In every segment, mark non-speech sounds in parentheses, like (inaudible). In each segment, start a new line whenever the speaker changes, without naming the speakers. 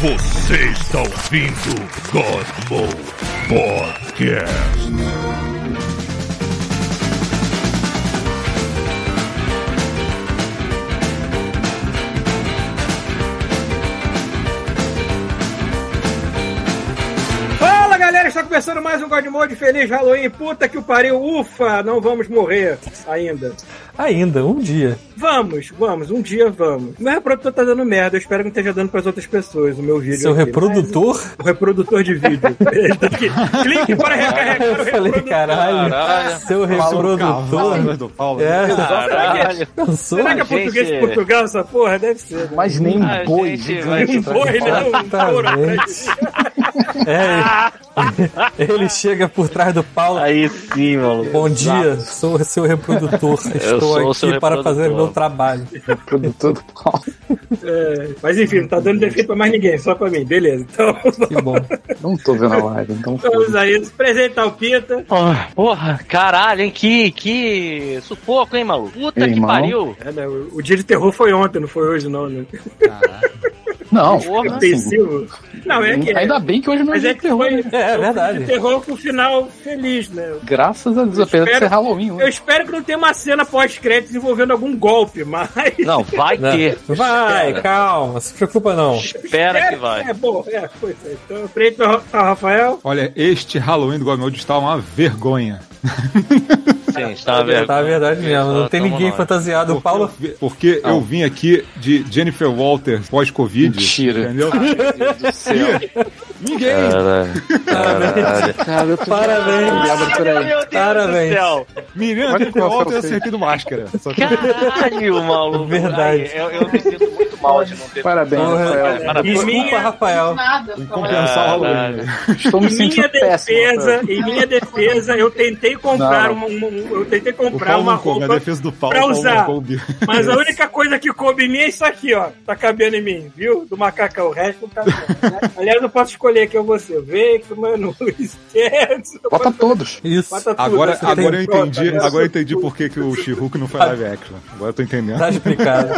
Você está ouvindo Godmo Podcast.
Fala galera, está começando mais um God Mode Feliz Halloween. Puta que o pariu, ufa, não vamos morrer ainda.
Ainda, um dia.
Vamos, vamos, um dia vamos. Meu reprodutor tá dando merda, eu espero que não esteja dando pras outras pessoas o meu vídeo.
Seu
aqui.
reprodutor?
O reprodutor de
(laughs)
vídeo. Ele tem que- Clique para recarregar o
Eu falei,
reprodutor.
caralho.
Caralho.
Seu reprodutor? É,
Caralho.
pensou?
Será que é
Gente-
português de Portugal essa porra? Deve ser. né?
Mas nem
Ah,
um boi
gente, vai-
gigante.
Um
tá
boi, né? Um touro.
Exatamente. É, ele chega por trás do Paulo.
Aí sim, maluco.
Bom dia, sou o seu reprodutor. Estou
sou o seu
aqui para
reprodutor.
fazer o meu trabalho.
Produtor do pau.
É, Mas enfim, não tá dando defeito pra mais ninguém, só pra mim. Beleza, então (laughs)
Que Tá bom.
Não tô vendo a live, então
vamos
foda-se.
aí. Apresentar o Pita.
Ah, Porra, caralho, hein? Que, que sufoco, hein, maluco? Puta
Irmão.
que pariu.
É, né, o o dia de terror foi ontem, não foi hoje, não, né?
Não,
Porra.
Intensivo. Não, é que.
ainda bem que hoje não é
Mas
dia
é
de
que
terror.
foi.
É, é verdade.
De terror com o final feliz, né?
Graças a Deus,
Eu
apesar de
espero-
ser Halloween. hoje.
Eu espero que não tenha uma cena pós-crédito envolvendo algum golpe, mas.
Não, vai
Não.
ter.
Vai,
Espera.
calma, se preocupa não.
Espera que vai.
É bom, é, pois é. Então, frente tá, Rafael.
Olha, este Halloween do Godmode está uma vergonha.
Sim, está
Tá a
vendo?
verdade mesmo, não
Só
tem
tamo
ninguém
nós.
fantasiado. O Paulo
Porque- Porque eu vim aqui de Jennifer Walters
(laughs)
pós-Covid.
Mentira.
Entendeu? Ninguém.
Caralho. Caralho.
Cara, eu tô
Parabéns.
Obrigado por aí.
Meu Deus
Parabéns.
do céu.
Menina,
qual
Jennifer
foi o
Walters eu
feito.
acertei do máscara. Só que
Caralho, maluco.
É Verdade.
Ai, eu, eu me sinto muito mal de não ter.
Parabéns,
Porra.
Rafael.
Parabéns.
Desculpa, Rafael.
nada.
compensar o Halloween.
Estou me
Em minha
sentindo péssimo.
defesa,
Rafael.
em minha defesa, eu tentei comprar
Não.
uma, uma- um- eu tentei
O
comprar
Paulo
uma
não coube, a
roupa,
defesa do Paulo.
pra
o Paulo
usar.
não coube.
mas a única coisa que coube em mim é isso aqui, ó. Tá cabendo em mim, viu? Do macacão, o resto não tá cabendo. Aliás, eu posso escolher aqui, eu vou ser Vex, Manu, (laughs) Stetson.
Bota todos.
Isso.
Bota tudo,
Agora,
você
agora eu
tem-
entendi,
Pronto,
agora eu entendi por que, que o She-Hulk não foi live action. Agora eu tô entendendo.
Tá explicado.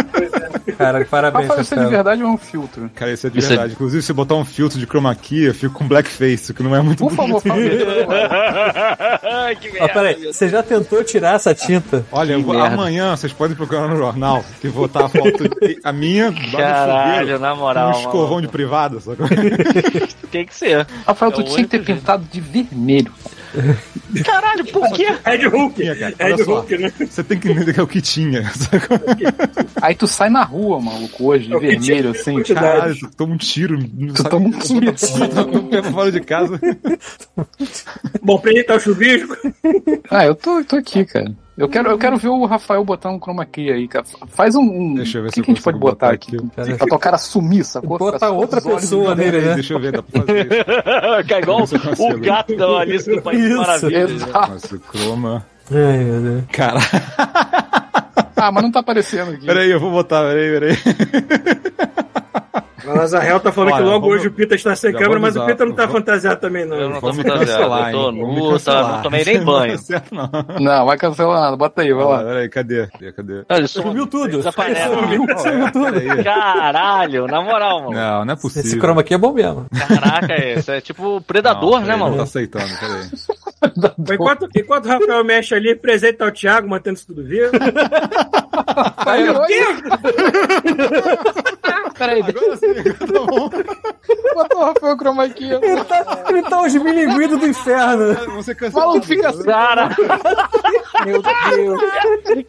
Cara, parabéns,
Rafael, você de
Rafael.
verdade é um filtro.
Cara, isso é de
Isso é-
verdade. Inclusive, se botar um filtro de chroma key, eu fico com blackface, que não é muito
Por
(laughs)
favor, fala
É.
Ai, que
Ó,
merda.
Ah, peraí,
é.
você já tentou tirar essa tinta?
Olha, eu vou-
merda.
amanhã vocês podem procurar no jornal que vou botar a foto de- a minha lá no
Caralho,
fogueiro,
na moral,
com um escovão
maluco.
de privado, só que
Tem que ser.
Rafael,
É
tu
o
tinha que ter
único jeito.
pintado de vermelho.
Caralho, por quê?
Red Hulk,
Tinha, cara.
Red
Olha só.
Hulk, né?
(laughs) você tem que entender que é o que tinha. (laughs) só que-
Aí tu sai na rua, maluco, hoje, de
Eu pedi
vermelho, assim.
quantidade.
Caralho, tu toma um tiro, não
Tu
sabe- (laughs)
toma um tiro.
tu pega fora de casa.
Bom, pra ele tá o chuvisco.
Ah, eu tô, tô aqui,
Tá.
cara. Eu quero, eu quero ver o Rafael botar um chroma key aí, cara. Faz um. um-
Deixa eu ver
o
se
que,
eu
que a gente
consigo
pode botar,
botar
aqui?
aqui.
Cara,
Pra tua cara sumir, sacou?
Bota
Ficar só
outra
os olhos
pessoa
brilhando.
nele, né?
Deixa eu ver, dá pra fazer
(laughs)
isso.
Fica Ah, é igual o gato da Alice do País
Isso.
das Maravilhas.
Exato.
Nossa, o croma.
Ai, meu Deus.
Caralho.
Ah, mas não tá aparecendo aqui.
Peraí, eu vou botar, peraí, peraí.
O Lazarel tá falando
Olha,
que logo
vamos-
hoje o Pita está sem
já
câmera,
vamos
mas o
usar-
Pita não tá
vamos-
fantasiado também, não.
Eu não tô
Vamos me
fantasiado,
cancelar,
eu tô
hein? Vão me
nu, tá,
cancelar.
não tomei nem banho.
Não, certo, não.
Não, vai cancelar nada. Bota aí, vai
Olha lá,
lá.
peraí, cadê? Cadê? cadê?
Olha, só,
Sumiu tudo.
Desaparece.
Sumiu, sumiu tudo.
né?
Peraí.
Caralho, na moral, mano.
Não, não é possível.
Esse croma aqui é bom mesmo.
Caraca, esse é tipo
Não,
predador,
peraí,
né,
Não tá
mano?
aceitando, peraí.
Enquanto, enquanto o Rafael mexe ali, presente ao Thiago, mantendo isso tudo vivo.
Aí, olha, Peraí, deixa
Agora sim, tá bom.
eu botar o Rafael Chroma aqui.
(laughs) Ele tá, ele tá os milinguidos do inferno.
Você cancelou.
Maluco, fica assim.
Cara,
Meu Deus.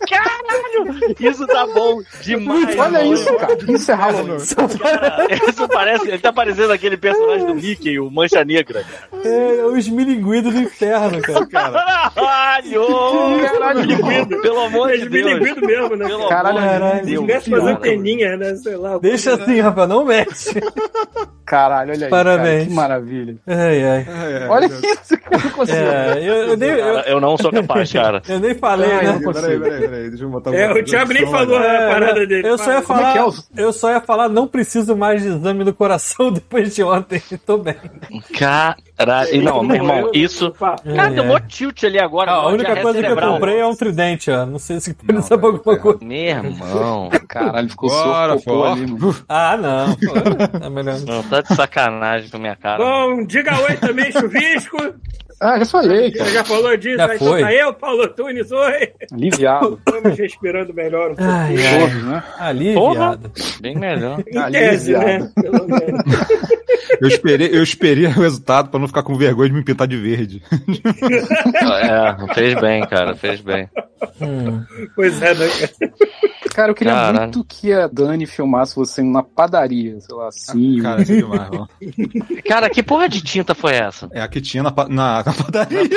caralho, isso tá bom demais.
Olha
mano.
isso, cara. Isso é Halloween.
Isso parece, ele tá parecendo aquele personagem do Mickey, o Mancha Negra.
É, os milinguidos do inferno, cara.
Caralho!
Caralho.
Pelo amor de
Eles me
Deus.
linguido mesmo, né?
Pelo
cara?
Caralho,
amor
caralho.
de
Eles
Deus.
mexem com as
cara.
anteninhas, né? Sei lá.
Deixa assim, Rafael, não mexe.
Caralho, olha aí.
Parabéns.
cara, que maravilha.
Ai, ai.
É,
Olha isso, cara. Eu não consigo.
É, eu, eu, dei- eu,
Cara, eu não sou capaz, cara.
eu nem falei,
Ah,
né? É,
eu não consigo.
Peraí, peraí, peraí. Deixa eu botar
É, o Thiago nem falou a parada dele.
né? Eu só ia
Como é
falar,
que é
eu só ia falar, não preciso mais de exame do coração (laughs) depois de ontem. Tô bem.
Caralho. Não, meu irmão, isso.
Fala.
Cara, um deu mó tilt ali agora.
Ah, é. a
mó
única
diarreia
coisa que eu
cerebral. né?
comprei é um tridente, ó. Não sei se pode
Não,
saber
velho,
alguma
tá
coisa.
Meu irmão.
Caralho, ficou
Bora,
socopô
fora.
ali, mano.
Ah, não. Pô, é melhor.
Não, tá de sacanagem com a minha cara.
Bom, diga oi também,
(laughs)
Chuvisco.
Ah, já falei,
Você
cara.
já falou disso,
Já
aí
foi.
tá eu, Paulo Tunes, oi.
Aliviado.
Estamos respirando melhor um
Ah,
pouco.
Ai, ai.
Todos, né?
Ali,
Porra.
viado.
Bem melhor.
tá
Em tese, né? Pelo menos.
Eu esperei, eu esperei o resultado pra não ficar com vergonha de me pintar de verde.
É, fez bem, cara, fez bem.
Hum.
Pois é, né, cara?
Cara, eu queria
Caralho.
muito que a Dani filmasse você indo na padaria, sei lá, assim.
Cara, isso é demais, mano.
Cara, que porra de tinta foi (laughs) essa?
É a que tinha na, pa- na, na padaria.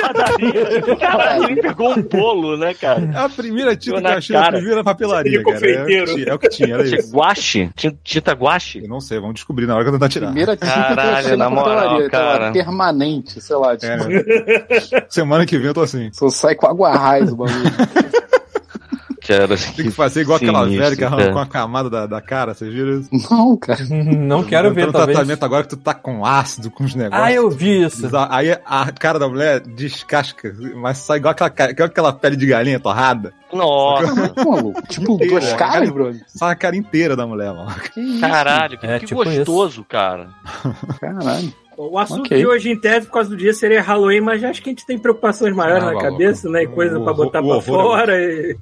Caralho, ele pegou um bolo, né, cara?
É a primeira tinta
Deu
que
na
eu achei na
cara.
primeira papelaria,
De
cara. É o que
confeiteiro.
tinha, É o que tinha, era isso.
Guache? Tin- Tinta guache?
Eu não sei, vamos descobrir na hora que eu tentar tirar.
Primeira tinta que eu
Caralho,
achei
na moral,
padaria, tá lá,
cara.
permanente, sei lá, tipo,
É, né? Semana que vem eu tô assim.
só sai com água raiz o bagulho.
(laughs)
Cara,
Tem que fazer igual aquela
sinistro, é.
velha que
cara.
arrancou a camada da, da cara, vocês viram isso?
Não, cara.
(laughs) Não quero ver,
no
talvez.
tratamento agora que tu tá com ácido, com os negócios.
Ah, eu vi
(laughs)
isso.
Bizarro. Aí a cara da mulher descasca, mas sai igual aquela, ca- igual aquela pele de galinha torrada.
Nossa.
Pô, maluco, tipo,
Inteiro,
duas
né?
caras, brother.
Sai a cara inteira da mulher, mano.
Que isso,
Caralho, que,
É,
que
tipo
gostoso, cara.
caralho.
O assunto
Ok.
de hoje, em tese, por causa do dia, seria Halloween, mas acho que a gente tem preocupações maiores
Ah,
na
maluco.
cabeça, né? E coisa
O
pra botar
horror-
pra
o horror é
fora. E...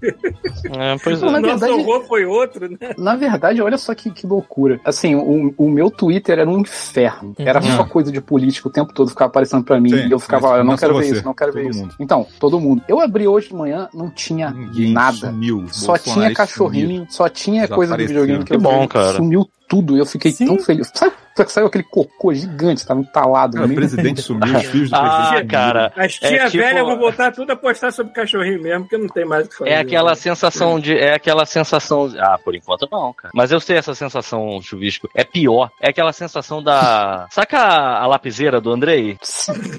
É, pois
O
é.
Na
nosso
verdade-
horror foi outro, né?
Na verdade, olha só que, que loucura. Assim, o, o meu Twitter era um inferno. Era
Uhum.
só coisa de política o tempo todo, ficava aparecendo pra mim.
Sim,
e eu ficava,
mas-
olha, eu não
mas
quero
só
ver
você,
isso, não quero
todo
ver isso.
mundo.
Então, todo mundo. Eu abri hoje de manhã, não tinha nada.
Sumiu.
Só tinha cachorrinho, só tinha coisa do
Desapareceu.
videogame que, eu
Que bom,
vi.
cara.
Sumiu tudo. Eu fiquei
Sim.
tão feliz. Sabe, saiu aquele cocô gigante, tava entalado no
Cara, Ah, o
meio.
presidente sumiu, os filhos
(laughs)
do
Ah,
presidente.
cara.
As tia
tipo-
velha vão voltar tudo a postar sobre cachorrinho mesmo, porque não tem mais o que fazer. né?
É aquela sensação de. É aquela sensação. de- Ah, por enquanto não, cara. Mas eu sei essa sensação, chuvisco. É pior. É aquela sensação da. Saca a, a lapiseira do Andrei?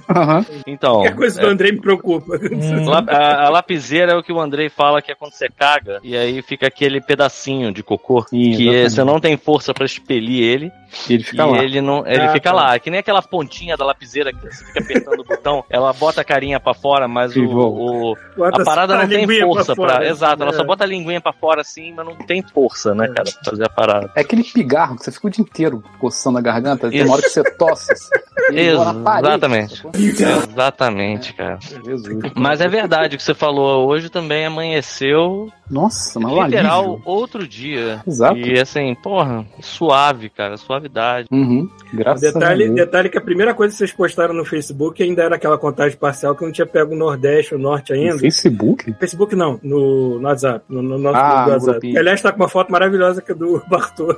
Aham.
Então.
Qualquer É coisa do Andrei me preocupa.
Hum.
Lap- A, a lapiseira é o que o Andrei fala que é quando você caga e aí fica aquele pedacinho de cocô
Sim,
que
exatamente.
você não tem força pra expelir ele
E ele fica
e
lá.
ele não ele
Ah,
fica
tá.
lá é que nem aquela pontinha da lapiseira que você fica apertando o botão ela bota a carinha pra fora mas o,
Incrível.
o- a parada não tem força pra, exato ela só
bota.
bota a linguinha pra fora assim mas não tem força né cara pra fazer a parada
É aquele pigarro que você fica o dia inteiro coçando a garganta, tem uma hora que você tosse. assim, e ele voa na parede,
Exatamente.
sacou?
exatamente cara
Jesus.
mas é verdade o que você falou hoje também amanheceu
Nossa, mas
literal
Literal.
outro dia
Exato.
E assim, porra, suave, cara, suavidade.
Uhum. Graças a
Detalhe,
Deus.
detalhe que a primeira coisa que vocês postaram no Facebook ainda era aquela contagem parcial que eu não tinha pego o Nordeste, o Norte
No
ainda.
Facebook?
Facebook não, no, no WhatsApp, no, no nosso
Ah,
grupo do
no
WhatsApp.
grupinho.
Que, aliás, tá com uma foto maravilhosa que é do (laughs) Bartô.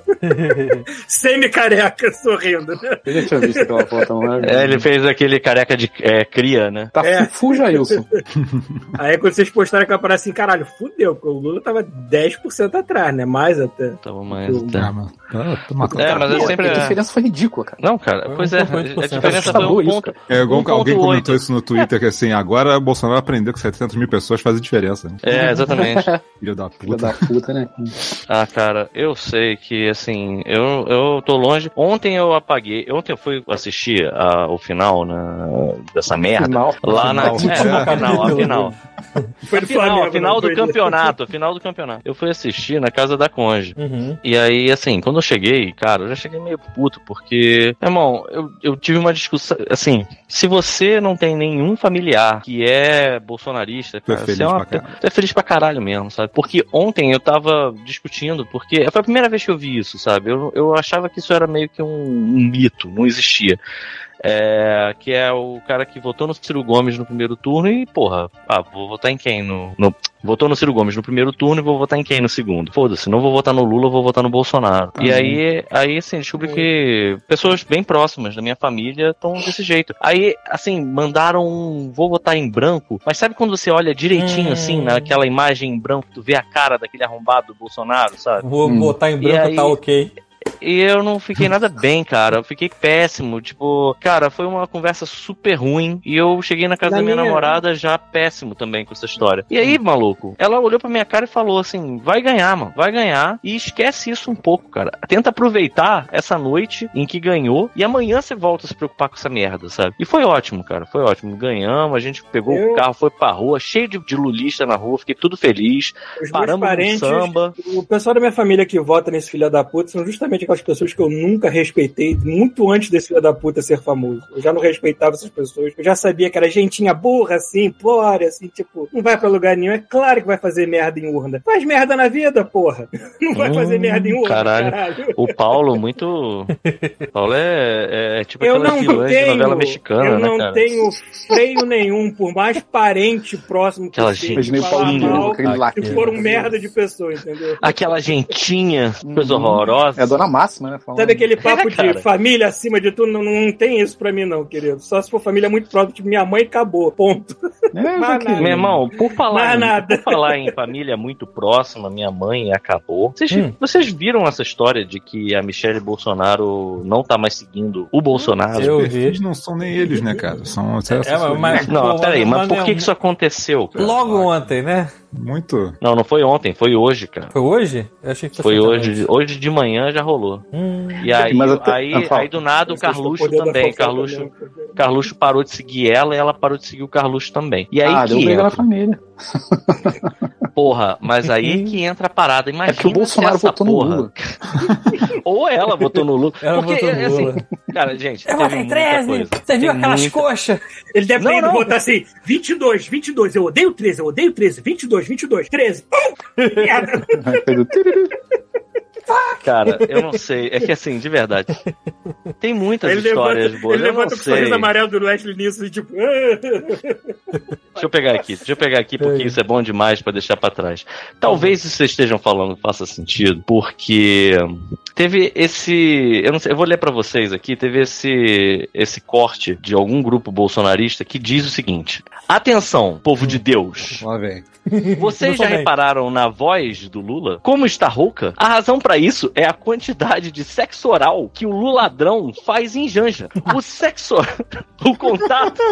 Semi-careca, (laughs) sorrindo. né?
Eu já tinha visto aquela foto, mano.
É, ele fez aquele careca de é, cria, né?
Tá
É.
full Jailson.
Aí quando vocês postaram aquela parada assim, caralho, fudeu, porque o Lula tava 10% atrás, né? Mais até.
Tava mais.
Ah, mano. Tá- tá matando.
É, mas eu sempre.
A diferença foi um ridícula, cara.
Não, cara, pois é. A
1,8%.
diferença foi
Acabou
um
isso,
ponto.
cara.
É igual que alguém
1.8.
comentou isso no Twitter, que assim, agora Bolsonaro aprendeu que 700 mil pessoas fazem diferença. né?
É, exatamente.
Filho da
(laughs) Filha
puta.
da puta, né?
Ah, cara, eu sei que, assim, eu, eu tô longe. Ontem eu apaguei. Ontem eu fui assistir a- o final né, dessa merda.
Final.
Lá na. É,
Final.
a final, a
(laughs)
final.
Foi do
Final, a final
não
do
foi dele.
campeonato, a final do campeonato. Eu fui assistir na casa da Conge.
Uhum.
E aí, assim, quando eu cheguei, cara, eu já cheguei meio puto, porque, meu irmão, eu, eu tive uma discussão. Assim, se você não tem nenhum familiar que é bolsonarista,
Tu é
cara,
feliz
você é uma
pra caralho.
Tu é feliz pra caralho mesmo, sabe? Porque ontem eu tava discutindo, porque foi a primeira vez que eu vi isso, sabe? Eu, eu achava que isso era meio que um, um mito, não existia. É, que é o cara que votou no Ciro Gomes no primeiro turno e, porra, ah, vou votar em quem? No, no- votou no Ciro Gomes no primeiro turno e vou votar em quem no segundo? Foda-se, não vou votar no Lula, vou votar no Bolsonaro. E aí, aí assim, descobri que pessoas bem próximas da minha família estão desse jeito. Aí, assim, mandaram um vou votar em branco, mas sabe quando você olha direitinho,
Hum.
assim, naquela imagem em branco, tu vê a cara daquele arrombado do Bolsonaro, sabe?
(laughs) Vou
Hum.
botar em
E
branco,
aí-
tá ok.
E eu não fiquei nada bem, cara. Eu fiquei péssimo. Tipo, cara, foi uma conversa super ruim. E eu cheguei na casa
Na
da minha,
minha-
namorada já péssimo também com essa história. E aí, maluco, ela olhou pra minha cara e falou assim: vai ganhar, mano. Vai ganhar. E esquece isso um pouco, cara. Tenta aproveitar essa noite em que ganhou. E amanhã você volta a se preocupar com essa merda, sabe? E foi ótimo, cara. Foi ótimo. Ganhamos. A gente pegou
Eu-
o carro, foi pra rua, cheio de, de lulista na rua. Fiquei tudo feliz.
Os meus
Paramos no
parentes,
samba.
o pessoal da minha família que vota nesse filho da puta são justamente aquelas pessoas que eu nunca respeitei, muito antes desse filho da puta ser famoso. Eu já não respeitava essas pessoas. Eu já sabia que era gentinha burra, assim, implora, assim, tipo, não vai pra lugar nenhum. É claro que vai fazer merda em urna. Faz merda na vida, porra. (laughs) Não vai
Hum,
fazer merda em urna,
caralho.
caralho.
O Paulo, muito. Paulo é, é, é tipo
Eu
aquelas
não
vilãs de novela
tenho,
mexicana,
eu
né,
não
cara?
tenho freio nenhum, por mais parente próximo que
Aquela
seja,
gente
Mas
de
nem
falar
Paulinho,
mal,
Paulinho, aquele
se
latinho.
for um merda de pessoa, entendeu?
Aquela gentinha, coisa
Uhum.
horrorosa.
É a dona máxima, né? Falando.
Sabe aquele papo
É, cara.
de família acima de tudo? Não, não tem isso pra mim, não, querido. Só se for família muito próxima, tipo, minha mãe acabou. Ponto.
É,
Mas
aquele-
Meu irmão, por falar,
Mais
em,
nada.
por falar em família muito próxima, minha mãe acabou. Vocês,
Hum.
vocês viram essa história de que a Michelle Bolsonaro não tá mais seguindo o Bolsonaro?
Eu
Eles
vi.
não são nem eles, né, cara? São essa
É, mas- mas-
Não,
Pô,
peraí, mas
mas
por que,
não-
que isso aconteceu? cara?
Logo ontem, né?
muito.
Não, não foi ontem, foi hoje, cara.
Foi hoje? Eu achei que fosse
Foi
ontem à
hoje,
noite.
hoje de manhã já rolou.
Hum.
E aí,
Mas até-
aí,
Ah, fala.
aí do nada o Carluxo também. Carluxo,
Carluxo.
Carluxo parou de seguir ela e ela parou de seguir o Carluxo também. E aí
ah,
que é?
deu um beijo
entra,
na família.
porra, mas aí que entra a parada. Imagina
É porque o Bolsonaro
se essa
votou
porra.
no Lula. (laughs)
Ou ela votou no Lula.
(laughs) Ela
porque,
votou no
assim,
Lula.
cara, gente,
Eu
teve
votei
muita
13!
coisa.
Você viu
Tem
aquelas
muita-
coxas? (laughs)
Ele deve
Não,
ter ido
não.
votar assim: 22, 22, eu odeio 13, eu odeio 13, 22, 22, 13. Uh,
(laughs)
merda.
Aí fez o tiriri.
Cara, eu não sei. É que assim, de verdade. Tem muitas
Ele
histórias
levanta,
boas.
ele
eu não
levanta com o
sei.
sorriso amarelo do Leslie nisso e tipo. "Ah".
Deixa eu pegar aqui, deixa eu pegar aqui, porque
É.
isso é bom demais pra deixar pra trás. Talvez isso que vocês estejam falando faça sentido, porque teve esse, eu não sei, eu vou ler pra vocês aqui, teve esse esse corte de algum grupo bolsonarista que diz o seguinte: "Atenção, povo de Deus.
Lá vem.
Vocês já
Muito bem.
repararam na voz do Lula? Como está rouca? A razão pra isso é a quantidade de sexo oral que o Luladrão faz em Janja. O sexo, (laughs) o contato,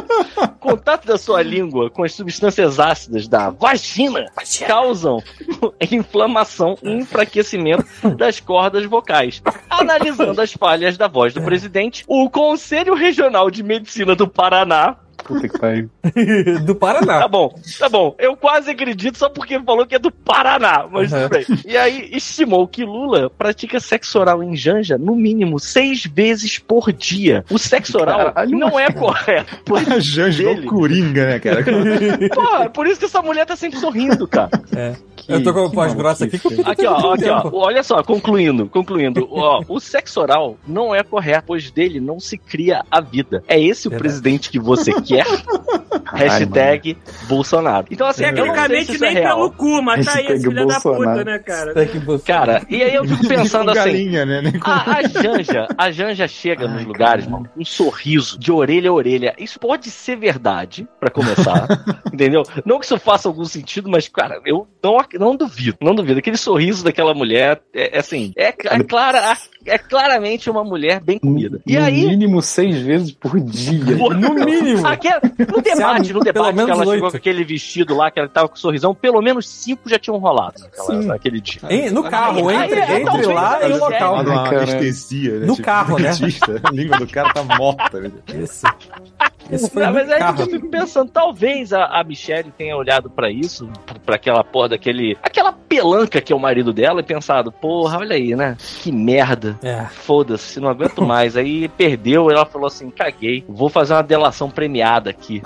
contato da sua língua com as substâncias ácidas da vagina causam (laughs) inflamação e enfraquecimento das cordas vocais. Analisando as falhas da voz do presidente, o Conselho Regional de Medicina do Paraná
Puta que pariu.
Do Paraná.
(laughs) Tá bom, tá bom. Eu quase acredito só porque falou que é do Paraná, mas
Uhum.
tudo bem. E aí estimou que Lula pratica sexo oral em Janja no mínimo seis vezes por dia. O sexo oral
Caralho.
não é correto.
(laughs) A Janja é
Dele.
o Coringa,
(laughs)
né, cara?
Porra, é por isso que essa mulher tá sempre sorrindo, cara.
(laughs) Eu tô com a
que
voz grossa aqui.
maluquice.
Aqui, ó, aqui, ó.
Tempo.
Olha só, concluindo, concluindo. Ó, o sexo oral não é correto, pois dele não se cria a vida. É esse o
Verdade.
presidente que você quer?
Caralho,
Hashtag Bolsonaro. Então, assim, eu não sei se
Tecnicamente
isso é
nem
real.
pelo cu, mas tá aí
Hashtag
esse filho da puta,
Bolsonaro.
né, cara?
Até que você-
Cara, e aí eu
(laughs)
fico pensando
Com
assim.
galinha, né? Nem
(laughs)
com-
A, a Janja, a Janja chega nos lugares, mano, um sorriso de orelha a orelha. Isso pode ser verdade,
(laughs)
pra começar, entendeu? Não que isso faça algum sentido, mas, cara, eu não, ac- não duvido, não duvido. Aquele sorriso daquela mulher, é, é assim, é, cl- é, clara, é claramente uma mulher bem comida. E
no
aí...
mínimo seis vezes por dia.
pô, (laughs)
No mínimo.
aquela- no debate, no
Pelo
debate que
menos
ela chegou
oito.
com aquele vestido lá, que ela tava com sorrisão, pelo menos cinco já tinham rolado naquela-
Sim.
naquele dia.
Em- no carro,
Aí,
entre,
aí, aí,
entre
é
lá e
talvez,
o local.
Dá
né,
uma
cara?
anestesia, né?
No carro, né?
dentista. A língua do cara tá morta. né?
Isso. Isso foi
Não, mas é
no
aí eu
carro.
fico pensando, talvez a, a Michelle tenha olhado pra isso, pra aquela porra daquele. aquela pelanca que é o marido dela e pensado, porra, olha aí, né? Que merda.
É.
Foda-se, não
(laughs)
aguento mais. Aí perdeu, ela falou assim: caguei, vou fazer uma delação
(laughs)
premiada aqui.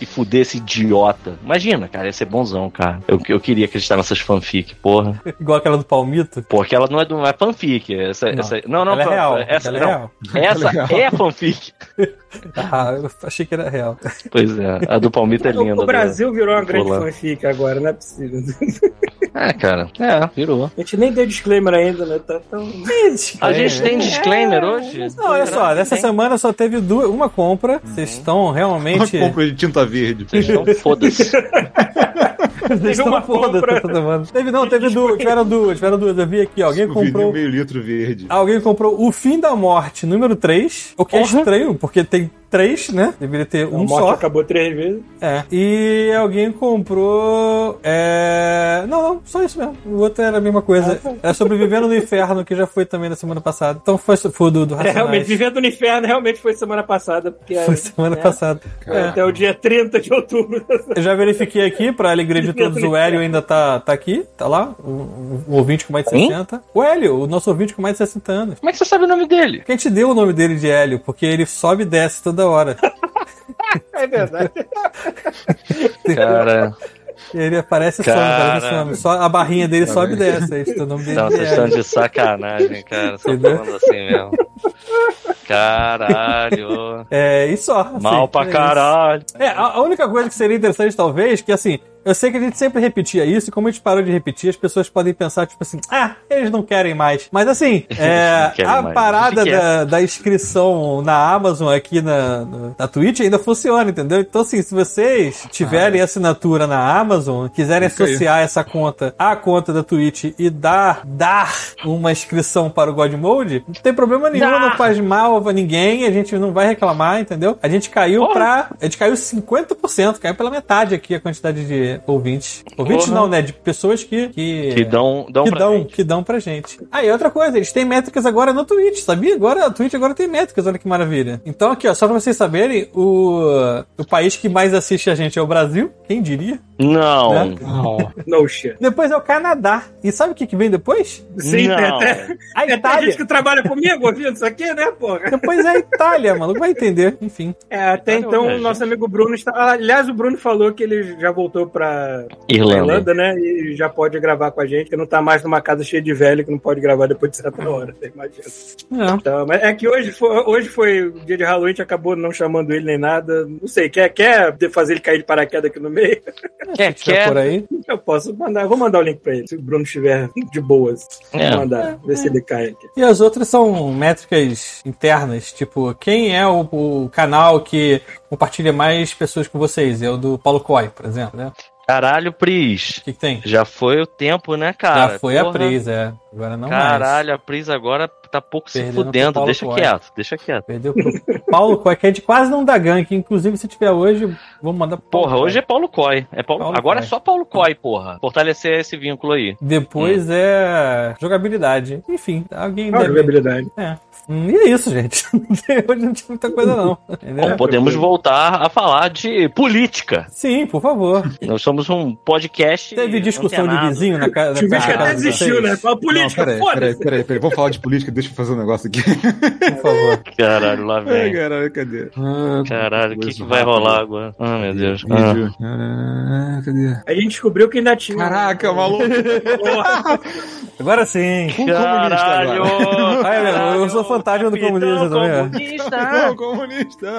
E fuder esse idiota. Imagina, cara, ia ser bonzão, cara. Eu, eu queria acreditar nessas fanfic, porra.
Igual aquela do Palmito.
Porque ela não é, do- não é fanfic. Essa,
Não.
essa- não, não,
ela é
pra-
real.
Essa,
ela é
não,
real. (laughs)
essa
Ela é
é fanfic.
Ah, eu achei que era real.
Pois é, a do Palmito é
O-
linda.
o Brasil virou uma
Vou
grande
lá.
fanfic agora, não é possível.
É, cara. É, virou.
A gente nem deu disclaimer ainda, né? Tá tão...
A
É,
né?
gente tem disclaimer hoje?
Não, olha só, nessa semana só teve duas, uma
Uhum.
compra. Vocês estão
Uma
realmente.
Então
compra de tinta verde.
Vocês estão foda-se.
(laughs) Vocês
uma
estão foda
compra.
todo mundo. Teve não, teve duas, tiveram duas, tiveram duas. Eu vi aqui, alguém
Souvenir
comprou
meio litro verde.
Alguém comprou O Fim da Morte, número 3. O que é
Porra.
estranho, porque tem três, né? Deveria ter
A
um
É morte
só.
acabou três vezes.
É. E alguém comprou. É... Não, não, só isso mesmo. O outro era a mesma coisa. Era Sobrevivendo no Inferno, que já foi também na semana passada. Então foi, foi o do, do
É,
Racionais.
realmente, Vivendo no Inferno realmente foi semana passada, porque
Foi semana
né,
passada.
foi até o dia 30 de outubro.
Eu já verifiquei aqui, pra alegria de todos, o Hélio ainda tá, tá aqui, tá lá, o, o- o ouvinte com mais de
Quem?
60. O Hélio, o nosso ouvinte com mais de 60 anos.
(laughs) Como é que você sabe o nome dele?
Porque a gente deu o nome dele de Hélio, porque ele sobe e desce toda hora.
É verdade.
(laughs) Cara,
Ele aparece e some,
Cara.
aparece e some. Só a barrinha dele sobe e desce. Aí o nome dele
não,
de
vocês estão
Hélio.
de sacanagem, cara. Só
Entendeu?
falando assim mesmo. Caralho.
É, e só. assim,
Mal
é
pra
isso.
caralho.
É, a, a única coisa que seria interessante, talvez, que assim, eu sei que a gente sempre repetia isso, e como a gente parou de repetir, as pessoas podem pensar, tipo assim, ah, eles não querem mais. Mas assim,
(laughs) Eles não
é,
querem
a
mais.
parada
Isso que é.
da, da inscrição na Amazon aqui na, na, na Twitch ainda funciona, entendeu? Então, assim, se vocês tiverem assinatura na Amazon, quiserem
Ah, é. Fica aí.
associar essa conta à conta da Twitch e dar, dar uma inscrição para o God Mode, não tem problema nenhum,
Dar.
não faz mal a ninguém, a gente não vai reclamar, entendeu? A gente caiu
Porra.
pra. A gente caiu 50%, caiu pela metade aqui a quantidade de ouvintes. Ouvintes
Porra.
não, né? De pessoas que. Que,
Que dão, dão
que
pra
dão,
gente.
que dão pra gente. Ah, e outra coisa, eles têm métricas agora no Twitch, sabia? Agora, a Twitch agora tem métricas, olha que maravilha. Então, aqui, ó, só pra vocês saberem, o, o país que mais assiste a gente é o Brasil, quem diria?
Não.
Né?
Não.
No shit.
Depois é o Canadá. E sabe o que, que vem depois?
Sim, é,
não.
tem
né?
até,
A
tem até gente
Itália.
que trabalha comigo ouvindo isso aqui, né, porra?
Depois é a Itália, maluco, vai entender. Enfim.
É, até
Caramba,
então, o
gente.
nosso amigo Bruno está. ah, Aliás, o Bruno falou que ele já voltou pra
Irlanda.
Irlanda, né? E já pode gravar com a gente, que não tá mais numa casa cheia de velho que não pode gravar depois de certa hora, você imagina.
Não.
Então, mas é que hoje foi, hoje foi o dia de Halloween, a gente acabou não chamando ele nem nada. Não sei, quer, quer de- fazer ele cair de paraquedas aqui no meio? É,
Quer,
Se tiver por
quer.
aí.
Eu posso mandar, eu vou mandar o link pra ele, se o Bruno estiver de boas.
É.
Vou mandar, ver se ele cai aqui.
E as outras são métricas internas, tipo, quem é o, o canal que compartilha mais pessoas com vocês? É o do Paulo Coy, por exemplo, né?
Caralho, Pris.
O que, que tem?
Já foi o tempo, né, cara?
Já foi a
Porra.
Pris, é. Agora não mais.
Caralho, a Pris agora tá pouco
Perdendo
se
pro
fudendo.
Paulo
Deixa
Coelho.
quieto, deixa quieto.
Perdeu pro Paulo Coy, que é de quase não da gangue. Inclusive, se tiver hoje, vou mandar pro Paulo
Porra, hoje é
Coy.
Paulo Coy. É Paulo...
Paulo
agora
Coy.
é só Paulo Coy, porra. Fortalecer esse vínculo aí.
Depois
Hum.
é jogabilidade. Enfim, alguém
Olha a
deve...
Ah, jogabilidade.
Hum, E é isso, gente. (laughs) hoje não tinha muita coisa, não. Entendeu?
Bom, Então podemos voltar a falar de política.
Sim, por favor.
Nós somos um podcast.
Teve discussão de
antenado.
vizinho na, ca... na
O bicho
casa
até
de
desistiu,
vocês?
né? Fala política,
não, peraí,
foda-se.
peraí, peraí, peraí. Vamos falar de política, deixa eu fazer um negócio aqui.
Por favor.
Caralho, lá
(laughs) Ai,
vem.
caralho, cadê?
Caralho, o que, que vai rolar agora? Ah, meu Deus. Ah.
Vídeo. Ah, cadê?
A gente descobriu que ainda tinha. um
Caraca, maluco. (laughs)
Porra,
Agora sim.
Um comunista
Caralho!
(laughs)
agora.
Ai, meu, Ah, é eu sou fantasma do comunismo também, é. ó.
Comunista.
Um comunista.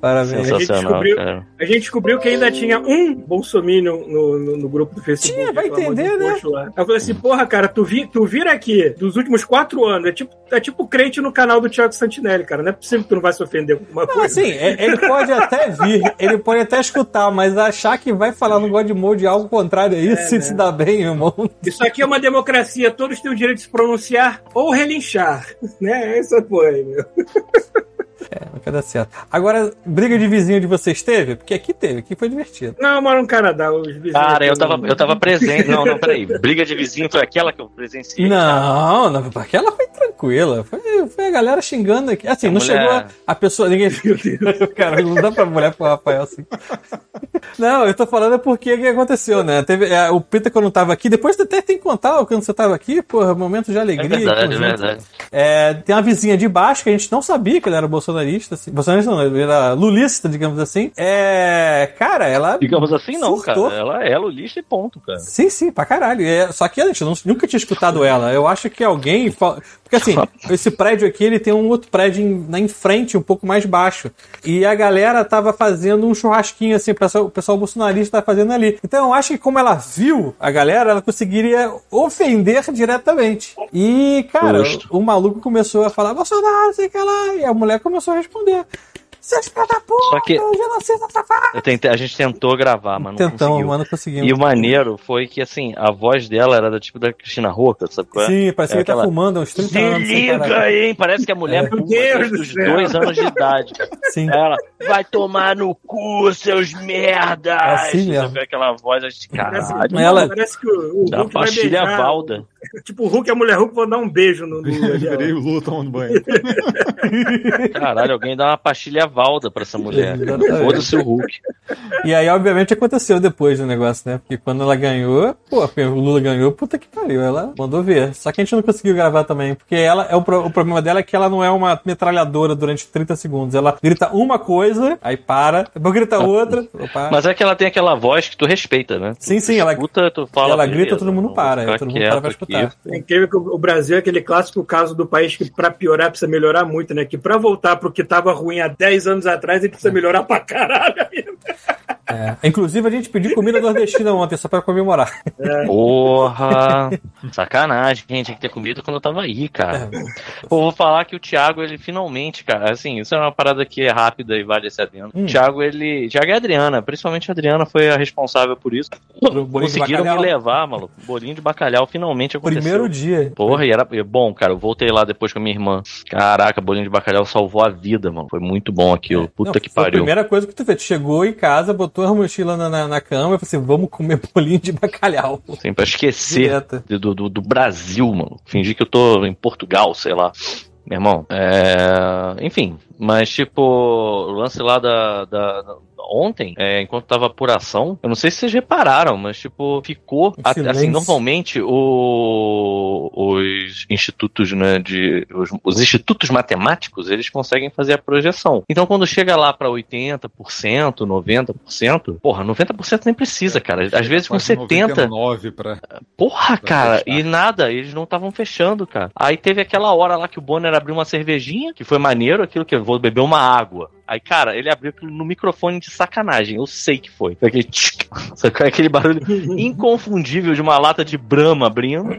Parabéns.
Sensacional,
descobriu-
cara.
a gente descobriu que ainda tinha um bolsominion no, no, no grupo do Facebook.
Tinha, vai
reclamando de um
entender, né?
post lá. Eu falei assim, porra, cara, tu, vi, tu vira aqui dos últimos quatro anos. É tipo, é tipo crente no canal do Thiago Santinelli, cara. Não é possível que tu não vai se ofender com uma
Não,
coisa.
assim, é- ele pode até vir, ele pode até escutar, mas achar que vai falar no God Mode algo contrário a isso e se dá bem, irmão.
Isso aqui é uma democracia, todos têm o direito de se pronunciar ou relinchar. (laughs) Né? Essa porra aí, meu.
Não vai dar certo. Agora, briga de vizinho de vocês teve? Porque aqui teve, aqui foi divertido.
Não, eu moro no Canadá, os vizinhos.
Cara, eu
aqui
tava,
não-
eu tava presente. Não, não, peraí. Briga de vizinho foi aquela que eu presenciei.
Não, não, aquela foi tranquila. Foi, foi a galera xingando aqui. Assim,
A
não
mulher-
chegou a, a pessoa. Ninguém. (laughs) Cara, não dá pra mulher pro Rafael assim. Não, eu tô falando é porque o que aconteceu, né? Teve, é, o Peter, quando tava aqui, depois até tem que contar quando você tava aqui, porra, momento de
É
alegria.
verdade, é
conjunto.
verdade.
É, tem uma vizinha de baixo que a gente não sabia que ele era bolsonarista, assim. Bolsonarista não, ele era lulista, digamos assim. É. Cara, ela.
Digamos assim, não,
Surtou.
cara. Ela é lulista e ponto, cara.
Sim, sim, pra caralho. É, só que a gente não- nunca tinha escutado ela. Eu acho que alguém. fa- Porque
(laughs)
assim, esse prédio aqui, ele tem um outro prédio em, na em frente, um pouco mais baixo. E a galera tava fazendo um churrasquinho, assim, o pessoal, o pessoal bolsonarista tava fazendo ali. Então eu acho que como ela viu a galera, ela conseguiria ofender diretamente. E, cara,
Justo.
o, o maluco começou a falar, Bolsonaro, sei que lá. E a mulher começou a responder. Seus filha da puta,
Só que
genocida safado.
eu tentei- a gente tentou gravar, mas não
tá, Tentamos,
conseguiu.
mas não conseguimos.
E o maneiro foi que, assim, a voz dela era da tipo da Cristina Roca, sabe qual é?
Sim, parece
É
que ele tá
aquela-
fumando há uns 30
Se
anos. sem parar.
liga, hein? Parece que a
É.
mulher pula
Deus
desde
do
os
céu.
dois anos de
(laughs)
idade. cara.
Sim.
Ela vai tomar no cu, seus merdas!
É assim
Você
mesmo. assim,
vê Aquela voz de
Parece,
caralho.
ela-
parece que o, o
Da
Hulk vai
pastilha
beijar.
balda.
Tipo, o Hulk e a mulher Hulk vão dar um beijo no Lula.
(laughs)
ali, ó.
Virei o Lula tomando banho.
Caralho, alguém dá uma pastilha valda pra essa mulher.
Exatamente.
Foda-se o Hulk.
E aí, obviamente, aconteceu depois do negócio, né? Porque quando ela ganhou, pô, o Lula ganhou, puta que pariu, ela mandou ver. Só que a gente não conseguiu gravar também, porque ela, é o, pro- o problema dela é que ela não é uma metralhadora durante 30 segundos. Ela grita uma coisa, aí para, depois grita outra, opa.
Mas é que ela tem aquela voz que tu respeita, né?
Sim, sim, ela-
escuta, tu fala,
ela grita,
beleza,
todo mundo
vou
para, é,
ficar
todo mundo para pra
quieto
escutar.
aqui.
É incrível que o o Brasil é aquele clássico caso do país que, pra piorar, precisa melhorar muito, né? Que pra voltar pro que tava ruim há 10 anos atrás, ele
É.
precisa melhorar pra caralho. ainda.
É. Inclusive, a gente pediu comida nordestina ontem, só pra comemorar.
Porra! Sacanagem, gente. Tinha que ter comido quando eu tava aí, cara.
É.
Pô, vou falar que o Thiago, ele finalmente, cara, assim, isso é uma parada que é rápida e vale esse adendo.
Hum.
O Thiago, ele. Thiago e a Adriana, principalmente a Adriana foi a responsável por isso.
Pro bolinho de
Conseguiram me
bacalhau.
levar, maluco. Bolinho de bacalhau finalmente aconteceu.
Primeiro dia.
Porra, e era e bom, cara. Eu voltei lá depois com a minha irmã. Caraca, bolinho de bacalhau salvou a vida, mano. Foi muito bom aquilo. Puta
É. Não,
que
foi A
pariu.
primeira coisa que tu fez, tu chegou em casa, botou a mochila na, na, na cama e falou assim: vamos comer bolinho de
(laughs)
bacalhau.
Assim, pra esquecer
Direta.
de- do, do, do Brasil, mano. Fingir que eu tô em Portugal, sei lá. Meu irmão, é... enfim, mas tipo, o lance lá da, da- da- ontem, é, enquanto tava apuração, eu não sei se vocês repararam, mas tipo, ficou,
Um
a- assim,
silêncio.
normalmente o- os institutos, né, de, os, os institutos matemáticos, eles conseguem fazer a projeção. Então quando chega lá pra 80%, 90%, porra, 90% nem precisa, cara. Às vezes com
Quase
70%,
99 pra...
Porra,
Pra
cara,
fechar.
e nada, eles não estavam fechando, cara. Aí teve aquela hora lá que o Bonner abriu uma cervejinha, que foi maneiro, aquilo que eu vou beber uma água. Aí, cara, ele abriu aquilo no microfone de sacanagem, eu sei que foi. Foi aquele, tchic, sacou? (laughs) aquele barulho inconfundível de uma lata de brama abrindo.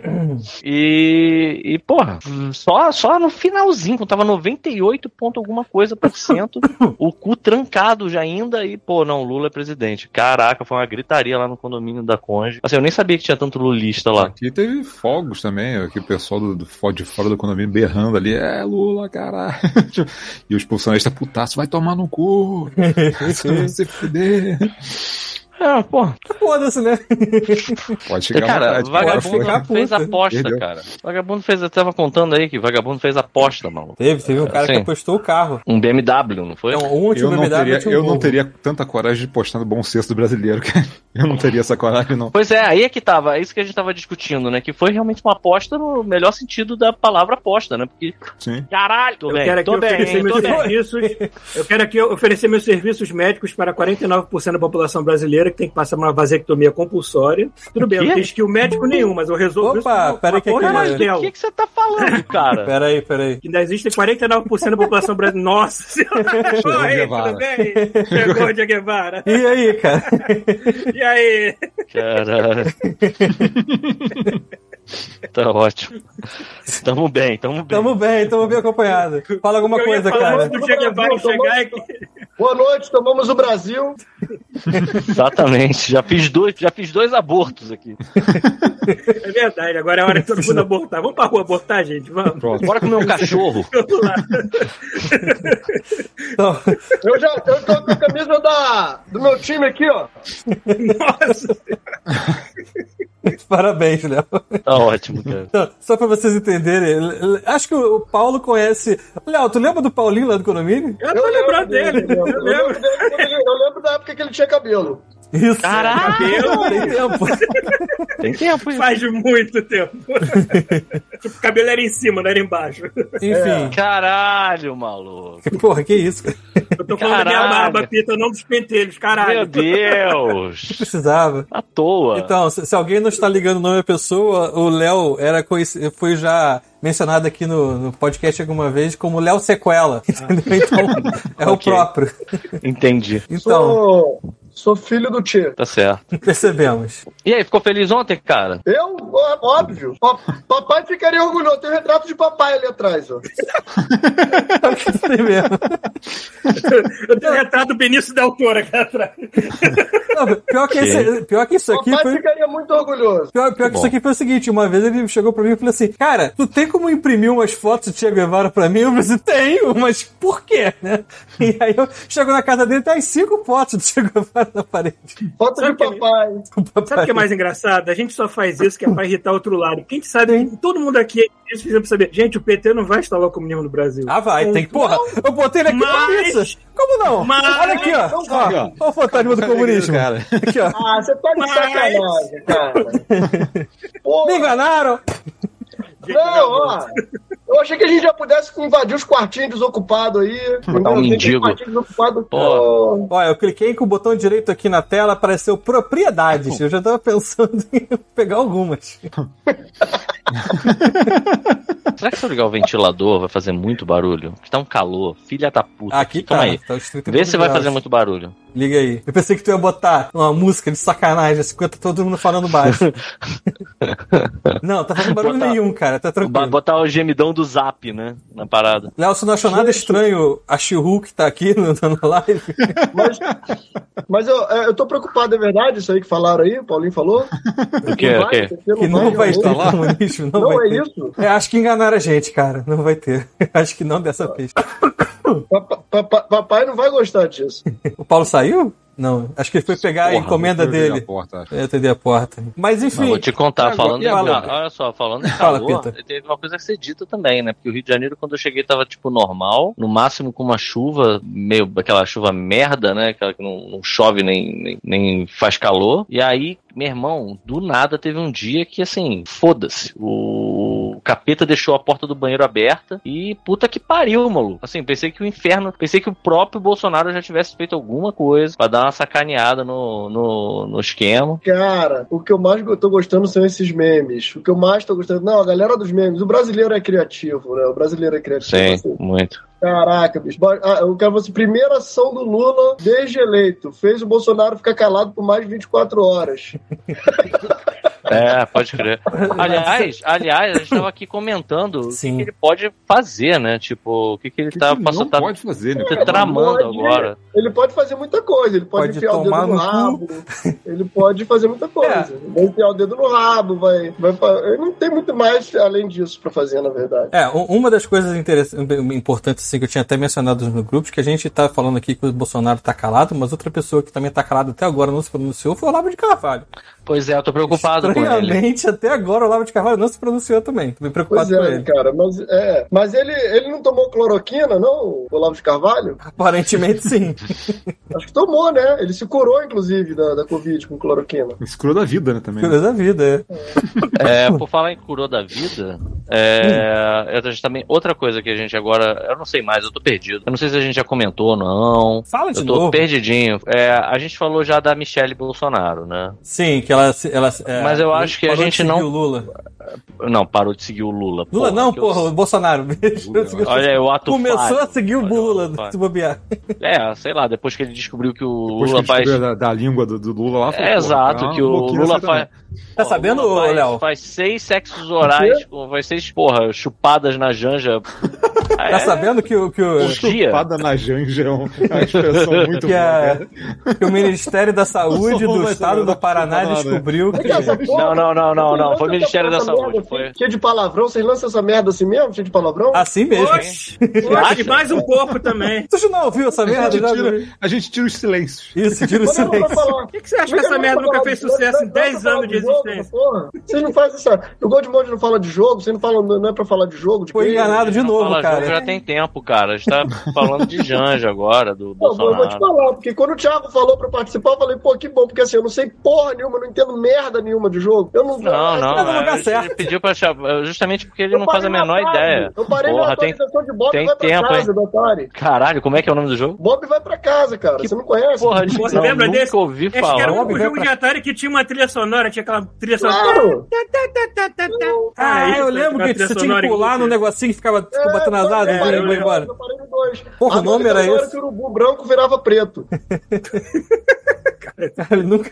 E, e, porra, só, só no finalzinho, quando tava 98 ponto alguma coisa por cento, o cu trancado já ainda e, pô, não, Lula é presidente. Caraca, foi uma gritaria lá no condomínio da Conge. Assim, eu nem sabia que tinha tanto lulista lá.
Aqui teve fogos também, aqui o pessoal do, do, fo- de fora do condomínio berrando ali, é Lula, caralho. (laughs) E os pulsionistas, putaço, vai tomar no (laughs) cu, você vai se fuder.
Ah, pô,
Foda-se, né?
Pode chegar
cara,
vontade,
vagabundo
porra,
ficar
fez
puta.
aposta,
Perdeu.
cara. Vagabundo fez, eu tava contando aí que vagabundo fez aposta, maluco.
Teve, teve um cara que
Sim.
apostou o carro.
Um BMW, não foi?
Então, um
foi.
tinha
Eu
um
não,
BMW,
teria,
tinha um
eu não
Volvo.
teria tanta coragem de postar no bom senso do brasileiro, (laughs) cara. Eu não teria essa coragem, não.
Pois é, aí é que tava, é isso que a gente tava discutindo, né? Que foi realmente uma aposta no melhor sentido da palavra aposta, né? Porque,
Sim.
caralho, tô
Eu
bem,
quero aqui
tô bem,
oferecer
hein, tô
meus
bem.
serviços. Eu quero aqui oferecer meus serviços médicos para 49% da população brasileira que tem que passar uma vasectomia compulsória. Tudo bem, eu
Quê?
não tenho skill médico nenhum, mas eu resolvo
Opa,
isso. com
peraí
uma
que é?
porra
aqui-
de
Caralho,
Marcel.
O que, que você tá falando, (laughs) cara?
Peraí, peraí.
Que ainda existe 49% da população brasileira. Nossa senhora!
Chegou
Oi,
Guevara.
tudo bem? Chegou o Che Guevara.
E aí, cara? (laughs)
E aí?
Caralho. tá ótimo. Tamo bem, tamo bem.
Tamo bem, tamo bem acompanhado. Fala alguma
eu
coisa,
ia falar
cara.
antes do Che Guevara chegar é que
Boa noite, tomamos o Brasil.
Exatamente. Já fiz dois, já fiz dois abortos aqui.
É verdade, agora é a hora de todo mundo abortar. Vamos pra rua abortar, gente? Vamos.
Pronto.
Bora comer um cachorro.
Vamos lá.
Então, (laughs)
Eu já eu tô com a camisa da, do meu time aqui, ó.
Nossa.
parabéns, Léo.
Tá ótimo, cara.
Então, só pra vocês entenderem, l- l- acho que o o Paulo conhece. Léo, tu lembra do Paulinho lá do condomínio?
Eu tô lembrando dele. Eu
Eu lembro,
lembro.
dele quando ele- eu lembro da época que ele tinha cabelo.
Isso.
Caraca!
Não tem tempo.
Tem tempo, hein?
Faz muito tempo. tipo, o cabelo era em cima, não era embaixo.
Enfim.
Caralho, maluco.
É.
Porra, que isso? cara?
Eu tô falando da minha
Caralho.
barba, Pita, não dos pentelhos,
Meu
caralho.
Deus.
Precisava.
À toa.
Então, se, se alguém não está ligando o nome da pessoa, o Léo era conheci- foi já mencionado aqui no, no podcast alguma vez como Léo (laughs) Sequela. Entendeu? Então, é o
Ok.
próprio.
Entendi.
Então,
Sou, Sou filho do Tchê.
Tá
(laughs)
certo.
Percebemos.
E aí, ficou feliz ontem, cara?
Eu? Ó, Óbvio. Pa- Papai ficaria orgulhoso. Tem um retrato de papai ali atrás, ó.
Percebemos.
Eu tenho um retrato do Benício da autora aqui atrás.
Não, pior, que esse- pior que isso aqui
Papai
foi.
ficaria muito orgulhoso.
Pior, pior que isso aqui foi o seguinte, uma vez ele chegou pra mim e falou assim, cara, tu tem como imprimir umas fotos do Che Guevara pra mim? Eu falei assim, tenho, mas por quê, né? E aí eu chego na casa dele, tem as cinco fotos do Che Guevara na parede.
Foto
Sabe
de
o que-
papai.
Sabe o que é mais engraçado? A gente só faz isso que é pra irritar o outro lado. Quem que sabe, que todo mundo aqui, eles fizeram pra saber. Gente, o PT não vai instalar o comunismo no Brasil.
Ah, vai, tem que... Porra, eu botei ele aqui
Mas-
na pizza. Como não?
Mas-
Olha aqui, ó.
Não vai,
Ó, ó o fantasma do comunismo.
Cara.
Aqui, ó.
Ah, você tá de
Mas-
sacanagem,
(laughs)
cara.
Me
Porra,
enganaram.
não, ó. Eu achei que a gente já pudesse invadir os quartinhos desocupados aí.
Botar um
Tem que
mendigo.
quartinho desocupado.
Pô.
Pô.
Ó, eu cliquei com o botão direito aqui na tela, apareceu propriedades. Eu já tava pensando (laughs) em pegar algumas.
Será que se eu ligar o ventilador vai fazer muito barulho? Que tá um calor, filha da puta.
Aqui tá.
Calma aí.
tá os 30
Vê se vai
graus.
fazer muito barulho.
Liga aí. Eu pensei que tu ia botar uma música de sacanagem, 50, todo mundo falando
(laughs)
baixo. não, tá fazendo barulho
Botar-
nenhum, cara, tá
Ba-
tranquilo.
Botar o gemidão do zap, né? Na parada.
Léo, você não achou nada estranho a Shihu que tá aqui (laughs) no- na live?
Mas, mas eu, eu tô preocupado, é verdade, isso aí que falaram aí, o Paulinho falou.
O que?
Não
O
vai,
quê?
porque
Que não vai ter
rolou.
comunismo, não,
Não,
vai
é
ter.
isso.
É, acho que enganaram a gente, cara. Não vai ter. (laughs) Acho que não dessa vez.
Papa- papa- Papai não vai gostar disso.
O Paulo saiu? Não. Acho que ele foi pegar a
Porra,
encomenda
eu abri a
dele.
porta, acho.
Eu atender a porta. Mas
Mas
enfim.
vou te contar,
Agora-
falando
e
em
agora?
calor, olha só, falando
(laughs)
em
Fala,
calor,
Pita.
teve uma coisa que ser dita também, né? Porque o Rio de Janeiro, quando eu cheguei, tava tipo normal, no máximo com uma chuva, meio aquela chuva merda, né? Aquela que não, não chove nem, nem, nem faz calor. E aí, meu irmão, do nada teve um dia que assim, foda-se. O capeta deixou a porta do banheiro aberta e puta que pariu, maluco. Assim, pensei que o inferno, pensei que o próprio Bolsonaro já tivesse feito alguma coisa pra dar uma sacaneada no, no, no esquema.
Cara, o que eu mais go- tô gostando são esses memes. O que eu mais tô gostando. Não, a galera dos memes. O brasileiro é criativo, né? O brasileiro é criativo.
Sim,
assim.
muito.
Caraca, bicho. Ba- Ah, eu quero você. Primeira ação do Lula desde eleito. Fez o Bolsonaro ficar calado por mais de 24 horas.
É, pode crer. Aliás, aliás, a gente tava aqui comentando
Sim.
o que que ele pode fazer, né? Tipo, o que, que ele
O que
tá
que
passando.
não
Tá
pode fazer, né?
se
cara?
tramando
Não pode.
agora.
Ele pode fazer muita coisa. Ele pode,
Pode
enfiar o dedo
tomar
no
no cu.
rabo. Ele pode fazer muita
É.
coisa. Vai enfiar o dedo no rabo. Vai, vai... fa- Ele não tem muito mais além disso pra fazer, na verdade.
É, um- uma das coisas interess- importantes, assim, que eu tinha até mencionado no grupo, que a gente tá falando aqui que o Bolsonaro tá calado, mas outra pessoa que também tá calada até agora não se pronunciou foi o Olavo de Carvalho.
Pois é, eu tô preocupado com ele.
Estranhamente, até agora o Olavo de Carvalho não se pronunciou também. Tô bem preocupado
Pois
com
é,
ele.
cara, mas, é, mas ele, ele não tomou cloroquina, não, o Olavo de Carvalho?
Aparentemente,
(laughs)
sim.
Acho que tomou, né? Ele se curou, inclusive, da, da Covid com cloroquina.
Escuro da vida, né, também.
Curioso da vida, é.
É, por falar em curou da vida, é, eu acho também outra coisa que a gente agora. Eu não sei mais, eu tô perdido. Eu não sei se a gente já comentou ou não.
Fala de
Eu tô
novo.
perdidinho. É, a gente falou já da Michelle Bolsonaro, né?
Sim, que ela. se- ela se- é,
Mas eu acho que a
parou de
gente
seguir
não-
O Lula.
Não, parou de seguir o Lula.
Lula não,
que eu-
porra, o Bolsonaro. (laughs)
Olha aí, o ato
Começou
falho.
a seguir o
Olha,
Lula,
falho.
se bobear.
É, sei lá, depois que ele descobriu que o
Depois que
Lula
ele
faz.
descobriu da, da língua do, do Lula lá. Tá
É, exato, que o Lula faz.
Tá
Ó, o
sabendo,
Lula
ô,
faz-
Léo?
Faz seis sexos orais, com- faz seis, porra, chupadas na janja. É?
Tá sabendo que o. Que o...
Os um dia.
Chupada na janja é uma
(laughs)
expressão muito
que, é- a-
boa, né?
que o Ministério da Saúde
Só
do
vai
Estado
saber,
do Paraná
não vai falar, né?
descobriu que.
Essa
Não, não, não, não, não. Foi o
Lança
Ministério da
essa merda
Saúde.
assim,
Foi.
Cheio de palavrão, vocês lançam essa merda assim mesmo? Cheio de palavrão?
Ah,
Assim mesmo.
Oxe,
acha?
e mais um corpo também.
Tu já não ouviu essa
A
merda?
gente,
Já
tira,
ouviu?
a gente tira os silêncios.
Isso, tira o
Mas eu não vou
silêncio.
falar.
Por que, que você acha que essa merda nunca fez sucesso em 10 anos de existência?
Vocês não fazem essa. O Gold Mode não fala de jogo, vocês não falam, não é pra falar de jogo, de
Foi
game.
enganado de
Não
novo,
fala junto
cara.
Já tem tempo, cara. A gente
(laughs)
tá falando de janja agora, do
Pô, eu vou te
Bolsonaro.
falar, porque quando o Thiago falou pra participar, eu falei, pô, que bom, porque assim, eu não sei porra nenhuma, eu não entendo merda nenhuma de jogo. Eu não
Não,
Tá no
não.
lugar
é, Ele
certo.
pediu pra chamar. Justamente porque ele
Eu
não faz a
parei no
menor
Atari.
ideia.
Eu parei na
Porra, tem.
atualização de Bob
tem
vai pra
tempo,
casa, do Atari.
Caralho, como é que é o nome do jogo?
Bob vai pra casa, cara. Você não conhece?
Porra, gente,
Você
não,
lembra
nunca
desse?
ouvi
Acho que
falar.
era o
Vamos
único
ver
jogo
pra-
de Atari que tinha uma trilha sonora, tinha aquela trilha sonora. né,
Claro!
tá, Ah, eu lembro que
Trilha
você tinha que
sonora,
pular no
inclusive.
negocinho que ficava ficou batendo as asas
É,
e
eu
foi
parei
embora. (laughs)
no dois, eu parei no dois.
Porra, o é
A
nome era
atualização
esse?
que o urubu branco virava preto.
Ele nunca.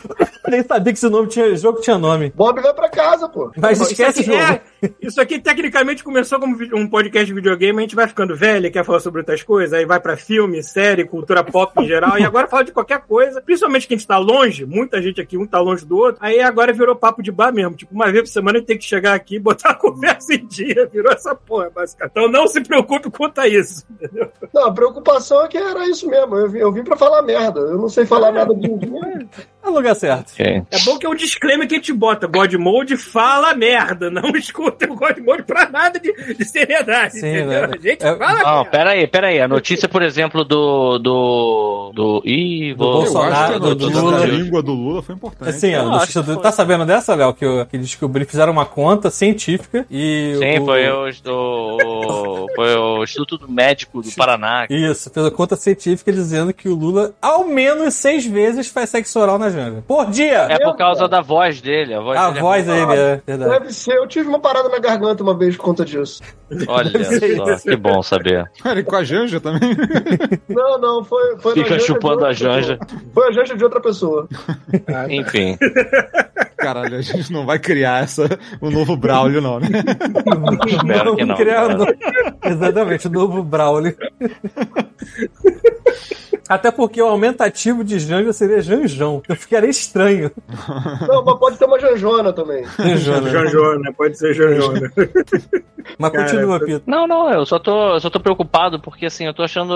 (laughs) Nem sabia que esse nome tinha jogo tinha nome.
Bob vai pra casa, pô.
Mas
Isso
esquece o
aqui
jogo.
é- isso aqui tecnicamente começou como vi- um podcast de videogame, a gente vai ficando velho, quer falar sobre outras coisas, aí vai pra filme, série, cultura pop em geral, e agora fala de qualquer coisa, principalmente quem está longe, muita gente aqui, um tá longe do outro, aí agora virou papo de bar mesmo, tipo, uma vez por semana a gente tem que chegar aqui e botar a (laughs) conversa em dia, virou essa porra, basicamente. Então não se preocupe quanto a isso.
Não, a preocupação é que era isso mesmo. Eu vim, eu vim pra falar merda. Eu não sei falar nada de
(laughs) É o lugar certo.
É.
É bom que é um disclaimer que a gente bota, God Mode fala merda, não (laughs) escutem o God Mode pra nada de, de seriedade,
Sim,
entendeu?
né?
A gente
É-
fala
Não,
merda.
peraí, peraí. A notícia, por exemplo, do. do. do. Ih, vou.
Eu acho que a
Bolsonaro, do- do
notícia
Lula.
da língua do Lula foi importante.
Assim, ó,
Então, Eu
notícia
acho que
do-
foi. um
tá sabendo dessa, Léo? Que, o- que descobri, fizeram uma conta científica e.
Sim,
o-
foi o, o- o- foi o Instituto Médico do Paraná.
Isso, fez a conta científica dizendo que o Lula ao menos seis vezes faz sexo oral na Janja. Por dia!
É por causa da voz dele. A voz
a
dele é
voz dele, é verdade.
Deve ser. Eu tive uma parada na garganta uma vez por conta disso.
é
Olha só, que bom saber.
Cara, e com a Janja também.
Não, não, foi. foi na
Fica
janja de
chupando
outra
a janja.
pessoa. Foi a janja de outra pessoa.
Enfim.
Caralho, a gente não vai criar essa, o novo Braulio, não, né?
Espero que não, né?
criar
cara.
um- Exatamente, o novo Braulio. Até porque o aumentativo de Janja seria Janjão. Eu ficaria estranho.
Não, mas pode ter uma janjona também.
Janjona.
né?
Janjona, né? pode ser Janjona.
Mas
Cara,
continua, Pito.
Não, não, eu só tô, eu só tô preocupado porque assim, eu tô achando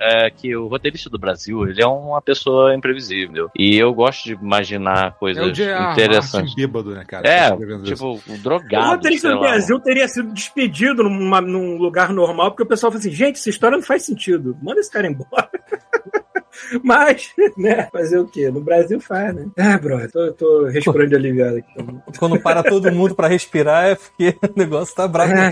é, que o roteirista do Brasil, ele é uma pessoa imprevisível. E eu gosto de imaginar coisas
J.R.
interessantes.
Martin bêbado, né, cara?
É,
Tá escrevendo isso.
tipo, um
O
drogado.
roteirista
sei
do
lá.
Brasil teria sido despedido numa- num lugar normal, porque o pessoal fala assim, gente, essa história não faz sentido. Manda esse cara embora. (laughs) Mas, né, fazer o quê? No Brasil faz, né? Ah, brother, tô, tô respirando aliviado aqui também.
Quando para todo mundo pra respirar, é porque o negócio
(laughs)
tá bravo.
É.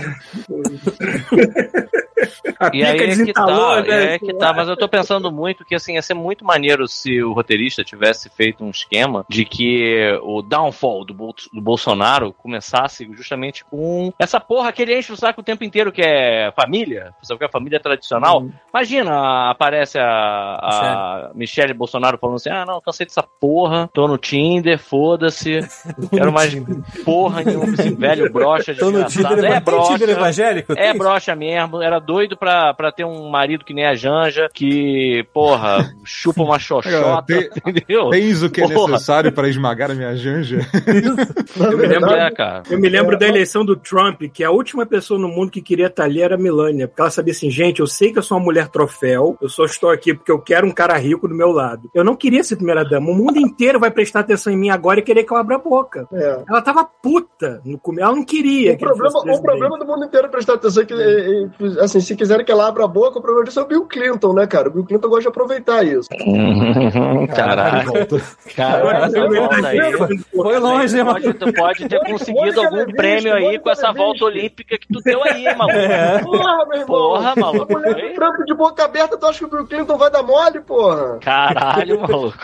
A
E
pica
aí, é que tá,
desentalou,
e aí é
né?
que tá, mas eu tô pensando muito que assim, ia ser muito maneiro se o roteirista tivesse feito um esquema de que o downfall do, Bol- do Bolsonaro começasse justamente com essa porra que ele enche o saco o tempo inteiro, que é família, sabe o que é família tradicional? Imagina, aparece a, a Michelle Bolsonaro falando assim, ah não, cansei dessa porra, tô no Tinder, foda-se, quero mais porra nenhuma, esse velho brocha de
Tô no Tinder,
é
é tem Tinder
brocha.
(laughs) evangélico?
É
Tem?
broxa mesmo, era doido pra, pra ter um marido que nem a Janja, que, porra, chupa uma xoxota,
Tem-
entendeu?
Tens o que é
Porra.
necessário para esmagar a minha Janja?
Na
Eu me lembro-
verdade,
É, cara.
Eu me lembro da eleição do Trump, que a última pessoa no mundo que queria estar ali era a Melania. Porque ela sabia assim, gente, eu sei que eu sou uma mulher troféu, eu só estou aqui porque eu quero um cara rico do meu lado. Eu não queria ser primeira-dama. O mundo inteiro vai prestar atenção em mim agora e querer que eu abra a boca.
é.
Ela tava puta no começo, ela não queria.
O
que ele
Um problema,
fosse
o
presidente.
problema do mundo inteiro é prestar atenção é que, é, é, assim, se quiserem que ela abra a boca, o problema disso é o Bill Clinton, né, cara? O Bill Clinton gosta de aproveitar isso.
Agora,
Caraca,
né?
caraca, essa
eu-
volta aí.
Foi
É
longe, hein, mano.
Pode, pode ter conseguido algum prêmio aí com essa volta olímpica que tu deu aí, maluco.
É.
Porra, meu irmão!
Porra, maluco.
A mulher
Hein?
de trampo de boca aberta, tu acha que o Bill Clinton vai dar mole, porra?
Caralho, maluco.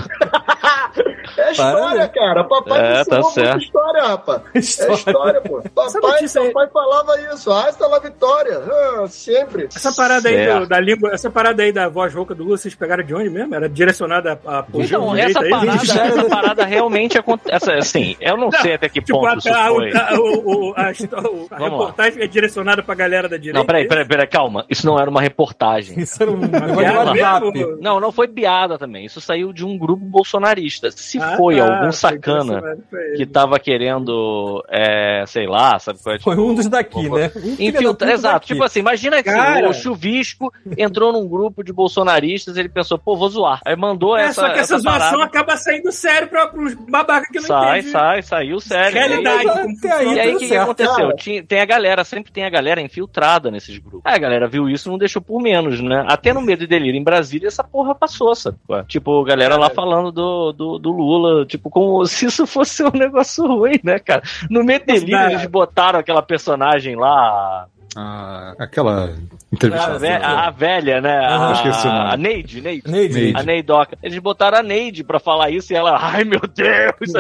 É história, cara. Papai
É,
me
tá
ensinou
certo.
muita história, rapaz. É história, pô. Papai,
notícia aí-
papai falava isso. Ah, está lá vitória. Ah, sempre.
Essa parada aí
Certo.
do- da língua, essa parada aí da voz rouca do Lula, vocês pegaram de onde mesmo? Era direcionada a, a
Então,
direita,
essa
é isso?
parada,
Sério?
essa parada realmente acontece. Assim, eu não sei até que
Tipo, a,
ponto isso
a,
foi.
o- o- o- a histó- o- a
Vamos lá.
reportagem é direcionada pra galera da direita.
Não, peraí, peraí, peraí, calma. Isso não era uma reportagem.
Isso era um negócio
É
de
Piada
WhatsApp.
mesmo?
Não, não foi piada também. Isso saiu de um grupo bolsonarista. Se
Ah,
foi
tá,
algum
foi
sacana
direcionado pra ele.
que tava querendo, é, sei lá, sabe qual é?
Foi um dos daqui, né?
Infiltra... Exato, tipo assim, imagina que
Cara.
o Chuvisco entrou num grupo de bolsonaristas ele pensou, pô, vou zoar. Aí mandou
É,
essa.
só que essa, zoação
parada.
acaba saindo sério pra, pros babacas que não
Sai,
entendem.
sai, saiu sério.
Realidade.
E aí-
Até é? aí,
E aí, o
Tá tudo
que, que
certo.
aconteceu? Tinha- tem a galera, sempre tem a galera infiltrada nesses grupos. Aí a galera viu isso e não deixou por menos, né? Até no Medo e Delírio em Brasília, essa porra passou, sabe? qual é? Tipo, a galera lá falando do, do, do Lula, tipo, como (laughs) se isso fosse um negócio ruim, né, cara? No Medo e Delírio
Cara.
eles botaram aquela personagem lá.
Ah,
a- aquela entrevista.
A, ve- a- a velha, né?
Aham.
a,
Esqueci o nome.
a Neide, Neide.
Neide.
Neide.
A Neidoca. Eles botaram a Neide pra falar isso e ela, (laughs) ai meu Deus,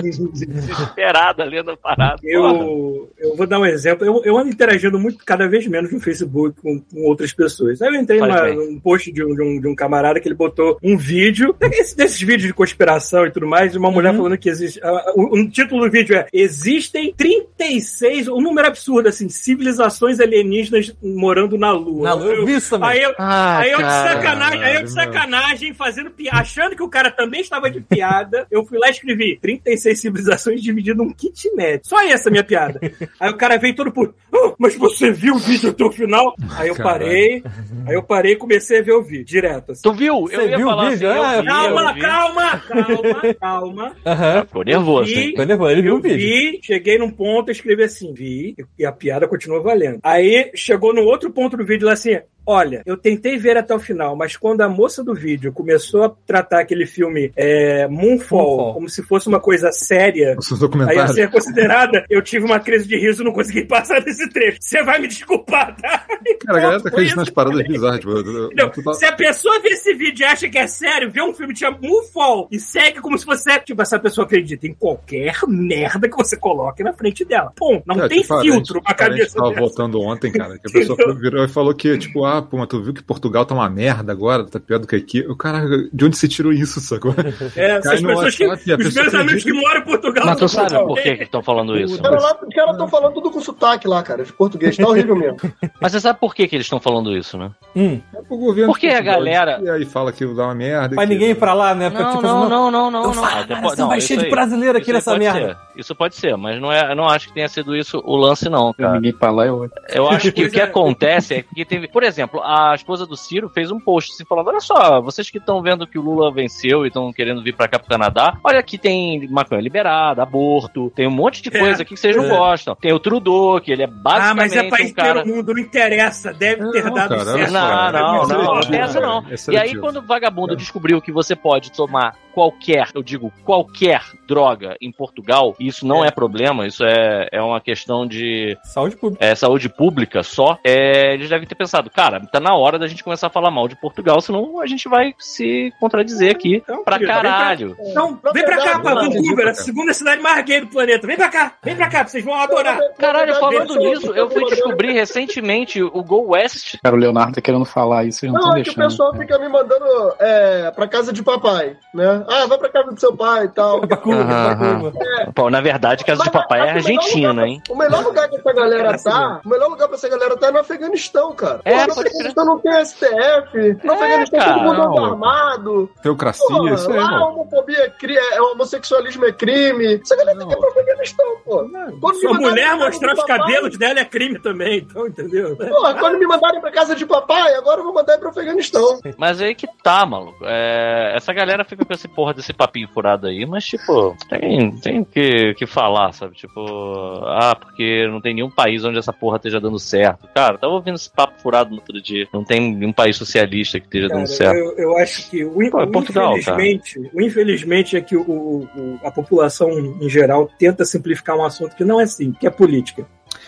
desesperada lendo a parada. Porra.
Eu, eu vou dar um exemplo. Eu, eu ando interagindo muito, cada vez menos no Facebook com, com outras pessoas. Aí eu entrei
Faz
numa-
bem.
num post de um, de, um, de um camarada que ele botou um vídeo, (laughs) esse- desses vídeos de conspiração e tudo mais, de uma mulher falando que existe. ah, ah, o, o título do vídeo é Existem 36, um número absurdo, assim, civilizações alienígenas morando na Lua.
Na lua, eu vi isso também.
Aí eu,
Ah,
aí eu de
cara.
sacanagem, aí eu de sacanagem, fazendo piada, achando que o cara também estava de piada, eu fui lá e escrevi 36 civilizações dividindo um kitnet. Só essa minha piada. Aí o cara veio todo por, "Ah, mas você viu o vídeo até o final? Aí eu
Caralho.
parei, aí eu parei e comecei a ver o vídeo, direto. assim.
Tu viu?
Você viu o vídeo?
eu
Ah,
vi, eu
Calma,
vi.
calma, calma, calma.
Aham.
Ficou nervoso,
Vi.
hein?
Tô nervoso, ele viu
Eu
o
é,
vídeo.
vi, cheguei num ponto, eu escrevi assim, vi, e a piada continua valendo. Aí chegou no outro ponto do vídeo lá assim. Olha, eu tentei ver até o final, mas quando a moça do vídeo começou a tratar aquele filme é, Moonfall,
Moonfall.
como se fosse uma coisa séria,
Os
aí assim, a
documentários.
ser considerada, eu tive uma crise de riso e não consegui (laughs) passar desse trecho. Você vai me desculpar, tá?
Cara, a galera tá
Foi
acreditando nas
isso.
paradas bizarras. Tipo, eu- eu-
Não,
tu tá-
Se a pessoa vê esse vídeo e acha que é sério, vê um filme que chama Moonfall e segue como se fosse sério, tipo, essa pessoa acredita em qualquer merda que você coloque na frente dela. Pum, não
Cara,
tem
tipo, a
filtro pra
gente- a gente
cabeça
tava
dessa.
votando ontem, cara, que a pessoa foi- virou e falou que, tipo, ah, pô, mas tu viu que Portugal tá uma merda agora, tá pior do que aqui. Eu, caralho, de onde se tirou isso, sacou?
É,
Cai
essas
no
pessoas que,
WhatsApp e a
os
pessoa
meus amigos
acredita.
que moram em Portugal
Mas tu
não
sabe
falam.
Por que que estão falando isso?
Os caras lá, os caras estão falando tudo com sotaque lá, cara. Os portugueses, tá horrível mesmo.
Mas você sabe por que que eles estão falando isso, né?
Hum.
É pro governo.
Porque a
Portugal,
galera-
E aí fala que dá uma merda.
Vai
que- é
ninguém ir pra lá, né? Pra,
Não,
tipo,
não, não, não, não,
Então
Ah, não.
fala,
Até
cara,
pode-
senão vai
isso
cheio de
aí.
brasileiro aqui
Isso aí
nessa
pode
merda.
ser. Isso pode ser, mas não, é, eu não acho que tenha sido isso o lance, não, cara.
Ninguém pra lá é outro.
Eu acho que o que acontece é que teve. Por exemplo, a esposa do Ciro fez um post se falando: olha só, vocês que estão vendo que o Lula venceu e estão querendo vir pra cá pro Canadá, olha aqui tem maconha liberada, aborto, tem um monte de coisa aqui que vocês não
é.
gostam. Tem o Trudeau, que ele é
Ah, mas
basicamente
é país
um cara.
inteiro mundo, não interessa, deve ter
Não,
dado
cara, olha
certo.
só,
Não,
é
não, não, não
seletivo,
tem essa não.
cara, é
E aí,
seletivo.
quando o vagabundo descobriu que você pode tomar qualquer, eu digo, qualquer droga em Portugal, e isso não é, problema, isso é, é uma questão de
Saúde pública.
é, saúde pública só, é, eles devem ter pensado, cara, tá na hora da gente começar a falar mal de Portugal, senão a gente vai se contradizer aqui
Então,
pra
querido, vem
caralho.
Então, vem pra cá, pra Vancouver, a segunda cidade mais gay do planeta. Vem pra cá, vem pra cá, vocês vão adorar.
Caralho, falando
verdade,
nisso, eu fui descobrir recentemente o Go West.
Cara, o Leonardo tá querendo falar isso, vocês não estão
(laughs) Não, é que o
deixando.
pessoal
cara.
fica me mandando é, pra casa de papai, né? Ah, vai pra casa do seu pai e tal.
Bacuba,
Aham,
Bacuba.
Pô, na verdade, Casa de Papai é argentina, hein?
O melhor lugar que essa galera tá, o melhor lugar pra essa galera tá é no Afeganistão, cara.
É,
no
pode
Afeganistão não tem STF, no
É,
Afeganistão todo mundo
cara.
anda armado.
Teocracia,
Pô,
isso aí,
lá a
mano.
homofobia é, cri- é- homossexualismo é crime. Essa galera tem que ir pro Afeganistão, pô. Quando
é. Sua
me mandarem
mulher
pra casa
mostrar
de
os
papai-
cabelos dela é crime também, então, entendeu?
Porra, quando me mandarem pra casa de papai, agora eu vou mandar ir pro Afeganistão.
Mas aí que tá, maluco. É, essa galera fica com esse porra desse papinho furado aí, mas tipo, tem, tem que, que falar, sabe? Tipo, ah, porque não tem nenhum país onde essa porra esteja dando certo. Cara, eu tava ouvindo esse papo furado no outro dia. Não tem nenhum país socialista que esteja
Cara,
dando certo.
eu, eu acho que o, in-
Pô, é
o
Portugal, cara.
infelizmente, o infelizmente é que o- o- o- a população em geral tenta simplificar um assunto que não é assim, que é política.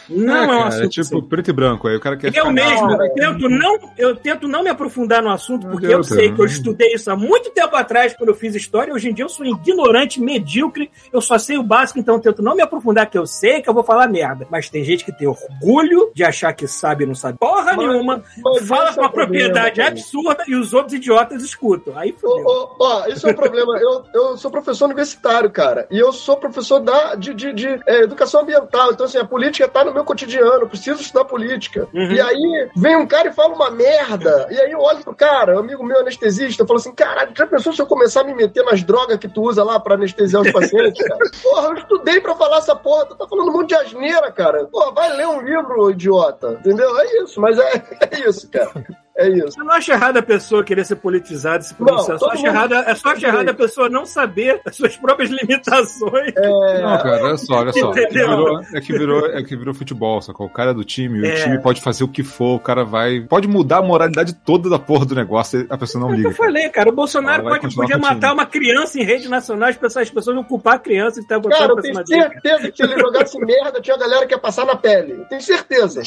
Não é,
é,
um
cara, é
assunto.
tipo
assim.
preto e branco. Aí o cara quer
Eu
ficar,
mesmo
"Não,
eu tento, não, eu tento não me aprofundar no assunto,
Não
porque eu
adianta,
sei que eu
não.
estudei isso há muito tempo atrás, quando eu fiz história. Hoje em dia eu sou ignorante, medíocre, eu só sei o básico, então eu tento não me aprofundar, que eu sei que eu vou falar merda. Mas tem gente que tem orgulho de achar que sabe e não sabe porra
Mas-
nenhuma,
Mas
fala
esse é
com uma
o problema,
propriedade
cara.
absurda e os outros idiotas escutam. Aí
Ô,
fodeu.
ô, ó, isso é o problema. Eu, eu sou professor universitário, cara. E eu sou professor da, de, de, de, é, educação ambiental. Então, assim, a política tá no meu cotidiano. Eu preciso estudar política.
Uhum.
E aí vem um cara e fala uma merda. E aí eu olho pro cara, um amigo meu anestesista, fala assim: caralho, já pensou se eu começar a me meter nas drogas que tu usa lá pra anestesiar os pacientes, cara? Porra, eu estudei pra falar essa porra. Tu tá falando um monte de asneira, cara. Porra, vai ler um livro, idiota. Entendeu? (laughs) É isso, mas é, é isso, cara. É isso.
Eu não acho errado a pessoa querer ser politizada, se pronunciar.
Não,
só
todo
acho
mundo-
errado, é só acho errado a pessoa não saber as suas próprias (laughs) limitações.
É.
Não, cara, olha só, olha só. É que
Entendeu?
virou, é que virou, é que virou futebol, sacou? O cara é do time,
É.
o time pode fazer o que for, o cara vai. Pode mudar a moralidade toda da porra do negócio, a pessoa não
É o que
liga.
eu falei, cara. O Bolsonaro
Ela vai
pode,
continuar
podia
contigo.
matar uma criança em rede nacional, as pessoas, as pessoas vão culpar a criança e tá botando
Cara, eu
pra
tenho
cima dele.
certeza que se ele jogasse merda, tinha galera que ia passar na pele. Eu tenho certeza.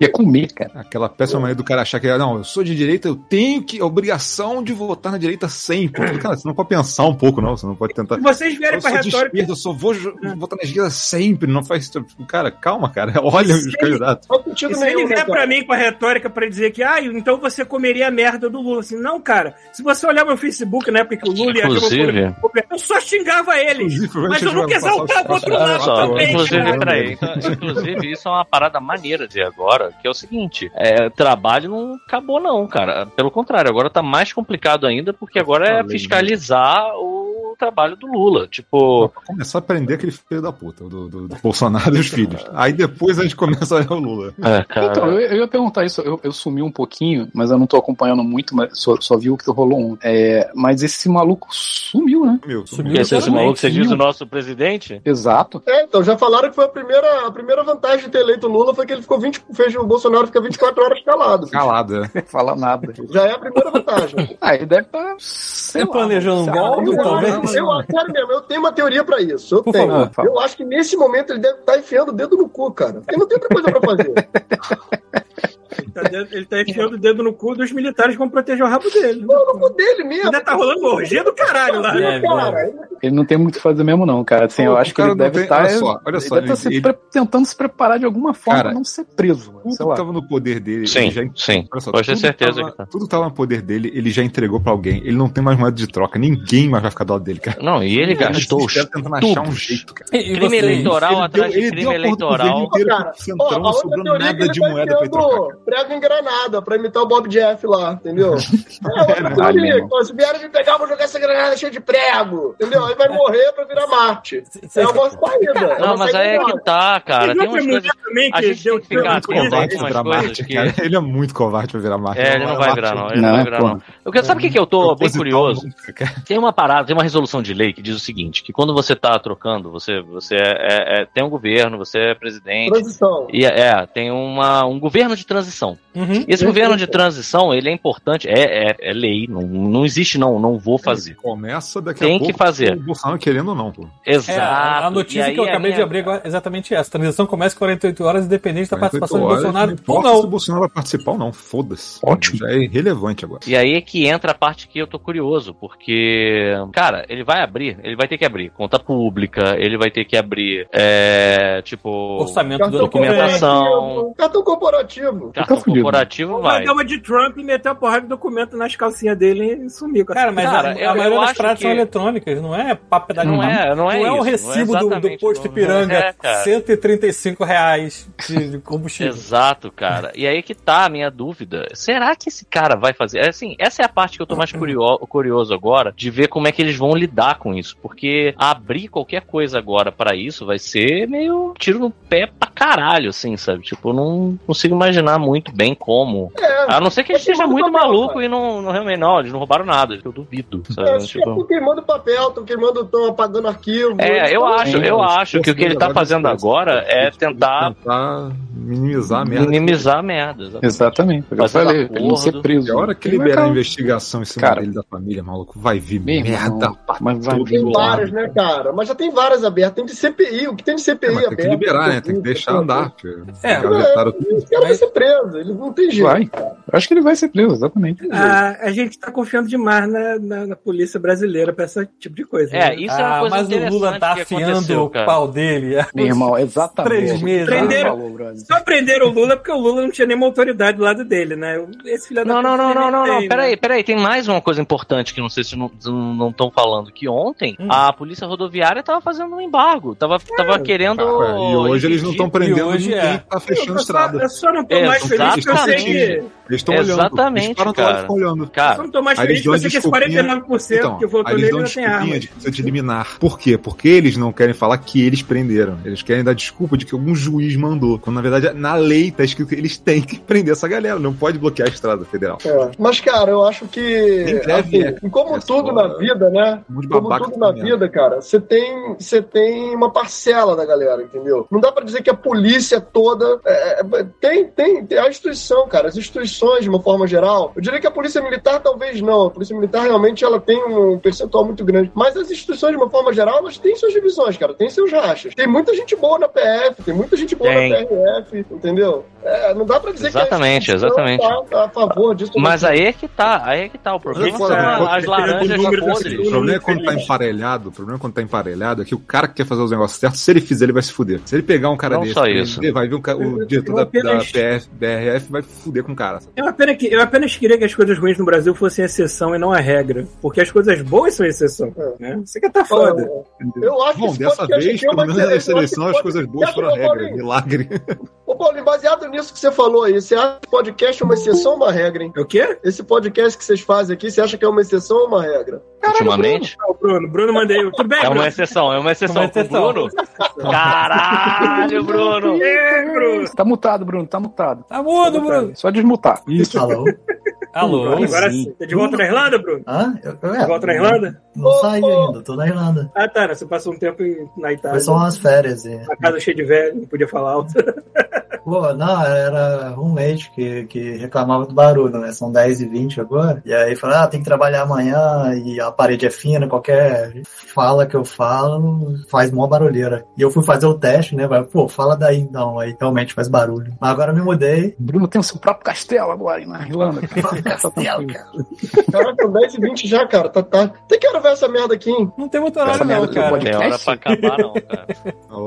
Ia comer, cara.
Aquela péssima maneira do cara achar que, não, eu sou de direita, eu tenho que, a obrigação de votar na direita sempre. Cara, você não pode pensar um pouco, não, você não pode tentar.
Se vocês vierem
Eu
pra
sou de
retórica. Ah.
esquerda, eu só vou jo- votar na esquerda sempre, não faz. Cara, calma, cara, (laughs) olha os candidatos.
Não faz
E
sentido
se ele
nenhum. né,
vier
cara?
é pra mim com a retórica pra dizer que, ah, então você comeria a merda do Lula. Assim, não, cara, se você olhar meu Facebook na época que o Lula e a
Inclusive-
Globo- eu só xingava eles. Mas eu nunca exaltava o outro
Olha
um lado
só,
também,
inclusive, peraí, então, inclusive, isso é uma parada maneira de agora, que é o seguinte: é, trabalho não acabou, não, cara. Pelo contrário, agora tá mais complicado ainda, porque agora é
falei,
fiscalizar o trabalho do Lula. Tipo,
Pra começar a prender aquele filho da puta, do, do- do Bolsonaro e os filhos. Aí depois a gente começa a olhar o Lula.
é, cara.
Então, eu, eu ia perguntar isso, eu, eu sumi um pouquinho, mas eu não tô acompanhando muito, mas só, só vi o que rolou ontem. É, mas esse maluco sumiu, né?
Meu,
Sumiu.
Quer ser esse maluco, você diz
Sim.
o nosso presidente?
Exato.
É, então, já falaram que foi a primeira, a primeira vantagem de ter eleito o Lula foi que ele ficou 20, fez o Bolsonaro ficar 24 horas calado. filho.
calado, né?
Não fala nada.
Já é a
(laughs)
primeira vantagem.
Ah, ele deve estar. Você
planejando um golpe,
Eu,
talvez?
acho- eu, sério mesmo, eu tenho uma teoria pra isso. Eu
Por
tenho.
favor, fala.
eu acho que nesse momento ele deve estar enfiando o dedo no cu, cara. Porque não tem outra coisa pra fazer.
Ele tá, dentro- ele tá enfiando o dedo no cu dos militares que vão proteger o rabo dele.
Não, no cu dele mesmo.
Ainda tá rolando uma orgia do caralho lá.
É,
cara,
Ele não tem muito o que fazer mesmo, não, cara. Assim,
O
eu acho que
cara
ele
não
deve
tem-
estar.
olha só, olha
ele
só,
deve tá
ele-
se
ele-
pre- tentando se preparar de alguma forma
Cara,
pra não ser preso, mano,
Tudo
sei lá.
que tava no poder dele,
Sim,
ele já
sim.
Olha só,
Pode ter
tudo
certeza
tava-
que tá.
Tudo que tava no poder dele, ele já entregou pra alguém. Ele não tem mais moeda de troca. Ninguém mais vai ficar do lado dele, cara.
Não, e ele gastou os
Ele tá tentando achar um
tubos.
jeito, cara.
E, e
crime
vocês?
eleitoral
Ele
atrás
deu-
de
ele
crime
deu a porra do governo
eleitoral.
inteiro
Cara,
pro
Ó,
centrão,
a
não
outra
sobrou
teoria é que
nada
ele
de
tá
moeda pra ele trocar.
enfiando prego em granada pra imitar o Bob Jeff lá,
(laughs)
entendeu? É
É,
outra
né?
teoria.
Alemão.
Então, Se vieram me pegar, eu vou jogar essa granada cheia de prego, entendeu? Aí vai morrer pra virar Marte. É uma boa saída. é uma
Não, mas
saída
aí é
legal.
que tá, cara.
Teve
Tem
outra
umas
mulher
coisas.
também
a
que
gente
deu né?
tem que ficar
Ele é muito
Covarde,
covarde
umas
pra Marte,
coisas
cara. Ele é muito covarde pra virar Marte.
É, ele não vai virar, não. Ele não é vai virar, não. Eu quero- sabe o que, que eu tô bem
tá
curioso? Tem uma parada, tem uma resolução de lei que diz o seguinte: que quando você tá trocando, você, você é- é- é- tem um governo, você é presidente.
Transição.
E é, tem uma, um governo de transição.
Uhum.
Esse
Perfeito.
governo de transição, ele é importante, é, é, é lei, não, não existe, não, não vou fazer.
Começa daqui
Tem
a pouco.
que fazer.
com O Bolsonaro querendo ou não, pô.
É,
Exato.
a a
E
notícia
aí
que eu
a
acabei de
minha-
abrir agora é exatamente essa. A transição começa 48 horas independente da
48
participação do
horas,
Bolsonaro
Não
ou
importa se o
não.
Bolsonaro vai participar ou não, foda-se.
Ótimo.
Já é irrelevante agora.
E aí é que entra a parte que eu tô curioso, porque, cara, ele vai abrir, ele vai ter que abrir conta pública, ele vai ter que abrir, é, tipo,
Orçamento do
Cartão
ano que vem.
documentação.
corporativo. Cartão corporativo.
cartão
Tá fudido.
corporativo, vai.
Vai dar uma de Trump e meter a porrada de documento nas calcinhas dele e sumir. com a-
Cara, mas
Cara,
a,
eu-
a maioria
eu
das
acho
práticas são
que-
eletrônicas, não é papo da
Não é, não é,
Não é o
isso, não
recibo do- do,
exatamente,
posto
não-
Ipiranga,
É, cara.
135 reais de, de combustível.
Exato, cara. E aí que tá a minha dúvida. Será que esse cara vai fazer? É, Assim, essa é a parte que eu tô mais curio- curioso agora, de ver como é que eles vão lidar com isso. Porque abrir qualquer coisa agora pra isso vai ser meio tiro no pé pra caralho, assim, sabe? Tipo, eu não consigo imaginar muito bem como.
É.
A não ser que ele
Mas
esteja
queimando
muito
papel,
maluco
cara.
e não, não realmente, não, eles não roubaram nada, eu duvido, sabe?
É,
Tipo-
tipo... queimando papel, estão queimando, estão apagando arquivo.
É, eu acho,
assim,
eu acho que o que ele tá fazendo agora é tentar
Tentar minimizar a merda.
minimizar a merda. exatamente.
Exatamente. Eu
Fazer
falei,
acordo.
pra ele não ser preso.
E É a hora que
Ele vai
liberar a
tá-
ficar-
investigação em cima
Cara.
dele da família, maluco, vai vir
Meu
merda.
irmão, Mas vai
tudo
vir
Tem
Claro.
várias, né, cara? Mas já tem várias abertas. Tem de CPI. O que tem de CPI
É, mas
aberto?
tem que liberar, né? Tem que deixar andar. porque os
É,
caras já taram tudo.
Os caras vão ser presos. Eles não tem jeito.
Vai. Eu acho que ele vai ser preso, exatamente.
Ah, a gente tá confiando demais na, na- na polícia brasileira pra esse tipo de coisa.
É,
né?
isso é uma
Ah,
coisa
mas o
interessante
Lula tá
que
afiando
aconteceu,
o
cara.
pau dele. É.
Meu irmão, exatamente.
Três meses.
Prenderam-
Falou, brother.
Só prenderam o Lula porque o Lula não tinha nenhuma autoridade do lado dele, né? Esse filho da
Não, não,
puta
não,
nem
não, não, não.
tem, né?
Peraí, peraí, tem mais uma coisa importante que não sei se não estão falando. falando que ontem
Hum.
a polícia rodoviária tava fazendo um embargo, tava,
É,
tava querendo.
Cara, e hoje eles
impedir.
não estão prendendo
E hoje
ninguém
é.
que tá fechando
eu, só,
estrada.
eu só não tô mais feliz que eu sei que.
É, Exatamente.
Eles estão olhando.
Exatamente,
Eles param do lado e
cara.
ficam olhando.
Eu
Cara,
só não tô mais
Aí
feliz
eles
que
dão
eu sei que esse 49%
Então,
que votou
aí eles
nele
dão
ainda tem
desculpinha
arma.
de que precisa de eliminar. Por quê? Porque eles não querem falar que eles prenderam. Eles querem dar desculpa de que algum juiz mandou. Quando, na verdade, na lei tá escrito que eles têm que prender essa galera. Não pode bloquear a estrada federal.
É. Mas, cara, eu acho que.
Nem deve,
assim, como
É
tudo
só-
na vida, né?
Um monte de
Como
babaca
tudo na
também.
vida, cara, você tem, você tem uma parcela da galera, entendeu? Não dá pra dizer que a polícia toda. é, é, tem, tem, tem a instituição, cara. As instituições, de uma forma geral. Eu diria que a polícia militar talvez não. A polícia militar realmente ela tem um percentual muito grande. Mas as instituições, de uma forma geral, elas têm suas divisões, cara. Tem seus rachas. Tem muita gente boa na PF, tem muita gente boa
Tem.
na PRF, entendeu? É, não dá pra dizer
Exatamente,
que a instituição
exatamente.
tá- tá a favor disso.
mas aí é que tá, aí é que tá. O problema
Mas,
são
cara,
as laranjas
número da
podres.
O problema é quando tá emparelhado. O problema é quando tá emparelhado é que o cara que quer fazer os negócios certos, se ele fizer, ele vai se fuder. Se ele pegar um cara
Não
desse,
só
ele
isso.
vai vir um ca- o diretor da, da PF, BRF vai fuder com o cara. sabe?
É uma pena que, eu apenas queria que as coisas ruins no Brasil fossem exceção e não a regra. Porque as coisas boas são exceção.
É.
Né? Isso que tá foda.
Eu acho
Bom,
que
dessa vez,
é
pelo menos é na seleção, as coisas boas foram a regra.
Paulinho,
Milagre.
Ô, Paulinho, baseado nisso que você falou aí, você acha que o podcast é uma exceção ou uma regra, hein?
É O quê?
Esse podcast que vocês fazem aqui, você acha que é uma exceção ou
(laughs)
uma regra?
Ultimamente.
Ah, o Bruno. Bruno mandei. Tudo bem,
É
Bruno?
uma exceção, é uma exceção.
Uma exceção.
O Bruno? Caralho, Bruno!
Tá mutado, Bruno, tá mutado.
Tá mudo, Bruno.
Bruno. Só desmutar.
Isso, alô?
Alô.
Bruno,
Agora
Sim.
sim. Tá de volta na Irlanda, Bruno?
Hã? Eu, eu, é,
De volta na Irlanda?
Não saí ainda, tô na Irlanda.
Ah, tá. né, Você passou um tempo em- na
Foi
Itália.
só umas férias. E...
Uma casa cheia de velho, não podia falar alto.
Pô, não, era um mês que, que reclamava do barulho, né? São 10 e 20 agora. E aí fala, ah, tem que trabalhar amanhã e a parede é fina, qualquer fala que eu falo faz mó barulheira. E eu fui fazer o teste, né? Vai, pô, fala daí então, aí realmente faz barulho. Mas agora eu me mudei.
Bruno tem o seu próprio castelo agora, hein, na Irlanda. cara. Tá tranquilo.
Caraca, 10 e 20 já, cara. Tá, tá. Tem que hora ver essa merda aqui, hein?
Não tem muito horário,
Essa merda
não,
que
Não
cara.
pode-
tem hora (laughs) pra acabar, não, cara.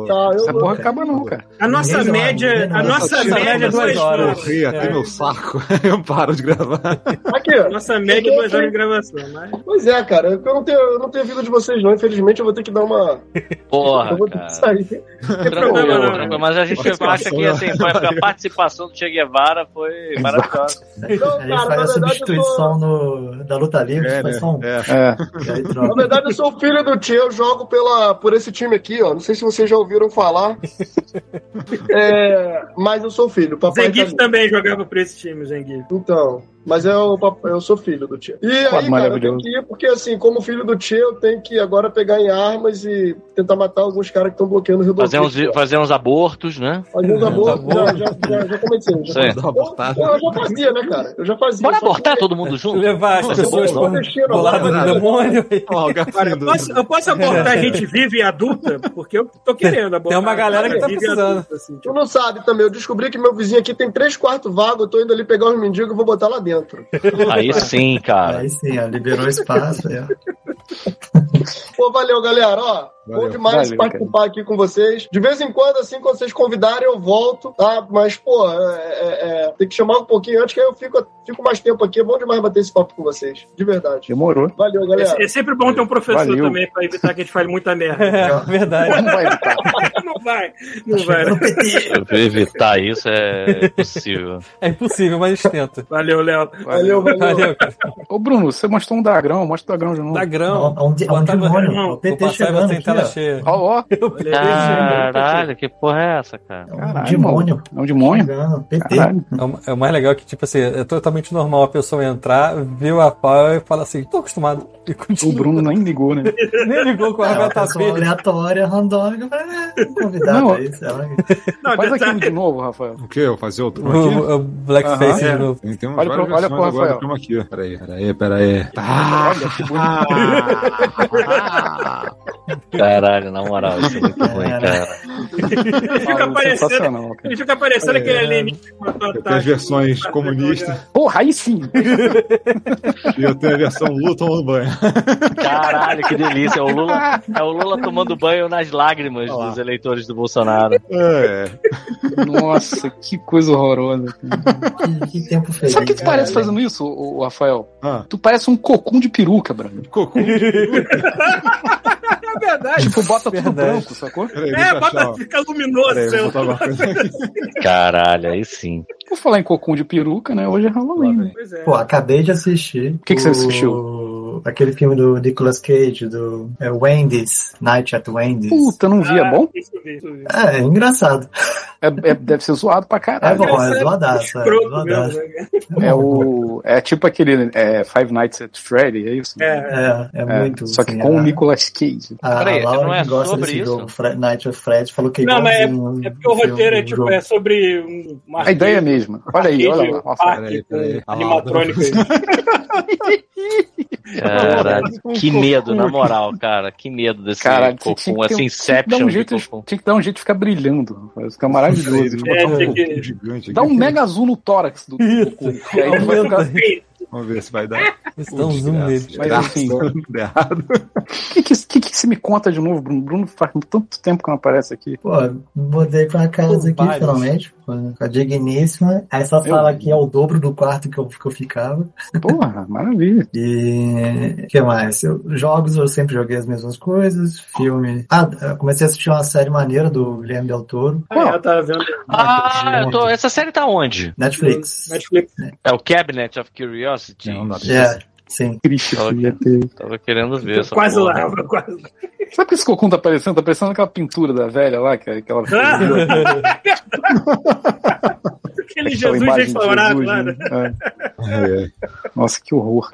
Tá,
Essa
eu,
porra acaba não, cara.
A nossa
Ninguém
média,
sabe,
a nossa
ninguém
média é
sabe.
duas
Duas horas.
horas.
Corri até meu saco. (laughs) Eu paro de gravar.
aqui, ó.
Nossa média é duas horas de gravação, mas.
Pois é, cara. Eu não tenho, eu não tenho vida de vocês, não. Infelizmente, eu vou ter que dar uma. eu
Porra,
vou ter que
cara.
sair.
Tranquilo,
problema, não.
tranquilo. Mas a gente acha que assim, foi- a participação do Che Guevara foi maravilhosa.
Não,
aí
cara, na
faz a
verdade, eu
substituição no, da luta livre,
É,
faz
né?
só um.
É.
É.
E aí
Na
troca.
verdade, eu sou o filho do tio, eu jogo pela, por esse time aqui, ó. Não sei se vocês já
(laughs)
ouviram falar. É, mas eu sou filho. Papai tá
Zangief
ali.
também jogava pra esse time, Zangief.
Então. Mas eu, pap- eu sou filho do tio. E aí,
Quadro
cara, eu tenho
maravilhoso.
que ir, porque assim, como filho do tio, eu tenho que agora pegar em armas e tentar matar alguns caras que estão bloqueando o Rio
Fazer uns, fazer uns abortos, né?
Alguns abortos,
Tá
já, já, já, já comecei.
Isso
Já
aí.
Dá uma
comecei.
abortada.
Eu, eu já fazia, né, cara? Eu já fazia.
Bora
só que-
abortar todo mundo junto?
Levar as
Não,
pessoas
não,
por
não, não, não,
do lado
não,
do
não.
demônio.
Ó, o
Cara,
Garfield.
eu posso, eu posso abortar a gente viva e adulta? Porque eu tô querendo abortar.
Tem uma galera que tá
viva e
precisando.
adulta, assim,
Tu
tipo,
não sabe também, eu descobri que meu vizinho aqui tem três quartos vagos, eu tô indo ali pegar os mendigos e vou botar lá dentro.
Aí sim, cara.
Aí sim, ó, liberou espaço. Aí, ó.
Pô, valeu, galera. Ó, bom
Valeu,
demais
valeu,
participar aqui com vocês. De vez em quando, assim, quando vocês convidarem, eu volto, tá? Mas, pô, é- é- é, tem que chamar um pouquinho antes, que aí eu fico, fico mais tempo aqui. É bom demais bater esse papo com vocês. De verdade.
Demorou.
Valeu, galera.
É, é sempre bom ter um professor
Valeu.
também pra evitar que a gente fale
(laughs)
muita merda. (laughs)
É, verdade.
Porra, não vai evitar.
Não vai, não vai. né?
Evitar isso é
(laughs)
possível.
É impossível, mas a gente tenta.
Valeu, Léo.
Valeu, valeu.
Valeu, cara.
Ô, Bruno, você mostrou um dagrão, mostra o dagrão de novo.
Dá grão.
É um, de- é um
Botava-
demônio.
não,
o
Vou
PT
passar e
chegando
você em
aqui,
tela
ó.
cheia. (laughs)
Ó, ó,
é um
Ah. Caralho, que porra é essa, cara?
É um
Caralho,
demônio.
é um demônio.
Chegando, PT.
Caralho.
É o- É o mais legal que, tipo assim, é totalmente normal a pessoa entrar, ver a pau e falar assim, tô acostumado. E
O
continua.
Bruno nem ligou, né?
Nem ligou com a
É uma
arma
pessoa
feia.
aleatória, randômica, é, convidado
Não.
aí, sei lá.
Não,
Faz
detalhe-
aquilo de novo, Rafael.
O que? Eu fazer outro aqui?
O, o Blackface
Aham.
de novo.
Tem, tem umas
Olha
várias
pro- olha
versões
pro
agora
Rafael.
do filme Tá,
Ah,
aqui. Peraí, peraí, peraí.
Olha que bonito.
Caralho, na moral, isso é muito ruim,
É, né?
cara.
Ele fica
Maluco,
aparecendo,
sensacional, cara.
ele fica aparecendo
É.
aquele alienígena que matou a
Eu tenho as
Tati.
versões
Bateu
comunistas
Porra, aí sim!
e eu tenho a versão Lula tomando banho.
Caralho, que delícia. É o Lula, é o Lula tomando banho nas lágrimas
Olha lá.
dos eleitores do Bolsonaro.
É,
Nossa, que coisa horrorosa.
Que, que tempo feliz.
Sabe o que tu
cara.
parece fazendo isso, ô, ô, Rafael?
Ah,
Tu parece um cocum de peruca, Bruno.
cocô.
É
Ah,
verdade.
Tipo, bota tudo
Verdade.
branco, sacou?
Peraí, deixa
É,
eu
bota,
achar, ó.
fica luminoso.
Peraí, vou
seu.
botar alguma coisa.
Caralho, aí sim.
Vou falar em cocum de peruca, né? Hoje é Halloween, né?
Pois é.
Pô, acabei de assistir. O
que que você
Aquele filme do Nicolas Cage, do é, Wendy's, Night at Wendy's.
Puta, não
Ah.
vi, é bom?
Isso eu vi, isso eu vi.
É, é engraçado.
É- é- deve ser zoado pra
É
caralho.
bom, é zoadaço. É,
Escroto
zoadaço.
mesmo, né?
É o. É tipo aquele é, Five Nights at Freddy, é isso?
É.
É, é
É,
muito.
Só que
assim,
com
é-
o Nicolas Cage.
A
Peraí,
Laura
não é
que gosta
sobre
desse
isso?
jogo, Fre- Night of Fred, falou que
Não, mas é-
igualzinho
É porque o
filme,
roteiro é
um
tipo,
jogo.
é sobre um uma
A ideia é a mesma. Olha aí, olha lá. Nossa,
Peraí,
parque né, com
peraí.
(laughs)
Ah,
animatrônicos.
Caralho.
Um
Que
cocum.
medo, na moral, cara. Que medo desse
Caralho, você tinha
cocum, essa
que ter um- tinha que dar
inception
um
de
jeito,
cocum.
tinha que dar um jeito de ficar brilhando. Vai ficar maravilhoso. né?
Eles
É,
botaram
tem
um
que-
cocô gigante
Dá
aqui.
um mega azul no tórax
(laughs)
do do cocum. E aí vai ficar-
Vamos ver se vai dar.
Estão um
um
zoom nele.
é
Mas, enfim.
errado.
O que, que, que, que se me conta de novo, Bruno? Bruno faz tanto tempo que não aparece aqui.
Pô, mudei pra casa aqui,
Vários.
finalmente, com a digníssima. Essa
Meu
sala
Deus.
aqui é o dobro do quarto que eu, que eu ficava.
Porra, maravilha.
E o que mais? Eu- jogos eu sempre joguei as mesmas coisas, filme. Ah, eu comecei a assistir uma série maneira do Guilherme Del Toro,
Ah, ela tá vendo
Ah, eu tô... essa série tá onde?
Netflix.
Netflix.
É o Cabinet of Curiosity?
Não, não.
É, sim.
Triste
Olha
que ia ter.
É.
Tava querendo ver essa
Quase
porra.
lá, (laughs) quase lá.
Sabe o que esse cocum tá parecendo? Tá parecendo aquela pintura da velha lá, que, é
(laughs)
que ela fez.
Aquele
Aquela
Jesus
imagem de
restaurado
Jesus,
lá.
né?
né?
É. Nossa, que (laughs) horror.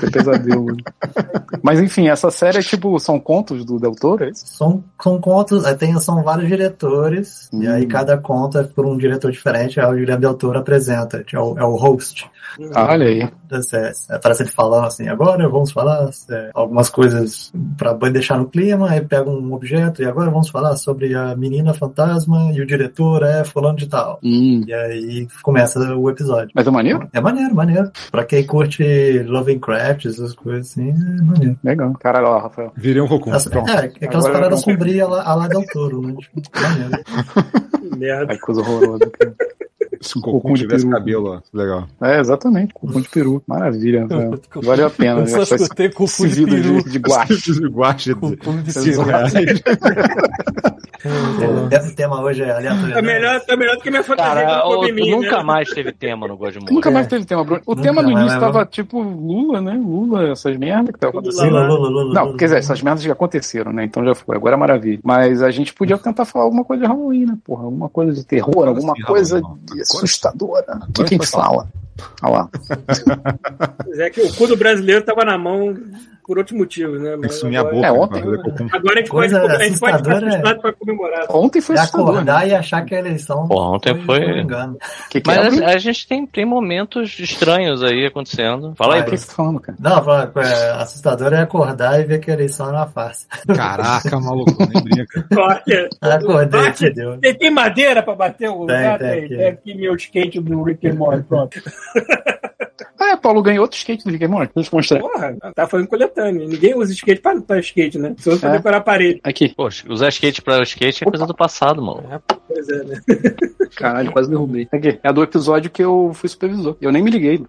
Que pesadelo. né? Mas enfim, essa série é tipo, são contos do Del Toro, é isso?
São, são contos, aí eh, tem, são vários diretores, né, e
Hum.
aí cada conto é por um diretor diferente, aí o Guilherme Del Toro apresenta, é o, é o host.
Ah, olha aí.
da CS. Aí Parece ele falando assim, agora vamos falar é, algumas coisas para deixar no clima, aí pega um objeto e agora vamos falar sobre a menina fantasma e o diretor é fulano de tal.
Hum.
E aí começa o episódio.
Mas é maneiro?
É maneiro, maneiro. Pra quem curte Loving Craft, essas coisas assim, é maneiro.
Legal. Caralho, ó, Rafael.
Virei um cocum.
As-
Pronto.
é, é aquelas
Agora eu não-
paradas sombrias lá, a lá Del Toro, né? Tipo, maneiro.
Que né? Merda.
Ai, que coisa horrorosa. cara.
Se um cocum tivesse cabelo, ó. Legal. (laughs)
É, exatamente. Cocum de peru. Maravilha, Rafael. Valeu a pena.
Eu
né?
só
Essa-
escutei
esse
cocum de
vidro
peru.
de, de guache.
Guache de
Cocum de
cinco
peru.
reais.
É, o tema hoje é aleatório.
Tá melhor, tá melhor do que minha fantasia
Cara,
do
ô,
Bob
tu
Mim,
nunca
né?
mais teve tema no Godmode.
Nunca
É.
mais teve tema, Bruno. O
Nunca
tema no
mais,
início
mas
tava tipo Lula, né? Lula, essas merdas que tava acontecendo.
Lula, Lula, Lula,
Não,
Lula.
quer dizer, essas merdas já aconteceram, né? Então já foi, agora é maravilha. Mas a gente podia tentar falar alguma coisa de Halloween, né? Porra, alguma coisa de terror, alguma
Uhum. sim,
coisa
Halloween, não.
de assustadora. O que, que a
foi
gente fala? Olha lá.
Pois É que o cu do brasileiro tava na mão por outros motivos, né?
Tem que
Mas
sumir a
agora-
É,
boca. né,
ontem-
pra fazer cocum.
Agora a gente pode,
Coisa
a gente pode ficar
assustadora, né?
frustrado pra comemorar.
Ontem foi
É
assustador. Né?
acordar e achar que a eleição
Pô, ontem
um
foi.
engano.
Que que é,
Mas
Bruno?
a, a gente tem, tem momentos estranhos aí acontecendo. Fala aí,
O
Bruno.
que que você tá falando, cara?
Não, fala- é, assustador é acordar e ver que a eleição era uma farsa.
Caraca, maluco, nem (laughs) brinca.
Olha,
(laughs) Acordei,
Bate.
fudeu.
Tem, tem madeira pra bater o
Tem,
lugar?
tem,
Tem,
tem.
tem aqui meu skate do Rick and Morty, pronto.
Ah, é, Paulo ganhou outro skate do Rickmore. Deixa eu te mostrar.
Porra, tá fazendo coletânea. Ninguém usa skate pra, pra skate, né? Só pra
É.
decorar a parede.
Aqui.
Poxa, usar skate pra skate é coisa do passado, mano.
Pois é, né?
Caralho, quase derrubei. Aqui. É do episódio que eu fui supervisor. Eu nem me liguei.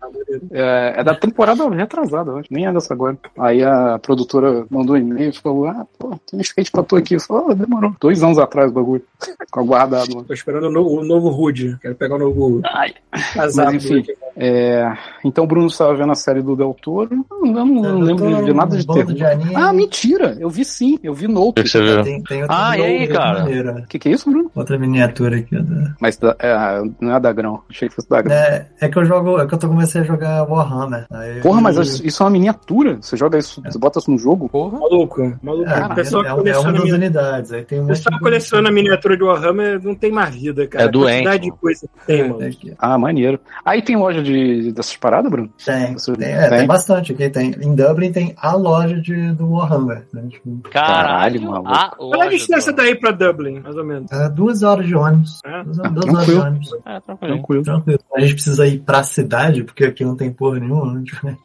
É, é da temporada retrasada, eu acho. Nem é dessa agora. Aí a produtora mandou um e-mail e falou: Ah, pô, tem um skate pra tu aqui. Eu falei, ah, demorou. Dois anos atrás o bagulho. (laughs) Ficou guardado lá.
Tô esperando o novo, o novo Rude. Quero pegar o novo
Ai.
casaco.
Mas, enfim. É, então o Bruno estava vendo a série do Del Toro. Eu não, eu
Eu
não lembro
tô
de, de nada
num um
de
bando
terror.
de anime.
Ah, mentira! Eu vi sim, eu vi Nope.
Você viu?
É, Tem, tem outra
Ah, e aí,
outra
cara?
maneira.
O que, que é isso, Bruno?
Outra miniatura aqui. né?
Mas da- é, não é da Grão. Achei que fosse da Grão.
É, é que eu jogo, é que eu tô comecei a jogar Warhammer. Aí-
Porra, mas isso isso é uma miniatura. Você joga isso, você bota isso no jogo.
Porra.
Tá Maluco, maluco.
É,
o pessoal
é,
que
é, um- é uma
coleciona,
das
mini-
unidades. Aí tem um
o
monte
pessoal
de-
que coleciona miniatura de Warhammer não tem mais vida, cara.
É doente,
A quantidade de
mano.
É,
coisa que tem, mano.
Aqui.
Ah, maneiro. Aí tem loja de de, dessas paradas, Bruno?
Tem,
Isso-
tem, é,
tem?
tem bastante aqui. Tem, em Dublin tem a loja de, do Warhammer. Né? Tipo,
Caralho,
Caralho, Ah,
maluco.
a
Qual é a
loja
distância
do-
daí pra Dublin, mais ou menos?
é duas horas de ônibus.
É?
Duas, duas
Ah,
horas de
tranquilo.
ônibus.
É, tranquilo.
Tranquilo.
Tranquilo. A gente precisa ir pra cidade, porque aqui não tem porra nenhuma. Né? Tipo, né?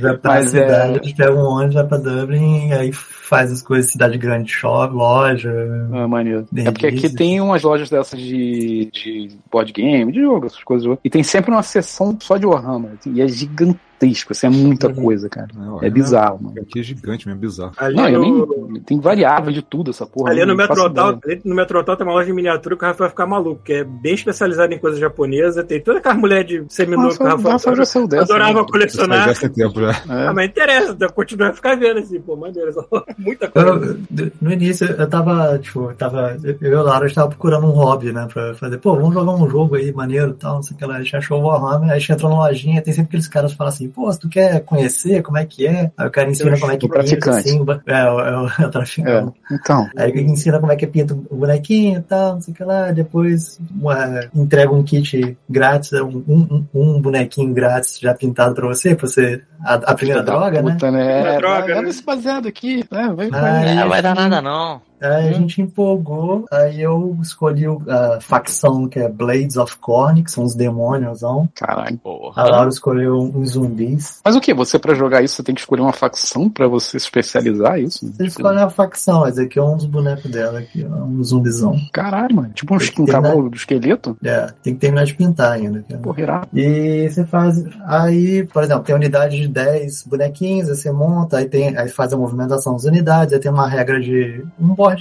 Vai pra
Mas é-
cidade, a gente pega um ônibus, vai pra Dublin, aí faz as coisas, cidade grande, shopping, loja.
Ah, maneiro.
Delícia.
É porque aqui tem umas lojas dessas de, de board game, de jogo, essas coisas. E tem sempre uma seção só de Warhammer. assim, E é gigantesco, assim, é muita
Uhum.
coisa, cara.
Não,
É bizarro, mano.
Aqui é gigante mesmo, bizarro.
Ali
Não, eu
no,
nem. Tem variável de tudo essa porra.
ali
eu
no
não faço
Metrotal,
ideia.
ali no Metrotal tem uma loja de miniatura que o Rafa vai ficar maluco, que é bem especializada em coisa japonesa. Tem toda aquela mulher de seminovo que o
Nossa,
Rafa
Rafael já saiu dessa.
um adorava
né?
colecionar.
Já tem tempo já.
É.
Ah, mas interessa, continua a ficar vendo assim, pô, maneiro, essa loja, (laughs) muita coisa.
Eu- eu- no início eu tava, tipo, eu tava. Eu e o Laura estava procurando um hobby, né? Pra fazer, pô, vamos jogar um jogo aí maneiro e tal, não sei o que lá. A gente achou o Warhammer, aí a gente entrou na lojinha, tem sempre aqueles caras que falam assim, pô, se tu quer conhecer como é que é, aí o cara ensina como é que
O traficante.
pinta, assim, É, o, (laughs) é o traficante.
Então.
Aí ele ensina como é que pinta o bonequinho e tal, não sei o que lá. Depois uma- entrega um kit grátis, um, um, um bonequinho grátis já pintado pra você, pra você. A, a primeira
filho da
droga, né?
puta, né?
Primeira
É,
droga,
Leva
né?
esse baseado aqui, né? Vem com
Ah,
ele.
É, vai dar nada não.
Aí a gente empolgou, aí eu escolhi o- a facção que é Blades of Corn, que são os demônios. não?
Caralho.
Porra.
A Laura escolheu uns zumbis.
Mas o que? Você, pra jogar isso, você tem que escolher uma facção pra você se especializar? é Isso?
Você escolhe a facção, esse aqui é um dos bonecos dela, aqui, ó, um zumbizão.
Caralho, mano. Tipo um,
Tem que
um
ter, né?
cavalo do esqueleto?
É, tem que terminar de pintar ainda. Cara.
Porra, irado.
E você faz. Aí, por exemplo, tem unidade de 10 bonequinhos, aí você monta, aí, tem, aí faz a movimentação das unidades, aí tem uma regra de. Um board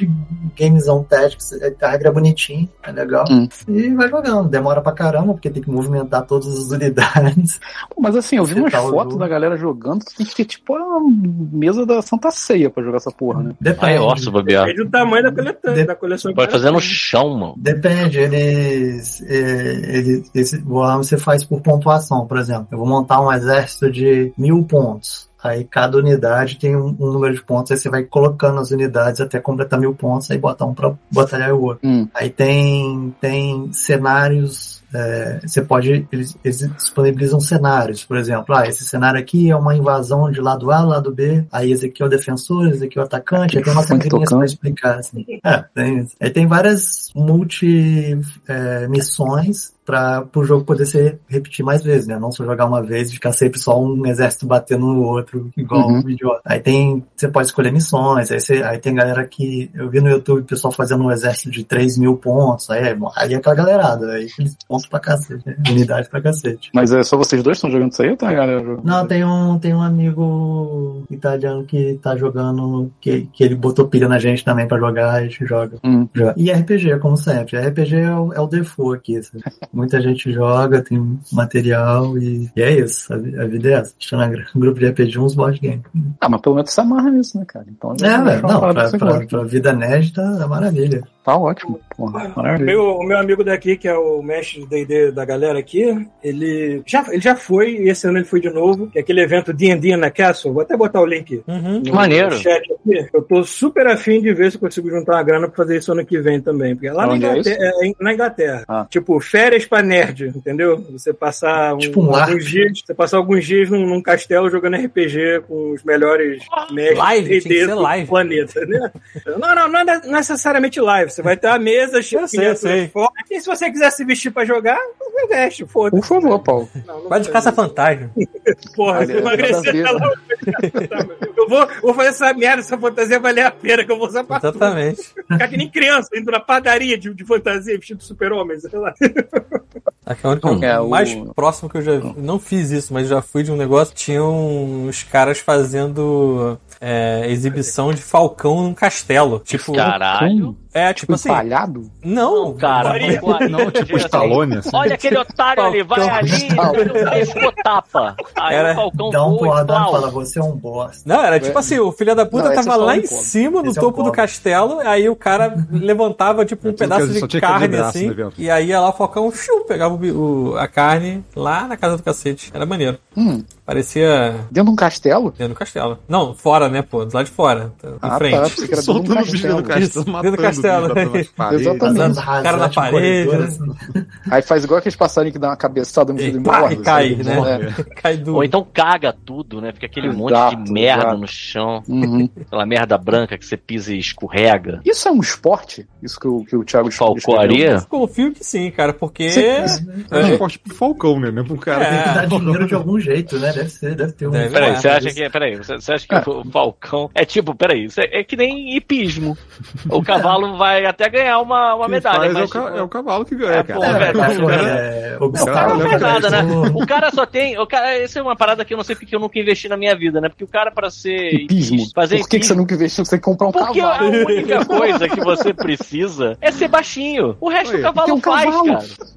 gamezão Tactics, aí a regra é bonitinha, é legal.
Hum.
E vai jogando. Demora pra caramba, porque tem que movimentar todas as unidades.
Pô, Mas assim, eu vi
Você
umas
tá o
fotos
jogo.
da galera jogando que tem que ter tipo a mesa da Santa Ceia pra jogar essa porra, né?
Aí,
Depende.
ó, se bobear.
Depende do tamanho da coleção. Da coleção
Vai
que
fazer
ela
no
tem.
chão, mano.
Depende, eles. é, ele, esse Warhammer você faz por pontuação, por exemplo. Eu vou montar um exército de mil pontos. Aí cada unidade tem um, um número de pontos, aí você vai colocando as unidades até completar mil pontos, aí bota um pra batalhar o outro.
Hum.
Aí tem, tem cenários. é, você pode. Eles, eles disponibilizam cenários, por exemplo. Ah, esse cenário aqui é uma invasão de lado A, lado B. Aí esse aqui é o defensor, esse aqui é o atacante. Aí tem uma
Funk
cenarinha pra
tocando.
explicar. Assim. É, tem isso. Aí tem várias é, multi-missões. Para o jogo poder se repetir mais vezes, né? Não só jogar uma vez e ficar sempre só um exército batendo no outro, igual
Uhum.
um idiota. Aí tem. Você pode escolher missões, aí, você, aí tem galera que. Eu vi no YouTube o pessoal fazendo um exército de 3 mil pontos, aí, aí é aquela galerada, aí eles pontos pra cacete, né? Unidade pra cacete.
Mas é só vocês dois que estão jogando isso aí ou tem a galera jogando?
Não, tem um, tem um amigo italiano que tá jogando, que, que ele botou pilha na gente também pra jogar, a gente joga.
Hum.
joga. E RPG, como sempre. RPG é o, é o default aqui. sabe? Muita gente joga, tem material e, e é isso. A, vi- a vida é essa. Está na gr- um grupo de RPG uns board game.
Ah, mas pelo menos você amarra nisso, né, cara? Então,
É,
já-
velho.
já é uma
Não,
parada
pra,
que você
pra,
gosta.
pra vida nerd tá é maravilha.
Tá ótimo, porra.
O
Maravilha.
meu, o meu amigo daqui, que é o mestre de D&D da galera aqui, ele já, ele já foi, e esse ano ele foi de novo, que é aquele evento D&D na Castle, vou até botar o link
Uhum.
Que maneiro.
no chat aqui. Eu tô super afim de ver se eu consigo juntar uma grana pra fazer isso ano que vem também, porque é lá na
Onde é
Inglaterra, é em- na Inglaterra.
Ah.
Tipo, férias pra nerd, entendeu? Você passar um-
Tipo um lar.
alguns dias, você passar alguns dias num, num castelo jogando RPG com os melhores mestres
Live,
D&D
tinha que ser
do
live.
planeta, né? Não, não, não é necessariamente live. Você vai ter a mesa cheia
Eu sei, eu sei.
E se você quiser se vestir pra jogar, você veste, foda-se.
Por favor, Paulo.
Não, não
Vai de
sei.
caça-fantasma.
Porra, se
Olha, nada
emagrecer,
a
tá
ver,
lá. Eu vou, vou fazer essa merda, essa fantasia valer a pena, que eu vou usar pra tudo.
Exatamente.
Ficar que nem criança, indo na padaria de, de fantasia, vestido de super-homem, sei lá.
Aqui é o único-
É,
o
o-
mais próximo que eu já vi. Não fiz isso, mas já fui de um negócio. Tinham os caras fazendo é, exibição de falcão num castelo. Tipo,
Caralho.
é,
Tipo
tipo assim.
empalhado?
Não,
um Cara,
Faria.
faria.
Não, tipo Stallone, assim.
Olha aquele otário ali, vai
Falcão.
ali, pescou tapa. Aí
Era-
o Falcão
Dá um
voa e
porradão e
plau.
fala, você é um bosta.
Não, era tipo assim, o filho da puta
Não, esse é
tava
só
lá
um
em
pobre.
cima, no
Esse é um
topo do
pobre.
castelo, aí o cara
(laughs)
levantava tipo um
É tudo
pedaço
que- só
de
tinha que abrir
carne
braço
assim,
no evento.
e aí ia lá o Falcão, fiu, pegava o bi- o- a carne lá na casa do cacete. Era maneiro.
Hum,
Parecia
dentro de um castelo?
dentro do castelo. Não, fora, né, pô, do lado de fora, em
Ah, tá.
frente.
Pensei que era dentro de um
Soltando o bicho
castelo.
do castelo,
Isso, dentro do
matando
Marcelo.
subindo, batendo nas paredes.
Exatamente.
Fazendo
Cara na
rasante no
parede,
corredor,
né?
assim.
Aí faz igual aqueles passarinhos que dá uma cabeçada no
E
filho
pá,
morre,
e cai,
assim,
né?
morre.
É.
Cai do.
Ou então caga tudo, né? Fica aquele
Exato,
monte de merda
exato.
no chão.
Uhum.
Aquela merda branca que você pisa e escorrega.
Isso é um esporte? Isso é que o, que o Thiago descreveu?
Falcoaria?
um
Confio que sim, cara, porque.
Sim,
É um esporte pro Falcão, né? Não pro cara.
É.
É.
Tem que dar dinheiro de algum jeito, né? Deve ser, deve ter um.
É
Deve.
Peraí,
Ah,
você acha
isso.
que, é, peraí, você você acha que o Falcão é tipo, peraí, isso é, é que nem hipismo. O
É.
cavalo vai até ganhar uma, uma
Quem
medalha,
faz é, o
mas
ca-
tipo,
é o cavalo que ganha,
É,
cara.
pô,
É,
velho,
mas,
o cara-
é, o
Não,
o cara
Gustavo
não faz
Leandro
nada, né?
Cardoso-
O cara só tem. O cara, essa é uma parada que eu não sei porque eu nunca investi na minha vida, né? Porque o cara, pra ser.
Hipismo. Por
Fazer
que, que você nunca investiu? Você tem que comprar um
Porque a
cavalo.
única coisa que você precisa é ser baixinho. O resto
Aí,
o
Porque é
cavalo
um
faz,
cavalo.
cara.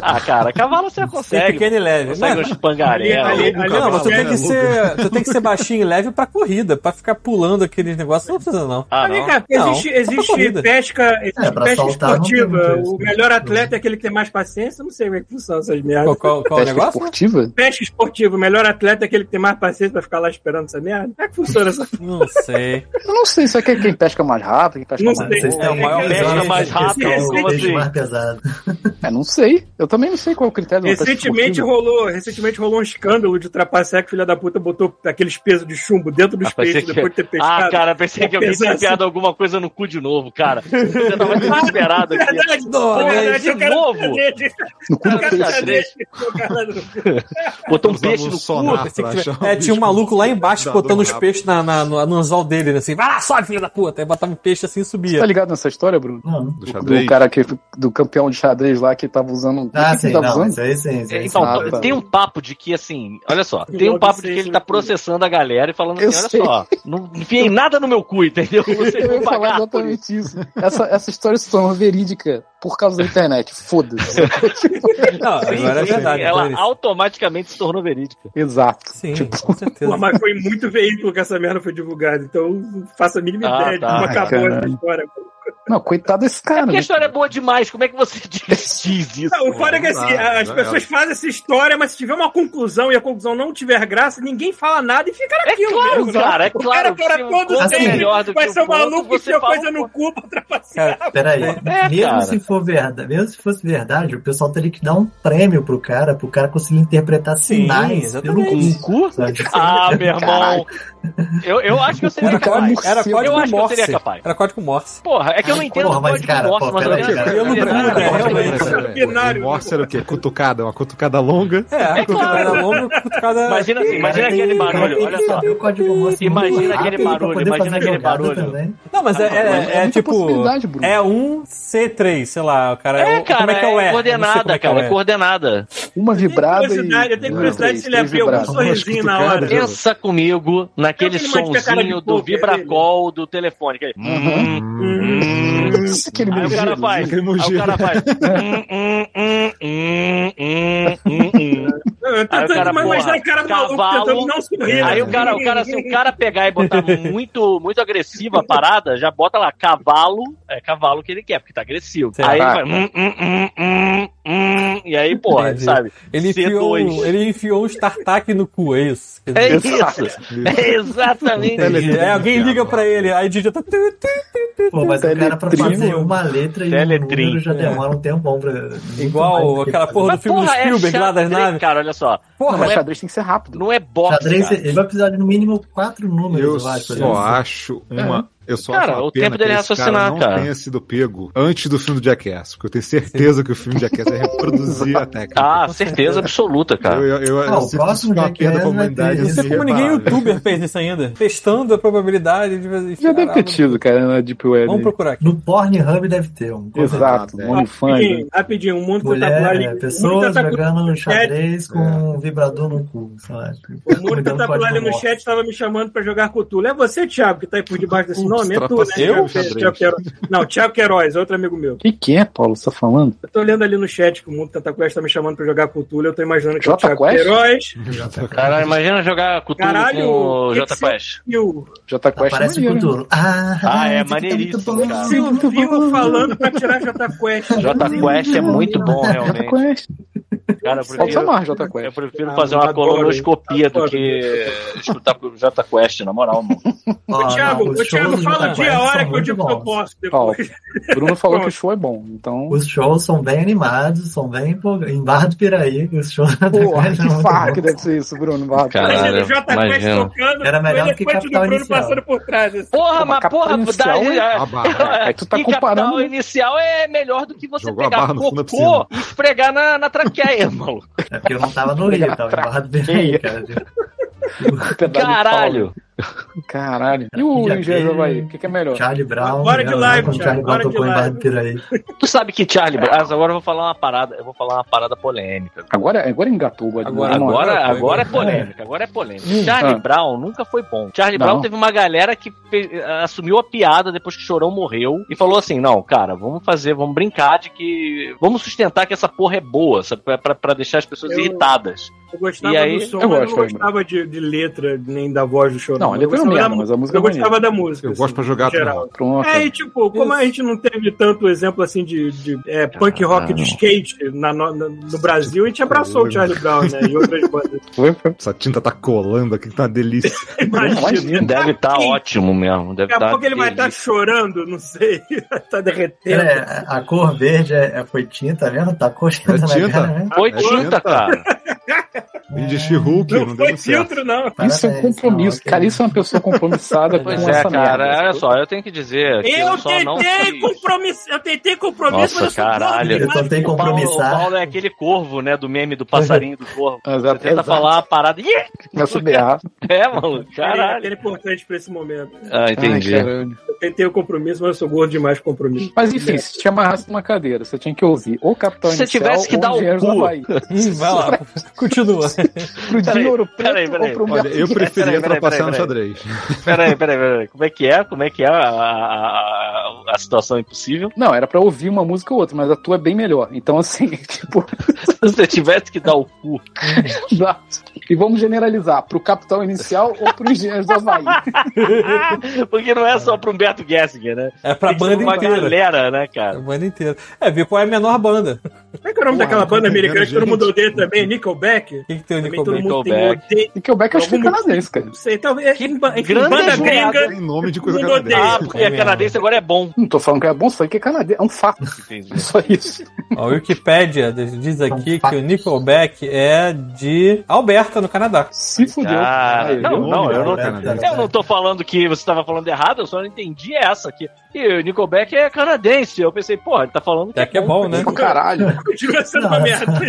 Ah, cara, cavalo você
Ser
consegue.
pequeno e leve.
Consegue
né?
Não,
uns pangaré.
Ali- ali-
um
ali-
não,
cavalo.
você tem que
é
ser. Você tem que ser baixinho e leve pra corrida. Pra ficar pulando aqueles negócios, não precisa, não.
Ah,
Mas vem
não.
cá,
Não,
existe,
só pra corrida.
existe pesca, existe
É, pra
pesca
saltar não tem
esportiva.
muito isso,
O
né?
melhor atleta é aquele que tem mais paciência. Eu não sei como é que funciona essas merdas.
Qual, qual, qual o
Pesca
negócio?
esportiva?
Pesca esportiva, o melhor atleta é aquele que tem mais paciência pra ficar lá esperando essa merda. Como é que funciona essa
Não
(laughs)
sei.
Eu não sei, será que é quem pesca mais rápido, quem pesca
Não
mais
sei.
Vocês têm
É o maior
que-
pesca
esse-
mais rápido,
esse-
como
esse
assim?
mais pesado.
É, não sei. Eu também não sei qual é o critério. de uma pesca
Recentemente
esportiva.
rolou, recentemente rolou um escândalo de trapacear que o filho da puta botou aqueles pesos de chumbo dentro dos
Ah, pensei
peixes
que-
depois de ter pescado. (laughs)
Ah, cara, pensei que alguém tinha
Apesar-
enfiado alguma coisa no cu de novo, cara. Eu
(laughs)
já tava desesperado aqui.
É Verdade,
Nossa,
verdade,
de
eu quero
novo?
saber disso.
No cu do
Eu quero
peixe.
saber (laughs) disso, cara.
Botou um
Usava
peixe no
sonar
cu.
pra
Pensei que
achar
tivesse-
o
é, tinha um
bicho.
maluco lá embaixo
Dadou
botando os
rabo.
peixes na, na- no, no anzol dele, né, assim, vai lá, sobe, filho da puta. Aí botava um peixe assim e
Você tá
subia.
ligado nessa história, Bruno?
Não, não.
Do
Do,
xadrez.
cara que, do campeão de xadrez lá que tava usando.
Ah,
o que
sim,
que tava
não,
usando?
isso aí sim. isso aí, sim.
Então,
Ah, tá.
tem um papo de que assim, olha só, tem um
Logo
papo de
sei,
que ele
né?
tá processando a galera e falando assim,
Eu
olha
sei.
só, não enfiei nada no meu cu, entendeu? Vocês
Eu
vão
ia falar
pagar por isso.
exatamente isso. Essa, essa história se torna verídica por causa da internet. (laughs) Foda-se.
Não,
Sim,
agora é
sim,
verdade.
Ela
então,
automaticamente se tornou verídica.
Exato.
Sim,
Tipo,
com certeza.
Pô, mas foi muito veículo que essa merda foi divulgada, então eu não faço a mínima
Ah,
ideia de
tá.
como acabou
Caralho.
essa história.
não, coitado desse cara.
Porque
né?
a história é boa demais, como é que você (laughs) diz diz isso? né?
Não, o foda é que assim,
Ah,
as
já
pessoas
era.
fazem essa história, mas se tiver uma conclusão e a conclusão não tiver graça, ninguém fala nada e fica
É
naquilo.
claro,
mesmo. né?
cara, é
O cara
claro.
para
se um
todo
conto é
Assim,
sempre,
melhor do que
Vai
um
ser um
conto,
maluco que
você
enfiou
fala
coisa
um
no cu pra trapacear.
Cara,
Peraí,
É,
mesmo
cara.
se for verdade, mesmo se fosse verdade, o pessoal teria que dar um prêmio pro cara, pro cara conseguir interpretar
Sim,
sinais pelo
exatamente.
cu.
cu?
sabe?
(laughs) Ah, meu irmão. Eu, eu acho que eu seria
era,
capaz.
código, era
Eu
código
acho que eu
Morse.
seria capaz.
Era código Morse.
Porra, é que eu não entendo
Porra, mas,
código
cara,
Morse,
pô,
mas
peraí,
eu-
cara,
eu não
eu-
lembro,
eu-
é,
eu-
realmente.
O Morse era o quê? Cutucada, uma cutucada longa.
É, é
claro.
cada longo, (laughs) cada...
Imagina assim, imagina
Cara, tem-
aquele barulho,
tem
olha
que
só.
saber o código Morse muito
Imagina aquele
rápido pra
barulho,
poder
imagina
fazer
aquele
jogada
barulho.
também.
Não, mas é, é,
Mas
é,
muita
tipo...
possibilidade, Bruno.
É um C3, sei lá, o cara...
É,
o-
cara,
como é que é o E? Eu não sei como
coordenada,
é que é o
cara,
E.
é coordenada.
Uma vibrada
curiosidade,
e...
eu
um
tenho curiosidade
Não,
se
três,
ele é
três
abriu algum
vibradas.
Umas
Sorrisinho na hora.
cutucadas.
Pensa comigo naquele
Aquele monte que é cara de
sonzinho do
poker,
vibracol do telefone. aquele-
Uhum.
Hum.
Isso, aquele
Aí o
mugido,
cara faz.
né?
Aí o cara faz. hum, hum, hum, hum, hum, hum, hum.
Eu tô
Aí
tentando
o cara,
imaginar
porra,
o cara do maluco
cavalo.
tentando não sorrir. né?
Aí o cara, assim, o cara, se o cara pegar
(laughs)
e botar muito, muito agressiva a parada, já bota lá cavalo, é cavalo que ele quer, porque tá agressivo.
Caraca.
Aí ele faz. hum, hum, hum, hum, hum, e aí, porra,
Entendi.
sabe?
Ele enfiou,
C2.
ele enfiou um StarTAC no cu, é isso? Quer
É
dizer,
isso. É exatamente
Ele-
isso.
entendi. É, alguém liga pra ele, aí DJ tá...
Pô, mas o cara pra
Teletrim.
fazer uma letra e um
Teletrim.
número já
É.
demora um tempo bom pra... muito mais
Igual
do que
aquela
fazer.
porra do filme
é
do Spielberg lá das
xadrez,
naves.
Cara, olha só.
Não, mas
Não é-
xadrez tem que ser rápido.
Não é boxe.
Xadrez,
cara.
ele vai precisar de no mínimo quatro números,
Eu
eu acho. pra
só
ele-
acho
É.
uma. Eu só
Cara,
acho uma
o
pena
tempo dele é
que esse
raciocinar,
não
cara.
tenha sido pego antes do filme do Jackass, porque eu tenho certeza que o filme do Jackass é reproduzir a técnica.
Ah, tá. certeza absoluta, cara.
Eu, eu, eu,
Ah, o
sinto
próximo
que é uma
Jackass
perda pra
vai ter
humanidade é
isso.
Não sei é como ninguém
irreparável.
youtuber fez isso ainda. Testando a probabilidade de fazer
Já deve ter tido, cara, na Deep Web.
Vamos procurar aqui.
No Pornhub deve ter um. com certeza.
Exato, né?
É.
OnlyFans.
Rapidinho, rapidinho, o mundo tá
Mulher,
tatuagem.
é, pessoas jogando xadrez com
É.
um vibrador no cu, sabe?
O Mônica tá por lá ali no chat, tava me chamando pra jogar Cthulhu. É você, Thiago, que tá aí por debaixo desse nome? É tu, né?
Eu?
Thiago, Thiago Queiroz. Não, Thiago Queiroz, outro amigo meu.
O que, que é, Paulo? Você tá falando?
Eu tô olhando ali no chat que o Mundo Tentacuest tá me chamando pra jogar Cthulhu. Eu tô imaginando que é o
Jota
Thiago
Quest?
Queiroz
Caralho, imagina jogar Cthulhu
Caralho,
com o
que que
Jota
você-
Quest.
e o
Já tá com
Parece
maneiro,
o
né?
Cthulhu.
Ah, é
isso aqui tá muito
maneiríssimo,
bom.
cara.
Silvio falando pra tirar Jota Quest.
Jota Quest né? é muito bom, realmente.
Quest.
Cara, eu
Solta
prefiro,
essa marra, Jota
eu
Quest.
prefiro
Ah,
fazer uma
adoro,
colonoscopia do
adoro.
que escutar pro Jota Quest, na moral, mano.
Ó,
Ô, Thiago,
não, os
ô, Thiago,
shows do
fala
Jota
o dia e
Quest
a hora
são
que eu digo
muito
que eu
bons.
posso
Ó,
depois.
o Bruno falou que o show é bom,
(laughs)
então.
Os shows são bem animados, são bem empolga- em Barra do Piraí. Os shows da
Porra,
Quest são
que
muito
farra
bons.
que deve ser isso, Bruno. Barra.
Cara,
Imagina
Caralho,
o tá Jota Quest
imagina.
tocando,
Era melhor
o
que
elefante do
Capital
Bruno
Inicial.
passando por trás. assim.
Porra,
mas
mas
capital
porra,
inicial
daí,
é
A barra.
Aí tu tá
e
comparando.
capital inicial é melhor do que você
Jogou a
pegar
barra no fundo da
cocô e esfregar na, na (laughs) traqueia, maluco.
É porque eu não tava no Rio, tava em Barra do Piraí, cara.
um pedaço de pau.
Caralho.
Caralho. E o
Já
Engenheiro
teve-
do Havaí? O que, que é melhor?
Charlie Brown.
Bora de
né,
live,
quando o
Thiago,
Charlie Brown
bora de
tocou em Barra do
live.
Piraí.
Tu sabe que Charlie Brown, agora eu vou falar uma parada, eu vou falar uma parada polêmica.
Agora, agora engatou. Agora,
Agora-
não,
Agora,
agora foi,
agora é
agora.
polêmica, agora é polêmica. Charlie
Ah.
Brown nunca foi bom. Charlie
Não.
Brown teve uma galera que fe- eh, assumiu a piada depois que Chorão morreu e falou assim: não, cara, vamos fazer, vamos brincar de que. Vamos sustentar que essa porra é boa, sabe? Pra, pra- pra deixar as pessoas
Eu-
irritadas.
Eu gostava
E aí-
do som,
Eu
mas
gosto,
não
eu
gostava de, de letra nem da voz do Chorão.
não, ele
Eu
foi um
gostava da
merda,
mu-
mas a música é
Eu
bonita.
gostava da música.
Eu
assim,
gosto pra jogar
em geral.
atrás.
Pronto.
É, e tipo, como a gente não teve tanto exemplo assim de, de, é,
Ah,
punk rock de skate na- no, no- no Brasil, a gente abraçou o Charlie Brown, né? E outras
(laughs)
bandas.
Foi, foi.
Essa tinta tá colando aqui, tá uma delícia.
Imagina.
Deve estar
Sim.
ótimo mesmo. Deve
Daqui a
tá
pouco ele vai estar
delícia.
chorando, não sei. (laughs) tá derretendo.
É, a cor verde é, é- foi tinta mesmo? Tacou tinta
É
na
tinta.
cara mesmo?
Foi
É
tinta,
tinta.
cara.
né?
Vim de She-Hulk, não,
não
deu
foi
muito certo.
filtro, não.
Isso é um
Parabéns, não,
compromisso.
ok.
Cara, isso é uma pessoa compromissada com
Pois
essa
é,
merda.
cara. Olha só, eu tenho que dizer. que
Eu
só não
tentei
fiz.
compromisso, eu tentei compromisso,
Nossa,
mas eu sou
caralho.
gordo
Eu
demais.
tentei
O Paulo, o
compromissar.
Paulo é aquele corvo, né? Do meme do passarinho do corvo. Você
Ah, Exato,
tenta falar a parada. Ih!
Começa a berrar.
É, maluco,
Caralho.
caralho.
Era importante pra esse momento.
Ah, entendi.
Ai, caralho.
Eu tentei o compromisso, mas eu sou gordo demais pro compromisso.
Mas enfim, se te amarrasse numa cadeira, você tinha que ouvir ou Capitão
Se você
Inicial
tivesse que
ou
dar o
Engenheiros
cu.
do Havaí.
(laughs) Hum, vai lá, (laughs) continua.
Pro
Peraí,
de ouro
peraí,
preto
peraí.
ou pro
Olha, eu
Peraí, peraí,
preferia trapacear no
peraí,
xadrez.
Peraí, peraí, peraí. Como é que é? Como é que é a, a, a- a situação impossível? (laughs)
Não, era pra ouvir uma música ou outra, mas a tua é bem melhor. Então, assim, (laughs) tipo,
Se você tivesse que dar o cu.
dá. E vamos generalizar, pro Capitão Inicial ou pro Engenheiros do Havaí.
(laughs) Porque não é só pro Humberto Gessinger, né?
É pra
Tem que ser
banda
uma
inteira.
galera, né,
A
cara?
banda inteira. É, ver qual é a menor banda.
Como é que é o nome
Porra,
daquela
não tô
banda
entendendo,
americana que todo
gente.
mundo odeia também? Nickelback?
Quem que tem o
Também todo
Nickelback?
mundo tem
Nickelback.
odeio.
E que o Beck eu acho que é
Algum
canadense, cara.
Não sei, talvez. Enfim, ba- enfim,
Grandes
banda
merda.
gringa.
Em nome de coisa
Não
canadense.
odeio.
Ah, porque a canadense agora é bom.
Não tô falando que é bom, só que é canadense. É um fato,
Entendi.
só isso.
Ó, A Wikipédia diz aqui
São
que o Nickelback é de Alberta, no Canadá.
Se fudeu.
Cara,
Aí,
Ah, não,
viu?
não, eu não.
Canadense.
Eu não tô falando que você tava falando errado, eu só não entendi essa aqui. E o Nickelback é canadense. Eu pensei, porra, ele tá falando que
É que é bom, né?
Pô, Caralho.
Continua sendo uma
Nossa.
(laughs) merda.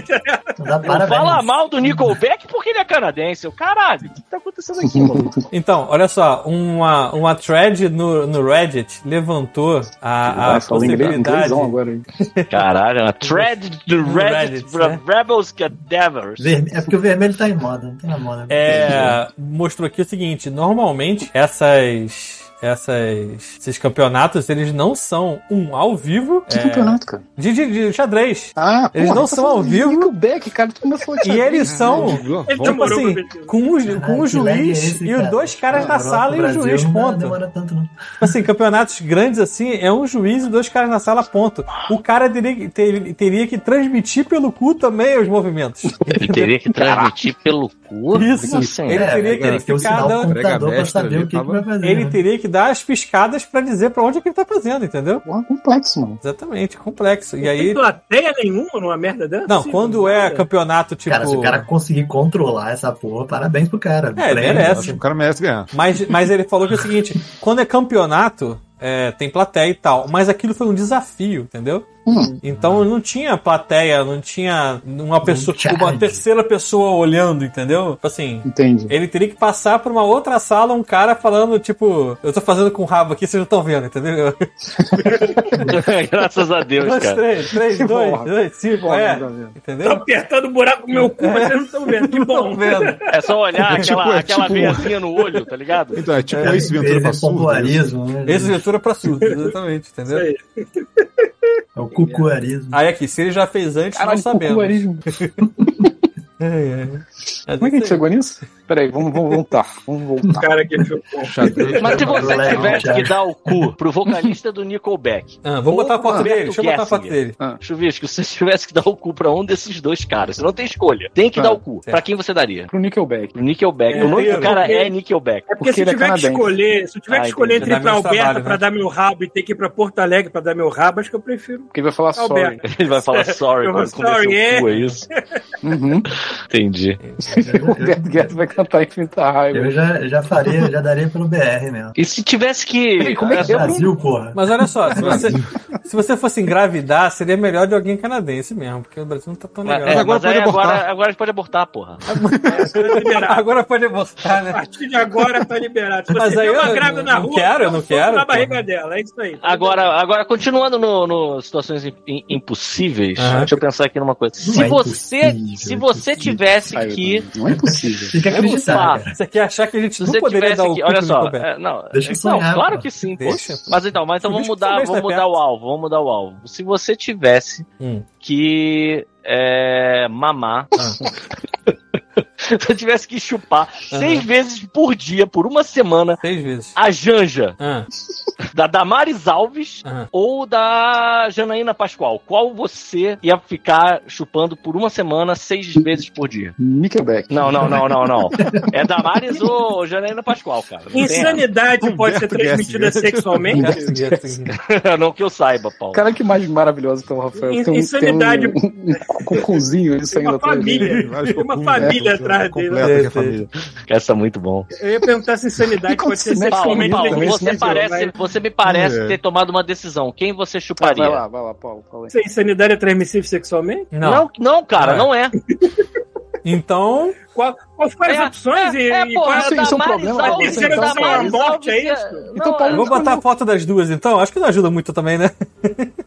Então dá
Não
parabéns.
fala mal do Nickelback porque ele é canadense. Eu, caralho, o que tá acontecendo aqui, mano?
Então, olha só, uma, uma thread no, no Reddit levantou (laughs) a, a
Vai, fala inglês,
possibilidade. é-
inglêsão agora. hein?
(laughs) Caralho, uma thread do Reddit,
Reddit,
pra
né?
Rebels Cadavers.
Verme- É porque o vermelho tá em moda, não tá na moda.
É, mostrou aqui o seguinte: normalmente essas. Essas, esses campeonatos, eles não são um ao vivo
Que
é,
campeonato, cara?
de, de, de xadrez.
Ah,
Eles
porra,
não
eu tô
são ao
falando
vivo.
do Nickelback, cara, tu começou a
E
(laughs)
eles são,
Ele
tipo
demorou
assim,
pra ver.
com o, ju-
Caralho,
com o
que lag é
juiz
esse,
e os
cara?
dois caras na
Europa,
sala e o
Brasil, né?
juiz
não dá-
ponta.
demora tanto, não.
Tipo assim, campeonatos grandes assim, é um juiz e dois caras na sala, ponto. O cara teria, que- ter- teria que transmitir pelo cu também os movimentos.
Ele teria que transmitir pelo cu?
Isso.
Assim, (laughs)
Ele teria que
é, tem que ter o sinal
cada-
do computador
Prega
pra
mestra
saber
ali,
o que, que
tava-
vai fazer.
Ele
né?
teria que dar as piscadas pra dizer pra onde é que ele tá fazendo, entendeu?
Porra, complexo, mano.
Exatamente, complexo. E
Não tem
aí.
plateia nenhuma numa merda dessa?
Não,
Sim,
quando é
nada.
campeonato tipo.
Cara, se o cara conseguir controlar essa porra, parabéns pro cara.
É, ele
Prêmio.
merece.
Acho que o cara merece ganhar.
Mas, mas ele falou que é o seguinte: quando é campeonato, é, tem plateia e tal. Mas aquilo foi um desafio, entendeu?
Hum.
Então não tinha plateia, não tinha uma pessoa,
tinha
uma
rádio.
terceira pessoa olhando, entendeu? Tipo Assim,
Entendi.
ele teria que passar por uma outra sala um cara falando, tipo, eu tô fazendo com o rabo aqui, vocês não estão vendo, entendeu?
Graças a Deus,
Dois,
cara. Tá
três, três,
Que
dois,
bom.
dois, cinco,
Porra,
é.
nada a ver.
Tô
Entendeu?
apertando o buraco no meu cu, mas vocês não estão vendo. Que bom.
Tão vendo.
É só olhar
É tipo-
aquela,
é
aquela
tipo-
veiazinha no olho, tá (laughs) ligado?
Então, é tipo
Cara,
esse Ventura pra
esse
surdo. né?
popularismo, né?
Esse leitura pra surdo, exatamente, entendeu?
Isso aí.
É o cucuarismo.
Aí aqui, se ele já fez antes,
Caralho,
não sabemos.
popularismo. Como é que é a gente chegou nisso? Peraí, vamos, vamos voltar. Vamos voltar.
cara que ficou.
Mas se você tivesse que dar o cu pro vocalista do Nickelback,
Ah, vamos botar a foto
Roberto
dele. Deixa eu botar a foto
Gessinger.
dele.
Chuvisco, se você (laughs) tivesse que dar o cu pra um desses dois caras, você não tem escolha. Tem que
Ah,
dar o cu.
certo.
Pra quem você daria?
Pro Nickelback.
Pro Nickelback.
É,
o nome do
eu-
cara
eu-
é Nickelback. (laughs)
É porque,
Porque
se
ele é
tiver que
canadense.
escolher, se eu tiver
Ah,
que escolher
entendi.
entre ir pra
Dá menos
Alberta
trabalho,
pra
né?
dar meu rabo e ter que ir pra Porto Alegre pra dar meu rabo, acho que eu prefiro.
Porque ele vai falar sorry.
Alberto.
Ele vai falar sorry
Eu-
quando
sorry,
começou o
é.
cu, é isso?
(laughs)
Uhum.
Entendi.
O Roberto Guedes vai cantar Infinita Raiva.
Eu já, já faria, já daria pelo BR mesmo.
E se tivesse que.
como é que
Essa-
Brasil, porra.
Mas olha só, se você, se você fosse engravidar, seria melhor de alguém canadense mesmo, porque o Brasil não tá tão
Mas,
legal.
é,
agora
mas aí
pode abortar.
agora, agora a gente pode abortar, porra.
(laughs)
é,
liberado.
Agora pode voltar,
A
né?
partir de agora tá liberado. Se você
Mas
vê
aí eu
uma
não-
grávida na
não
rua,
quero,
dá um
não
soco
quero,
na
porra.
barriga dela, é isso aí.
Agora, agora continuando no, no situações im- im- impossíveis,
Aham.
deixa eu pensar aqui numa coisa.
Não
Se
é
você,
impossível,
se
é
você tivesse
Ai,
que
Não é
(laughs)
possível.
Fica
Vamos lá.
acreditar. cara.
Você quer achar que a gente
Ah, Se
não
você
poderia
tivesse
dar o
aqui,
cu
olha
pro
só,
Nickelback?
é, não,
Deixa eu
não,
sonhar,
claro
cara.
que sim. pô.
Deixa.
Mas então, mas então
Por isso
vamos
que
mudar,
talvez
vamos
tá
mudar o
perto.
alvo, vamos mudar o alvo. Se você tivesse
Hum.
que é, mamar, (laughs) se você tivesse que chupar seis vezes por dia por uma semana
Seis vezes.
a Janja
Ah,
da Damares Alves
ah.
ou da Janaína Pascoal, qual você ia ficar chupando por uma semana seis vezes por dia?
Nickelback.
Não, não, não, não, não. É Damares ou Janaína Pascoal, cara. Não tem
é Insanidade pode ser
Humberto
transmitida
Gessinger.
sexualmente?
Cara, esse guia tem-
(laughs) essa. não que eu saiba, Paulo.
Cara, que mais maravilhoso então, Rafael.
In-
Tem um,
insanidade.
Tem um, um cucuzinho disso
Tem
ainda
uma
atrás dele.
família.
Vários
Tem uma
cocunhos,
família
né?
atrás dele.
Completa que é a
Deve ter.
família.
Essa é muito bom.
Eu ia perguntar se insanidade pode ser
Acontece, né,
Paulo,
sexualmente
Paulo,
Paulo,
também
você,
transmitida,
parece,
mas
você me parece
É.
ter tomado uma decisão. Quem você
Ah, vai
chuparia?
lá, vai lá, Paulo. Fala aí.
Se a insanidade é transmissível sexualmente?
não.
Não.
não, cara,
Não
não é.
Então,
Qual, quais foram as
É,
opções e, e qual
isso-
é
isso é um
Damares
problema,
Alves,
Paulo,
a terceira
então,
opção? É a
Damares
morte, é
Alves,
isso?
não,
Então, Paulo,
eu vou botar a foto das duas, então. Acho que não ajuda muito também, né?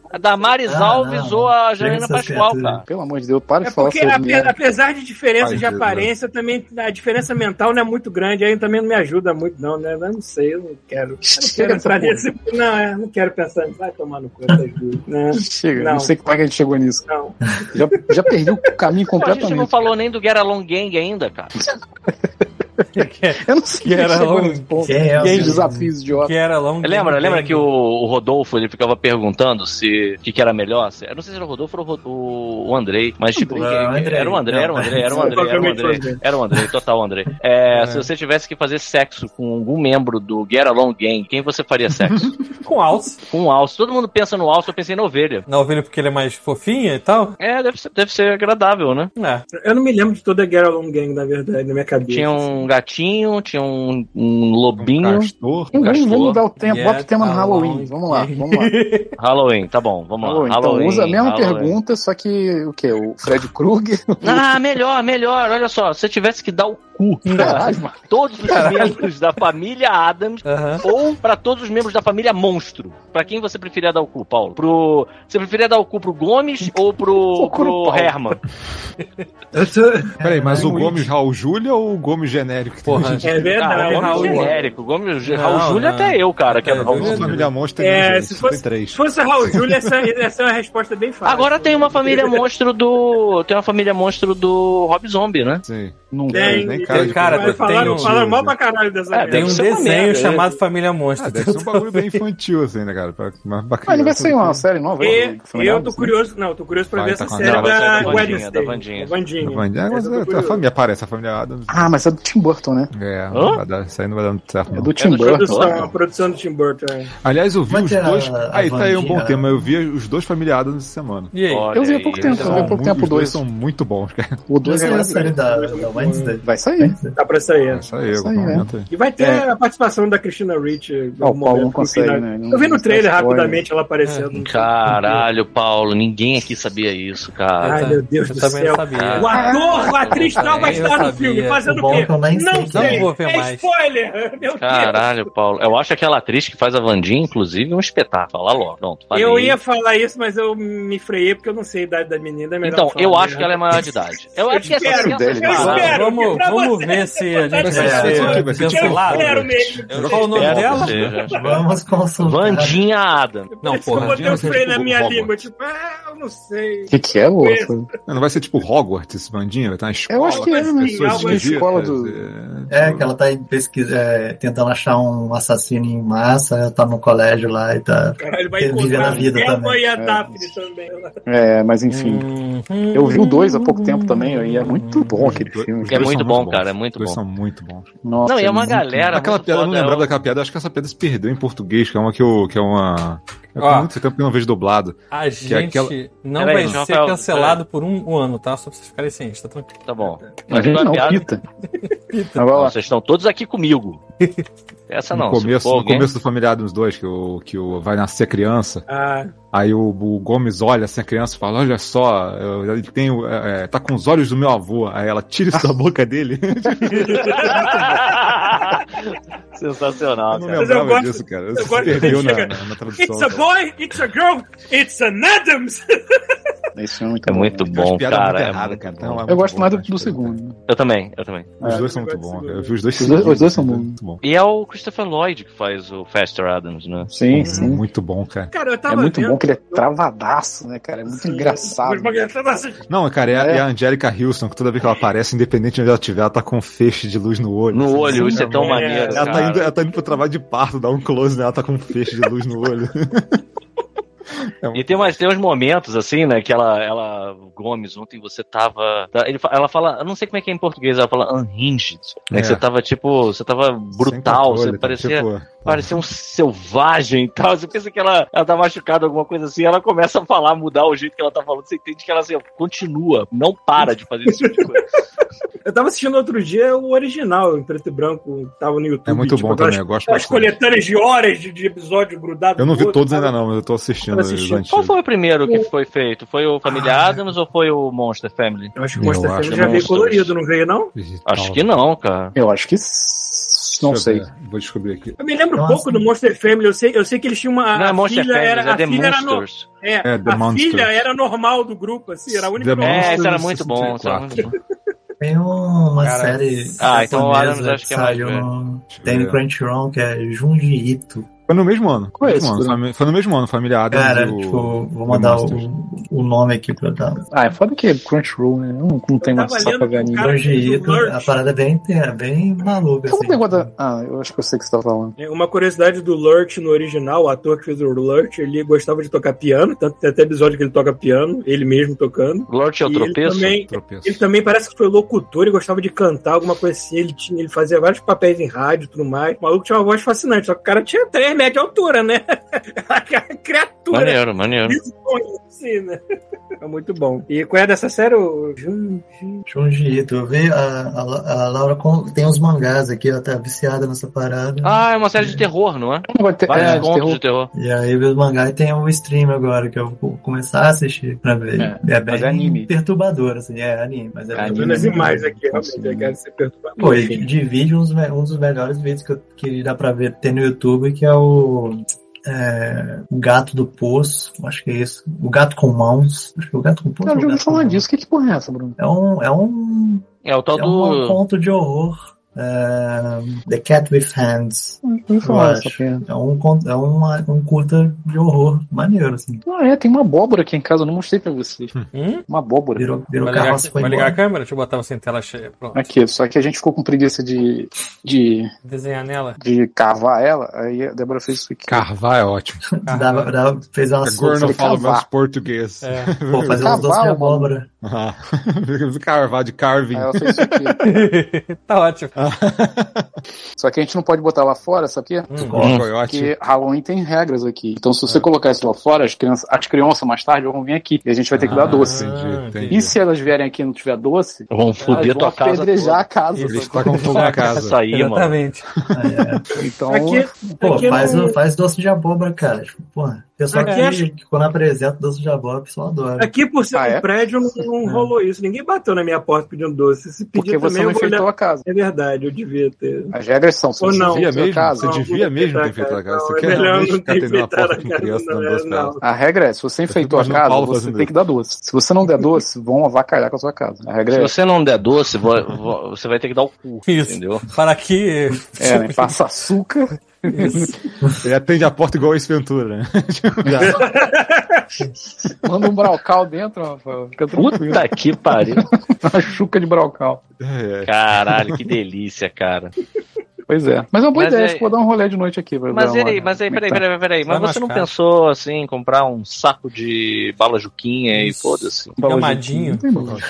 a Damares
Ah,
Alves
não.
ou
Chega
a
né?
Janaína
dessas
Pascoal,
criaturas.
cara.
Pelo amor de Deus, para
É
de falar
porque,
sobre
ape- apesar de diferença
Ai,
de
Deus,
aparência, também a diferença mental não é muito grande, aí também não me ajuda muito, não, né? Eu não sei, eu não quero. Eu não quero entrar nesse. Não, é, não quero pensar. nisso. Vai tomar no cu, (laughs) essas duas. Não,
Chega, não.
Não.
sei como é que a gente chegou nisso.
não.
Já, já perdi o caminho
Pô, a gente não
completamente.
falou nem do Get Along Gang ainda, cara.
Eu não sei
Que
como é
era
chegou
um-
nesse ponto.
Quem é o
E aí,
Zé?
desafios idiota.
Que era long.
Lembra, lembra que o, o Rodolfo ele ficava perguntando se o que, que era melhor? Se, eu não sei se era o Rodolfo ou o Ro- o, o Andrei, mas tipo,
Andrei.
que-
Não,
que-
Andrei.
era o Andrei, era o Andrei, era o Andrei, era o
Provavelmente
Andrei,
o Andrei.
era o Andrei, total Andrei. É,
É.
Se você tivesse que fazer sexo com algum membro do Get Along Gang, quem você faria sexo?
Com alce.
com um alce. Todo mundo pensa no alce, eu pensei na ovelha.
Na ovelha porque ele é mais fofinha e tal.
É, deve ser, deve ser agradável, né?
É.
Eu não me lembro de toda a Get Along Gang, na verdade, na minha cabeça.
Tinha um gatinho, tinha um, um
Um
lobinho.
castor.
Vamos-
Gastou.
Vamos mudar o tempo,
Yeah,
bota o tema no
tá
Halloween.
long.
Vamos lá,
(laughs)
vamos lá.
Halloween, tá bom, vamos
Halloween.
lá.
Então
Halloween,
usa a mesma
Halloween.
pergunta, só que o quê? O Fred Krueger?
Ah, melhor, melhor. Olha só, se eu tivesse que dar o cu pra
Caralho, mano.
todos os membros da família Adams
Aham.
ou pra todos os membros da família Monstro, pra quem você preferia dar o cu, Paulo? Pro você preferia dar o cu pro
(laughs)
Gomes ou pro,
O cu no
pro
Paulo.
Herman?
Eu sou-
Peraí, mas o
Ruim.
Gomes Raul Júlia ou o Gomes genérico? que tem
Porra.
hoje em dia?
É
Ah,
verdade.
Gomes
Raul.
genérico, Gomes,
Não,
Raul Júlio
não.
até eu, cara, que é
Até
Raul
eu.
Uma
Júlio.
família monstro tem,
É,
dois,
se
gente,
fosse-
tem três.
Se fosse Raul Júlio, essa, essa é uma resposta bem fácil.
Agora tem uma família monstro do. Tem uma família monstro do Rob Zombie, né?
Sim.
Não
Tem,
Nem cara
tem,
de
cara,
mas
tem
falaram,
um-
falaram mal pra caralho dessa
É,
Tem
Deve
um
ser uma
desenho
merda,
chamado Família
Ah,
Monstro.
deve ser um bagulho bem infantil, assim, né, cara? Pra- Mas bacana.
Mas não Ah, vai sair uma série nova?
E, eu
Foi legal,
tô
assim.
curioso, não, tô curioso pra
Vai,
ver
tá
essa
com a-
série
não, vai
ser
da
da Vandinha,
Wednesday.
da Vandinha.
Não vai- é, mas
Essa eu tô
a
curioso.
família aparece, a família Adams.
Ah, mas é do Tim Burton, né?
É,
Hã?
não vai dar, isso aí não vai dar muito certo.
É
não.
do Tim
do
Burton.
produtor.
Produção, a produção do Tim Burton. é.
Aliás, eu vi
Mas
os
é a-
dois.
a
aí tá aí um bom
Vandinha.
tema. Eu vi os dois Família Adams essa semana.
E aí?
Olha
Eu vi há
aí,
pouco tempo, eu vi há
São
pouco
tá muito-
tempo
os
o
dois
2.
são muito bons, cara.
O
Eu
2 é
sou a série
maravilhoso.
da, da Wednesday.
Vai sair.
Tá pra sair.
Isso aí, eu
Isso aí, é.
comento aí.
E vai ter a participação da Christina Ricci. em
um
Ah, o
algum
Paulo
momento,
não
no final.
consegue, né? Não-
Eu vi
não
no trailer
dá spoiler.
rapidamente ela aparecendo.
É, Caralho, Paulo, ninguém aqui sabia isso, cara.
Ai, meu Deus
Ah, tá. eu
do
também
céu.
não sabia.
O ator, a atriz
Eu
tal vai
sabia.
estar no filme. Fazendo
O
É,
o quê?
tá
bom que eu nem
Não
sei.
sei.
Não vou ver
É
mais.
spoiler. Meu Deus.
Caralho, Paulo. Eu acho aquela atriz que faz a Vandinha, inclusive, um espetáculo. Lá logo. Pronto, falei.
Eu ia falar isso, mas eu me freiei porque eu não sei a idade da menina. É melhor
Então,
não falar
eu
merda.
acho que ela é maior de idade. Eu acho que essa
espero,
criança
eu
é
Eu
parada.
espero
Vamos-
que pra
vamos Vamos ver (laughs) se a gente
Vai ser- vai ser-
vai
vai
ser
ser-
cancelado.
Quero mesmo.
Eu
Qual o nome
espero
dela?
que seja.
Vamos consultar.
Vandinha Adam.
Não,
Eu
porra.
botei o freio na minha
Hogwarts.
língua, tipo, ah, eu não sei.
O que, que é, louco?
Não, não vai ser tipo Hogwarts, esse bandinho? Vai estar na escola.
Eu acho que é, né?
as pessoas
Algo assim.
esquisitas,
Escola do-
É,
É, que ela tá em pesquisa, é, tentando achar um assassino em massa, ela tá no colégio lá e tá.
Caralho, vai
Viver
encontrar
na vida
a Selma
também.
e a Daphne também. Ela-
É, mas enfim.
Uhum.
Eu vi o dois há pouco tempo também, e é muito bom aquele filme.
Os
É
dois
muito
são
bom,
bons.
cara, é muito
Os dois
bom.
são muito bons.
Nossa,
não, e é uma
muito-
galera.
aquela
muito
piada, eu não
foda,
lembrava
é um-
daquela piada, acho que essa piada se perdeu em português, que é uma que, eu, que é uma. Eu
Ó.
Ah.
tenho muito tempo que eu não vejo dublado.
A
é
gente
aquela-
não
Peraí,
vai
Rafael,
ser cancelado por um, um ano, tá? Só pra vocês ficarem cientes, tá tranquilo.
Tá bom.
A
Mas
gente
uma
não,
piada-
pita. Então, vai lá.
Vocês estão todos aqui comigo. Essa Tá, não.
no
se
começo,
for
no
alguém-
começo do Familiar dos Dois, que, o, que o, vai nascer a criança.
Ah,
Aí o, o Gomes olha assim a criança e fala: Olha só, eu- ele tem, o- é, é, tá com os olhos do meu avô. Aí ela tira
(laughs)
isso da boca dele.
(laughs) Sensacional,
Eu
cara.
é
não
Mas eu
lembrava
gosto-
disso, cara.
eu
Você
gosto
perdeu
que
na,
chega-
na, na tradução.
It's a boy, it's a girl, it's an Adams!
Esse filme muito
É muito
né?
Tem umas
bom,
piadas
cara.
muito
é
erradas,
muito
cara.
bom.
Então, é muito
Eu gosto
bom,
mais do,
cara.
do segundo.
Eu também, eu também.
Os
É.
dois são
Eu
muito
gosto
bons.
do-
cara. Eu vi os dois
Os dois-
seguidos,
os dois são
muito
bons.
bom.
E é o Christopher Lloyd que faz o Faster Adams, né?
Uhum.
Sim, sim.
Muito bom, cara.
Cara, eu
É
tava
muito
vendo.
bom que ele é travadaço, né, cara? É muito engraçado.
Mas, mas eu tava assistindo.
Não, cara, é, a-
É.
é a Angélica Houston, que toda vez que ela aparece, independente de onde ela estiver, ela tá com um feixe de luz no olho.
No
assim,
olho,
assim,
isso é
né?
tão
é,
maneiro.
Ela tá,
cara.
indo, ela tá indo pro trabalho de parto, dá um close nela, tá com um feixe de luz no
(laughs)
olho.
E tem, umas, tem uns momentos assim, né? Que ela, ela. o Gomes, ontem você tava. tá- ele fa- ela fala, eu não sei como é que é em português, ela fala unhinged. Né,
É.
que você tava tipo. Você tava
Sem
brutal, você
controle, tá?
parecia.
Tipo, tá.
Parecia um selvagem e tal. Você pensa que ela, ela tá machucada, alguma coisa assim. Ela começa a falar, mudar o jeito que ela tá falando. Você entende que ela assim, continua, não para de fazer esse tipo de coisa.
Eu tava assistindo outro dia o original, em preto e branco, tava no YouTube.
É muito
tipo,
bom
aquelas-
também, eu gosto
As
bastante.
coletâneas de horas de, de episódio grudado.
Eu não
no
vi
outro,
todos
sabe?
ainda não, mas eu tô assistindo
Eu
os
assisti.
Qual
antigos.
foi o primeiro que foi feito? Foi o Família
Ah.
Adams ou foi o Monster Family?
Eu acho que o
Eu
Monster
acho
Family
que
já veio
Monsters.
colorido, não veio, não?
Acho que não, cara.
Eu acho que. s- Não
Deixa eu
sei.
ver, Vou descobrir aqui.
Eu me lembro
Nossa.
pouco do Monster Family, eu sei, eu sei que eles tinham uma.
Então, assim, não é
a
Monster
filha
Family,
era,
é
a
The
filha era no-
Monsters.
é,
É, The
a
Monsters.
filha era normal do grupo, assim, era a única
The
normal.
É,
Monsters
isso era muito bom.
64.
isso era muito bom.
Tem uma série.
Ah, então o Adams
japonesa
acho que é mais
saiu
velho.
no-
Deixa eu
Tem no
ver.
Crunchyroll, que é Junji Ito.
Foi no mesmo ano.
é
Foi,
Conheço,
mesmo ano.
né?
Fami- foi no mesmo ano, Família Adams.
Cara,
e o-
tipo, vou mandar o,
Monsters.
o nome aqui pra dar.
Ah, é foda que é Crunchyroll, né? Eu não, não tenho mais
tava
saco
lendo
pra
um
ver anime.
Cara,
Junji Ito,
Lurch.
a parada é bem, inteira, bem maluca.
Qual o
Assim.
negócio da. Ah, eu acho que eu sei o que você tá falando.
É, Uma curiosidade do Lurch no original, o ator que fez o Lurch, ele gostava de tocar piano, tanto que tem até episódio que ele toca piano, ele mesmo tocando.
Lorde é o
E ele
tropeço?
também,
Tropeço.
ele também parece que foi locutor e gostava de cantar alguma coisa assim. Ele, tinha, ele fazia vários papéis em rádio e tudo mais. O maluco tinha uma voz fascinante, só que o cara tinha 3 metros de altura, né? (laughs) Aquela criatura
Maneiro, maneiro.
assim, né? É muito bom. E qual é dessa série? o- Jun-
Junji Ito. um Eu vi a, a- a Laura com- tem uns mangás aqui, ela tá viciada nessa parada.
Ah, é uma série de terror, não é?
É um negócio de ter-
Vários
é, de
contos
terror.
de terror.
E aí eu vi os mangá e tem o stream agora, que eu vou começar a assistir pra ver.
É,
É, bem
mas é anime.
perturbador, assim, é anime, mas é
É
Tô
anime.
vendo as imagens aqui,
Nossa,
realmente. é Eu quero ser
Pô,
perturbador.
e divide uns, me- um dos melhores vídeos que, eu- que dá pra ver tem no YouTube, que é o. é, o gato do poço, acho que é isso. O gato com mãos. Acho que é o gato com poço.
Cara,
ou o
eu já ouvi
gato com
falar
mãos?
disso. O que, que porra é essa, Bruno?
É um, é um,
É o tal
é um
do.
conto de horror. é, The Cat with Hands.
Eu ouvi falar
Eu
dessa
acho.
pena.
É um, con- é uma, um curta de horror maneiro, assim.
Ah, é, tem uma abóbora aqui em casa, eu não mostrei pra vocês.
Hum?
Uma abóbora.
Virou, virou
Vai, ligar,
carroça e foi
vai ligar
embora.
a câmera? Deixa eu botar você em tela cheia. Pronto.
Aqui, só que a gente ficou com preguiça de, de,
Desenhar nela.
de carvar ela, aí a Débora fez isso aqui.
Carvar é ótimo.
Dava- dava- fez uma
Agora
sopa,
eu não
sobre
falo
cavar.
mais português.
É. (laughs)
pô, fazer uns doces de
Cavalo,
abóbora.
(laughs) Ah, (laughs) Carvar de carving.
Aí ela fez isso aqui.
(laughs)
tá ótimo.
Só que a gente não pode botar lá fora, sabe por quê?
Hum.
Hum. É. Coiote.
Porque Halloween tem regras aqui. Então, se você colocar isso lá fora, as crianças, as crianças mais tarde vão vir aqui. E a gente vai ter que dar
Ah,
doce.
Entendi, entendi.
E se elas vierem aqui e não tiver doce,
Vamos
elas
foder
vão
tua casa.
apedrejar a casa.
Eles
sacou?
tacam fogo tá na casa.
Isso Ah, aí, mano.
Exatamente.
É,
Então,
Aqui,
pô,
aqui
faz,
não-
faz doce de abóbora, cara. Tipo, porra. Pessoal
Aqui
que,
acho-
que quando apresenta doce de jabó, o pessoal adora.
Aqui, por ser
Ah,
um
é?
prédio, não, não rolou isso. Ninguém bateu na minha porta pedindo doce. Se pedir
Porque você
também,
não
eu vou
enfeitou
olhar.
a casa.
É verdade, eu devia ter.
As regras são, se
Ou
você
não.
enfeitou
devia
a
é mesmo,
casa,
você
Não,
devia
não
mesmo ter
tem
feito a
cara,
casa. Você
não, é
quer
melhor
realmente
não
ficar
ter
atendendo a
feito a
porta com
casa,
criança
não,
dando doce pra
não.
ela?
A regra é, se você enfeitou a
imaginando o
casa,
Paulo
você
fazendo
tem que dar doce. Se você não
(laughs)
der doce, vão avacalhar com a sua casa. A
Se
regra é,
você não der doce, vo- vo- você vai ter que dar o cu,
Isso.
entendeu?
Para que.
é
(laughs)
né? passa açúcar.
Isso.
Ele atende a porta igual o Esventura, né?
Manda um braucal dentro, Rafael. Fica tranquilo.
Puta que pariu.
Uma chuca de braucal.
É, é.
Caralho, que delícia, cara.
Pois é. Mas é uma boa
Mas
ideia,
é-
acho que vou dar um rolê de noite aqui. pra
Mas
dar uma-
aí, mas aí,
como é que
peraí,
tá.
peraí, peraí. Mas
Vai
você não
machucar.
pensou, assim, em comprar um saco de bala juquinha e foda-se?
Gamadinho.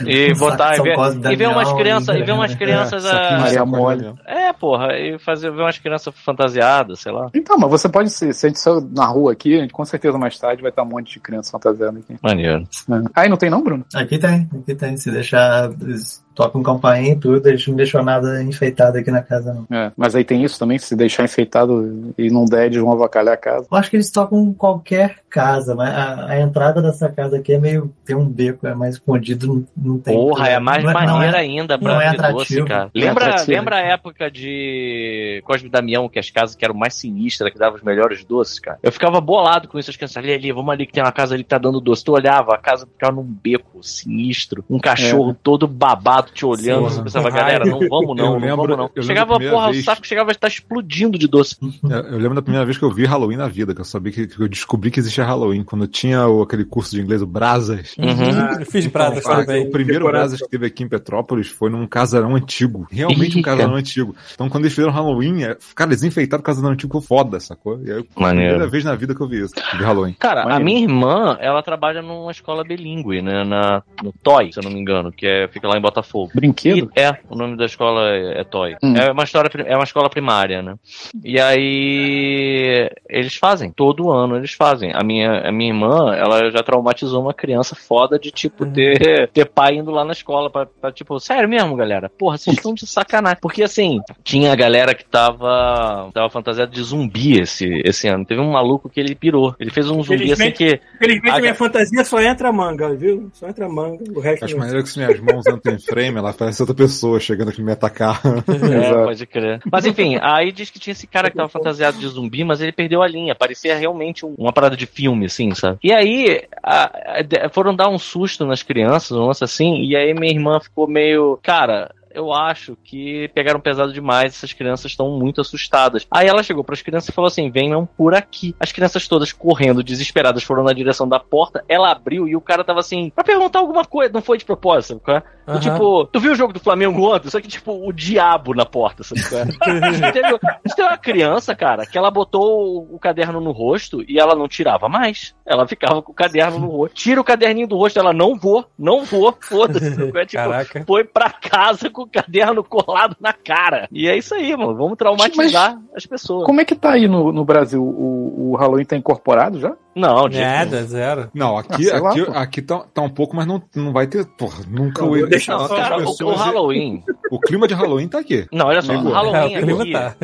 E botar Tá, e
São
ver,
Cosme e
e ver umas
Damião,
crianças, e ver umas
né?
crianças.
saquinho
ah,
Maria
Saco de
Mole.
anel.
É, porra, e fazer ver umas crianças fantasiadas, sei lá.
Então, mas você pode ser. Se a gente sair na rua aqui, a gente com certeza mais tarde vai estar um monte de criança fantasiada aqui.
Maneiro.
É. Aí não tem, não, Bruno?
Aqui tem, aqui tem. Se deixar, eles tocam campainha e tudo, eles não deixam nada enfeitado aqui na casa, não.
É. Mas aí tem isso também, se deixar enfeitado e não der, eles vão avacalhar a casa.
Eu acho que eles tocam qualquer casa, mas a, a entrada dessa casa aqui é meio. tem um beco, é mais escondido, não, não tem.
Porra, é mais
não não
maneira ainda
não
pra
é
é doce,
atrativo.
cara.
É
Lembra,
atrativo.
lembra a época de Cosme e Damião, que as casas que eram mais sinistras, que davam os melhores doces, cara? Eu ficava bolado com isso, as crianças ali, ali, vamos ali que tem uma casa ali que tá dando doce. Tu olhava, a casa ficava num beco sinistro, um cachorro
É.
todo babado te olhando.
Sim.
você pensava,
Com
galera,
raiva.
não vamos não,
Eu
não
lembro-
vamos
eu
não.
lembro a
Chegava,
primeira
porra, o
vez-
saco chegava a estar explodindo de doce.
É, Eu lembro da primeira vez que eu vi Halloween na vida, que eu sabia que, que eu descobri que existia Halloween, quando eu tinha o- aquele curso de inglês, o Brasas.
Eu fiz de pratas
Cara,
também.
O primeiro
Decoração.
Brasas que teve aqui em Petrópolis foi num casarão antigo. Realmente um
Ih,
casarão antigo. Então quando eles fizeram Halloween, é- cara, eles enfeitaram o casarão antigo, ficou foda, sacou? E aí, foi a
Maneiro.
primeira vez na vida que eu vi isso, de Halloween.
Cara, a
Maneiro.
minha irmã, ela trabalha numa escola bilíngue, né? Na, no Toy, se eu não me engano, que é, fica lá em Botafogo.
Brinquedo?
E- é, o nome da escola é, é Toy.
Hum.
É, uma história, pri- é uma escola primária, né? E aí eles fazem, todo ano eles fazem. A minha, a minha irmã, ela já traumatizou uma criança foda de tipo ter, ter pai indo lá na escola pra, pra, tipo, sério mesmo, galera? Porra, vocês estão de sacanagem. Porque assim, tinha a galera que tava, tava fantasiada de zumbi esse, esse ano. Teve um maluco que ele pirou. Ele fez um zumbi assim
Felizmente-
que
Felizmente,
Ah,
minha
cara.
fantasia só entra manga, viu? Só entra manga. O resto
Acho
não.
maneiro que se minhas mãos entram em frame, ela parece outra pessoa chegando aqui me atacar. (laughs)
É,
Exato.
pode crer. Mas enfim, aí diz que tinha esse cara que tava fantasiado de zumbi, mas ele perdeu a linha. Parecia realmente um- uma parada de filme, assim, sabe? E aí a- a- de- foram dar um susto nas crianças, um lance assim, e aí minha irmã ficou meio. Cara. Eu acho que pegaram pesado demais, essas crianças estão muito assustadas. Aí ela chegou para as crianças e falou assim: venham por aqui. As crianças todas correndo, desesperadas, foram na direção da porta. Ela abriu e o cara tava assim, pra perguntar alguma coisa. Não foi de propósito, sabe? qual é?
Aham.
Tipo, tu viu o jogo do Flamengo ontem? Só que, tipo, o diabo na porta, sabe? qual
(laughs)
é? Teve- a gente tem uma criança, cara, que ela botou o- o caderno no rosto e ela não tirava mais. Ela ficava com o caderno no rosto. Tira o caderninho do rosto, ela não vou, não vou, foda-se. sabe qual é? Tipo,
Caraca.
foi pra casa com o caderno colado na cara. E é isso aí, mano. Vamos traumatizar as pessoas.
Como é que tá aí no, no Brasil? O, o Halloween tá incorporado já?
Não, de
Nada, zero.
Não,
Ah,
aqui,
sei lá,
aqui,
pô.
aqui tá, tá um pouco, mas não, não vai ter. Porra, nunca
Não,
o,
vou deixar
as
só-
Cara, o, o
pessoas-
Halloween.
o clima de Halloween tá aqui.
Não, olha só,
Chegou.
o Halloween
É, o clima
aqui
tá.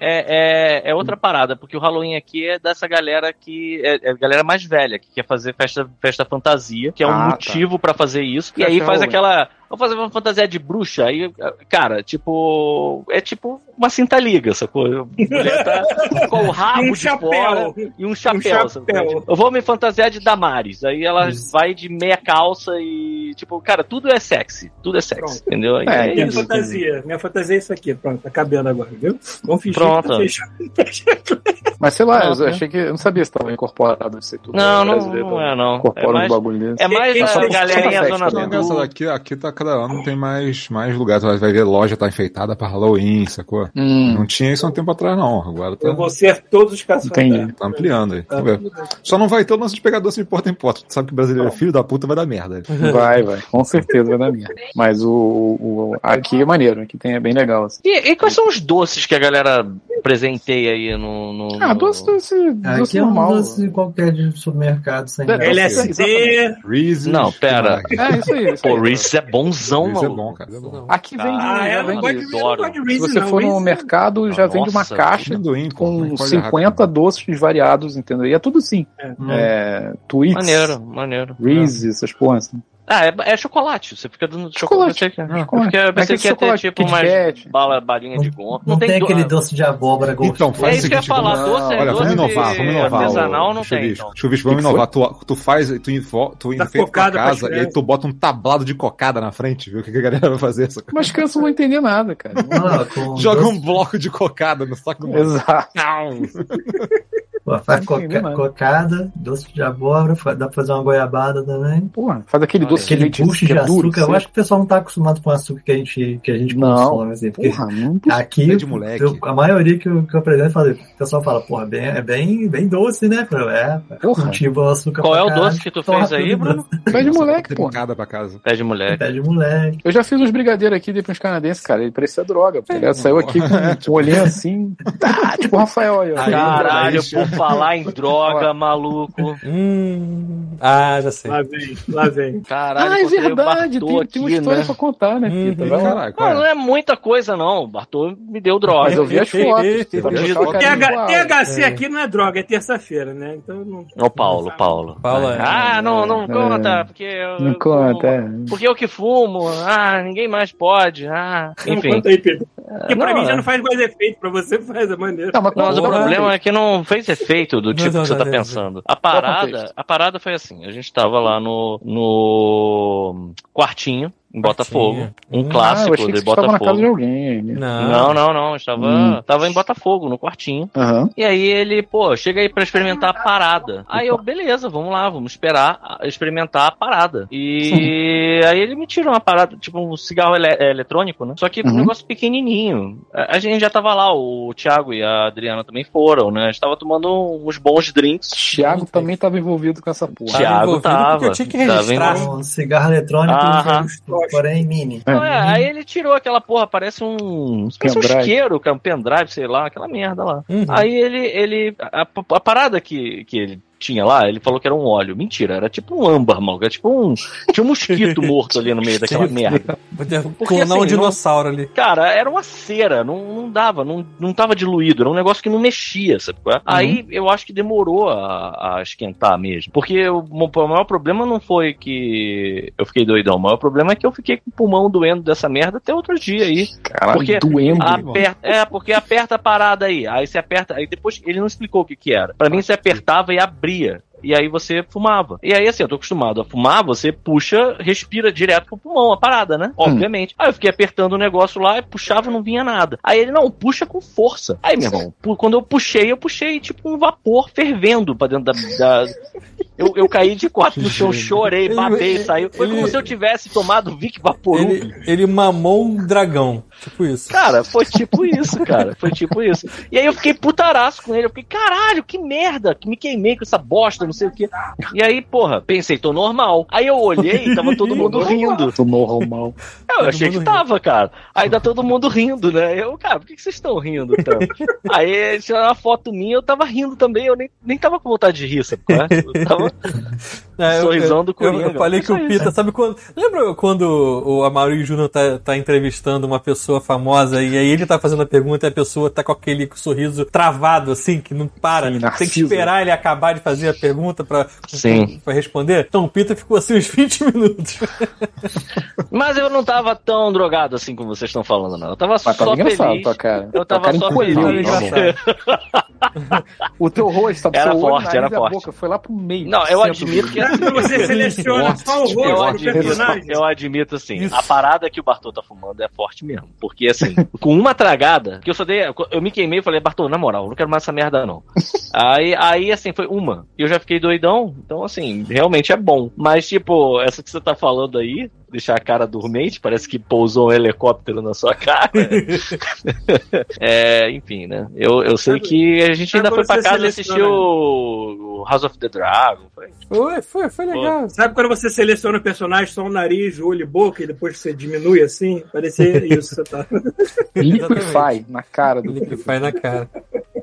É, é, é outra parada, porque o Halloween aqui é dessa galera que. É, é a galera mais velha, que quer fazer festa, festa fantasia, que é um
Ah, tá.
motivo pra fazer isso. E
Festa
aí faz
Halloween.
aquela. Vou fazer uma fantasia de bruxa, aí, cara, tipo. É tipo uma cinta liga, sacou? Mulher tá com o rabo
E um
de fora
chapéu.
e um chapéu.
Um
sabe?
chapéu.
Eu vou me fantasiar de Damares. Aí ela vai de meia calça e, tipo, cara, tudo é sexy. Tudo é sexy, entendeu? E
É,
é
Minha
isso.
fantasia. Minha fantasia é isso aqui. Pronto, tá cabendo agora, viu? Vamos fingir
Pronto.
que tá fechado. Tá fechado.
Mas sei lá,
Não,
eu
né?
achei que. Eu não sabia se tava incorporado isso aí tudo.
Não,
né,
não,
brasileiro,
não é, não. É
Incorpora um
mais,
bagulho desse.
é mais
Quem
a
sabe-
galerinha
sabe-
Zona
sabe-
Não,
Não,
engraçado,
Sul.
aqui, aqui tá cada ano tem mais, mais lugares. Vai vai ver loja tá enfeitada pra Halloween, sacou?
Hum,
Não tinha isso há um tempo atrás, não. Agora
Então-
tá,
Eu vou ser todos os casos.
Entendi.
tá ampliando aí.
Tá.
Vamos ver. Só não vai ter o lance de pegar doce de porta em porta. Tu sabe que o brasileiro é filho da puta, vai dar merda.
(laughs) vai, vai. Com certeza vai dar merda. Mas o, o- o- aqui é maneiro, aqui tem, é bem legal. assim.
E, e quais são os doces que a galera presentei aí no. no no-
Ah, doce, doce, doce
Aqui é um Né?
normal.
doce qualquer de supermercado sem
É,
graça.
LSD!
Reese's.
Não, pera.
É, isso aí. Isso aí.
Pô, Reese's é bonzão,
Reese's é
mano.
bom, cara. É bom.
Aqui vende,
Ah,
já
é, não
vende.
pode de
gosto de
Reese's, não
adoro.
gosto de
Se
Reese's,
você
não.
for no
Reese's-
mercado, já vende uma
é- Nossa,
caixa
Amendoim, cara, como
com
é que pode errar,
50
cara?
doces variados, entendeu? E é tudo assim. É, Twix,
Maneiro, maneiro.
Reese's, essas porras assim.
Ah, é, é chocolate. Você fica dando
Chocolate.
chocolate. Você quer.
Chocolate.
Porque eu
Mas
pensei
que
que ia ter
chocolate,
tipo
Kit
mais
Kat.
bala, balinha de goma.
Não tem aquele
do-
doce de abóbora gostoso.
Então,
É
faz o
isso que eu ia
seguinte.
falar.
não.
Doce,
Olha,
doce
vamos inovar, vamos inovar.
artesanal não tem.
Chuvisco,
Então.
Chuvisco,
Que
vamos
que
inovar. Tu, tu faz, tu invo- tu
Dá
enfeita tua
cocada pras
casa e aí
crianças.
tu bota um tablado de cocada na frente, viu? O que que a galera vai fazer? Essa...
Mas criança não vai entender nada, cara.
Ah, (laughs) com
Joga
doce-
um bloco de cocada no saco do moleque.
Exato.
pô, faz
Não entendi
coca-
nada.
cocada, doce de abóbora, fa- dá pra fazer uma goiabada também.
Porra, faz aquele
Olha,
doce de
Aquele
leite
bucho de
que é
açúcar,
duro.
eu
assim.
acho que o pessoal não tá acostumado com o açúcar que a gente, que a gente
Não.
consome, assim, porque
Porra, não.
aqui
É de moleque.
eu- a maioria que eu, que eu apresento fala, o pessoal fala, porra, bem, é bem, bem doce, né? Fala, É,
Porra,
cultiva o açúcar
Qual
pra
é o
caralho,
doce que tu
torra
fez aí,
tudo
Bruno?
pé de moleque,
Tem
porra.
cocada pra casa.
Pé de moleque.
Pé de moleque.
Eu já fiz uns brigadeiros aqui, dei pros canadenses, cara. Ele parecia droga. tá ligado? Saiu aqui (laughs) com um olhinho assim. Tá, tipo o Rafael aí. ó.
Aí,
Caralho,
Aí,
por
(laughs)
falar em droga, maluco.
Hum. Ah, já sei.
Lá vem, lá
Um
vem.
Caralho,
Ah, é
encontrei o
verdade.
Bartô
Tem, tem uma
aqui,
história
né?
pra contar, né,
Uhum.
Fita?
Ih,
Vai lá.
Caralho,
Ah,
qual
não
é?
é muita coisa, não. O Bartô me deu droga.
Mas eu vi as fotos. Fita.
Eu vi as
Tava
fotos.
com Uhum. a cara de
TH,
boala.
THC
É.
aqui não é droga, é terça-feira, né? Então não.
É o Paulo, Paulo.
Paulo, é.
Ah, não, não
É.
conta, porque eu.
Não
eu
conta,
fumo.
é.
Porque eu que fumo, ah, ninguém mais pode, ah,
Não,
enfim.
conta aí, Pedro. Porque pra
não,
mim já
é.
não faz mais efeito, pra você (laughs) faz, é maneiro.
Não, mas
Não, mas o
porra,
problema é que não fez efeito do tipo
Não, não,
que você
não,
tá
não,
pensando. A
contexto?
parada, a parada foi assim, a gente tava lá no, no quartinho, em Botafogo, um
Ah,
Ah, eu
clássico
achei que
de
você tava na casa de
Botafogo.
alguém. né?
Não.
Não, não, não, a gente tava,
Hum.
tava em Botafogo, no quartinho.
Aham.
E aí ele, pô, chega aí pra experimentar a parada. Aí eu, beleza, vamos lá, vamos esperar a- experimentar a parada. E aí ele me tirou uma parada, tipo um cigarro ele- é, eletrônico, né? Só que
Uhum.
um negócio pequenininho. A, a gente já tava lá, o Thiago e a Adriana também foram, né? A gente tava tomando uns bons drinks.
Thiago também tava envolvido com essa porra.
Tava
Thiago
envolvido
tava,
Porque eu tinha que
tava
registrar.
envolvido.
Um cigarro eletrônico,
Aham.
justo, porém mini.
É.
Não, é, aí ele tirou aquela porra, parece um. Parece um
Pendrive.
isqueiro, cara, um pendrive, sei lá, aquela merda lá.
Uhum.
Aí ele. ele a, a- a parada que, que ele tinha lá, ele falou que era um óleo. Mentira, era tipo um âmbar, mal. Era tipo um. Tinha um mosquito morto ali no meio daquela merda.
Podia
Porque,
clonar um
assim,
dinossauro ali.
Cara, era uma cera, não, não dava, não, não tava diluído, era um negócio que não mexia, sabe? qual é? Aí eu acho que demorou a, a esquentar mesmo. Porque o, mo- o maior problema não foi que eu fiquei doidão, o maior problema é que eu fiquei com o pulmão doendo dessa merda até outro dia aí.
Caralho,
Porque
doendo.
Aperta, é, porque aperta a parada aí. Aí você aperta. Aí depois ele não explicou o que, que era. Pra mim, você apertava e abria. E aí você fumava. E aí, assim, eu tô acostumado a fumar, você puxa, respira direto pro pulmão, a parada,
Hum.
né? Obviamente. Aí eu fiquei apertando o negócio lá, e puxava não vinha nada. Aí ele, não, puxa com força. Aí, meu irmão, pu- quando eu puxei, eu puxei tipo um vapor fervendo pra dentro da. da- Eu, eu caí de quatro
(laughs)
no chão, chorei, babei,
Ele-
saiu. Foi como
ele-
se eu tivesse tomado Vic Vaporub.
Ele, ele mamou um dragão. Tipo isso.
Cara, foi tipo isso, cara. Foi tipo isso. E aí eu fiquei putaraço com ele. Eu fiquei, caralho, que merda. Que me queimei com essa bosta, não sei o quê. E aí, porra, pensei, tô normal. Aí eu olhei e tava
(laughs)
todo mundo rindo.
Tomou um mal.
Eu
Todo
achei
mundo
que tava, cara. Aí tá todo mundo rindo, né? Eu, cara, por que que vocês estão rindo, então?
(laughs)
Aí tiraram uma foto minha, eu tava rindo também. Eu nem, nem tava com vontade de rir, sabe? qual é? Eu
(laughs)
tava
É, eu-
sorrisão do
Eu,
Coringa. É
eu falei que o Pita, sabe quando. Lembra quando o Amaury Júnior tá, tá entrevistando uma pessoa famosa e aí ele tá fazendo a pergunta e a pessoa tá com aquele sorriso travado, assim, que não para.
Sim,
Tem que
narciso.
esperar ele acabar de fazer a pergunta pra,
Sim.
pra responder. Então o Pita ficou assim uns (laughs) 20 minutos.
Mas eu não tava tão drogado assim como vocês estão falando, não. Eu tava
Mas tava
só
engraçado
feliz.
tua cara.
Eu
Tua
tava
cara
só
encolheu,
feliz.
tá bom. O teu rosto, tá
Era
seu
forte,
nariz
era
e a
forte.
boca foi lá pro meio.
Não, eu
Sempre.
admito que assim,
Quando você seleciona só o rosto
eu
do
admito,
personagem.
eu admito assim,
Isso.
a parada que o Bartô tá fumando é forte mesmo. Porque assim, com uma tragada, que eu só dei. Eu me queimei e falei, Bartô, na moral, eu não quero mais essa merda, não. aí, aí, assim, foi uma. E eu já fiquei doidão. Então, assim, realmente é bom. Mas, tipo, essa que você tá falando aí, deixar a cara dormente, parece que pousou um helicóptero na sua cara. (laughs) é, enfim, né? Eu, eu sei que a gente ainda
Agora
foi pra
você
casa
seleciona.
assistir o, o House of the Dragon. Foi.
Foi, foi, foi legal.
Sabe quando você seleciona o personagem só o nariz, o olho e boca, e depois você diminui assim? Parecia isso. que Você tá...
Liquify na cara do.
Ele que faz na cara.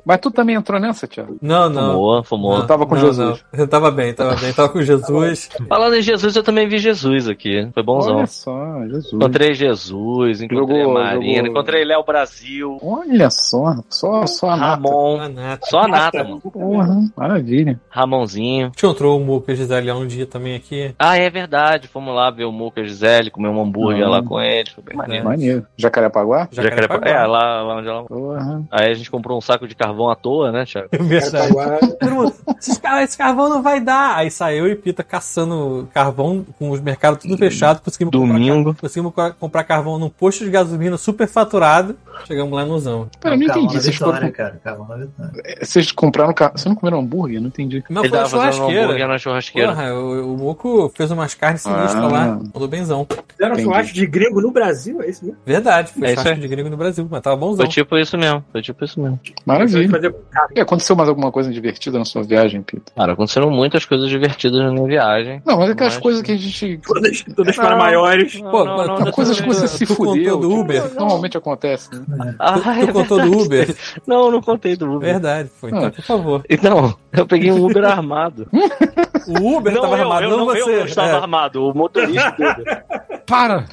Mas tu também entrou nessa, Thiago?
Não,
Tá
não.
Fumou, fumou.
Eu tava com
não,
Jesus.
não. Eu tava bem, tava bem. Tava com Jesus.
Falando em Jesus, eu também vi Jesus aqui. Foi bonzão.
Olha só, Jesus.
Encontrei Jesus, encontrei
Jogou-
a Marina,
jogou-
encontrei Léo Brasil,
Olha só, só, só a nata.
Ramon.
Manata.
Só a Nata, mano.
Porra, maravilha.
Ramonzinho.
A gente encontrou o Muca Gisele há um dia também aqui.
Ah, é verdade. Fomos lá ver o Muca Gisele, comer um hambúrguer
Hum.
lá com ele. Foi bem maneiro.
Maneiro. Jacarepaguá?
Jacarepaguá.
(laughs)
É, lá, lá onde ela...
Porra.
Aí a gente comprou um saco de carvão à toa, né,
(laughs)
Thiago?
Verdade. Pergunta, esses ca- esse carvão não vai dar. Aí saiu e Pita caçando carvão com os mercados tudo fechado. Conseguimos comprar,
Domingo.
conseguimos co- comprar carvão num posto de gasolina super faturado. Chegamos lá no Zão.
Pera, eu não
Calma
entendi.
na
Vocês,
vitória,
foram-
cara. Calma na vitória.
vocês compraram. ca- Vocês não comeram hambúrguer? Não entendi.
Mas
Ele
foi uma
tava fazendo um hambúrguer
churrasqueira.
na churrasqueira.
Porra, o, o Moco fez umas carnes sinistras
Ah.
lá. Mandou benzão.
Fizeram um
Entendi.
churrasco de gringo no Brasil, é isso mesmo?
Verdade, foi
É isso
churrasco
aí.
de gringo no Brasil, mas tava bonzão.
Foi tipo isso mesmo, foi tipo isso mesmo.
Você
Maravilha.
vai fazer-
E aconteceu mais alguma coisa divertida na sua viagem, Pita?
Cara, aconteceram muitas coisas divertidas na minha viagem.
Não, mas é aquelas
Mas-
coisas que a gente.
Todas, todas
Não.
para maiores.
Pô,
Não,
mas
não,
tu-
não,
tá coisas
não,
que você
não.
se
tu contou
fudeu.
do
tipo,
Uber?
Normalmente acontece. Né?
Ah,
Tu,
é
tu contou do
verdade.
Uber?
Não, não contei do Uber.
Verdade, foi. Então,
Ah.
por favor.
Então, eu peguei um
(laughs)
Uber armado.
O Uber tava armado, não, você.
eu não estava
É.
armado, o motorista do (laughs) Uber.
(laughs) Para!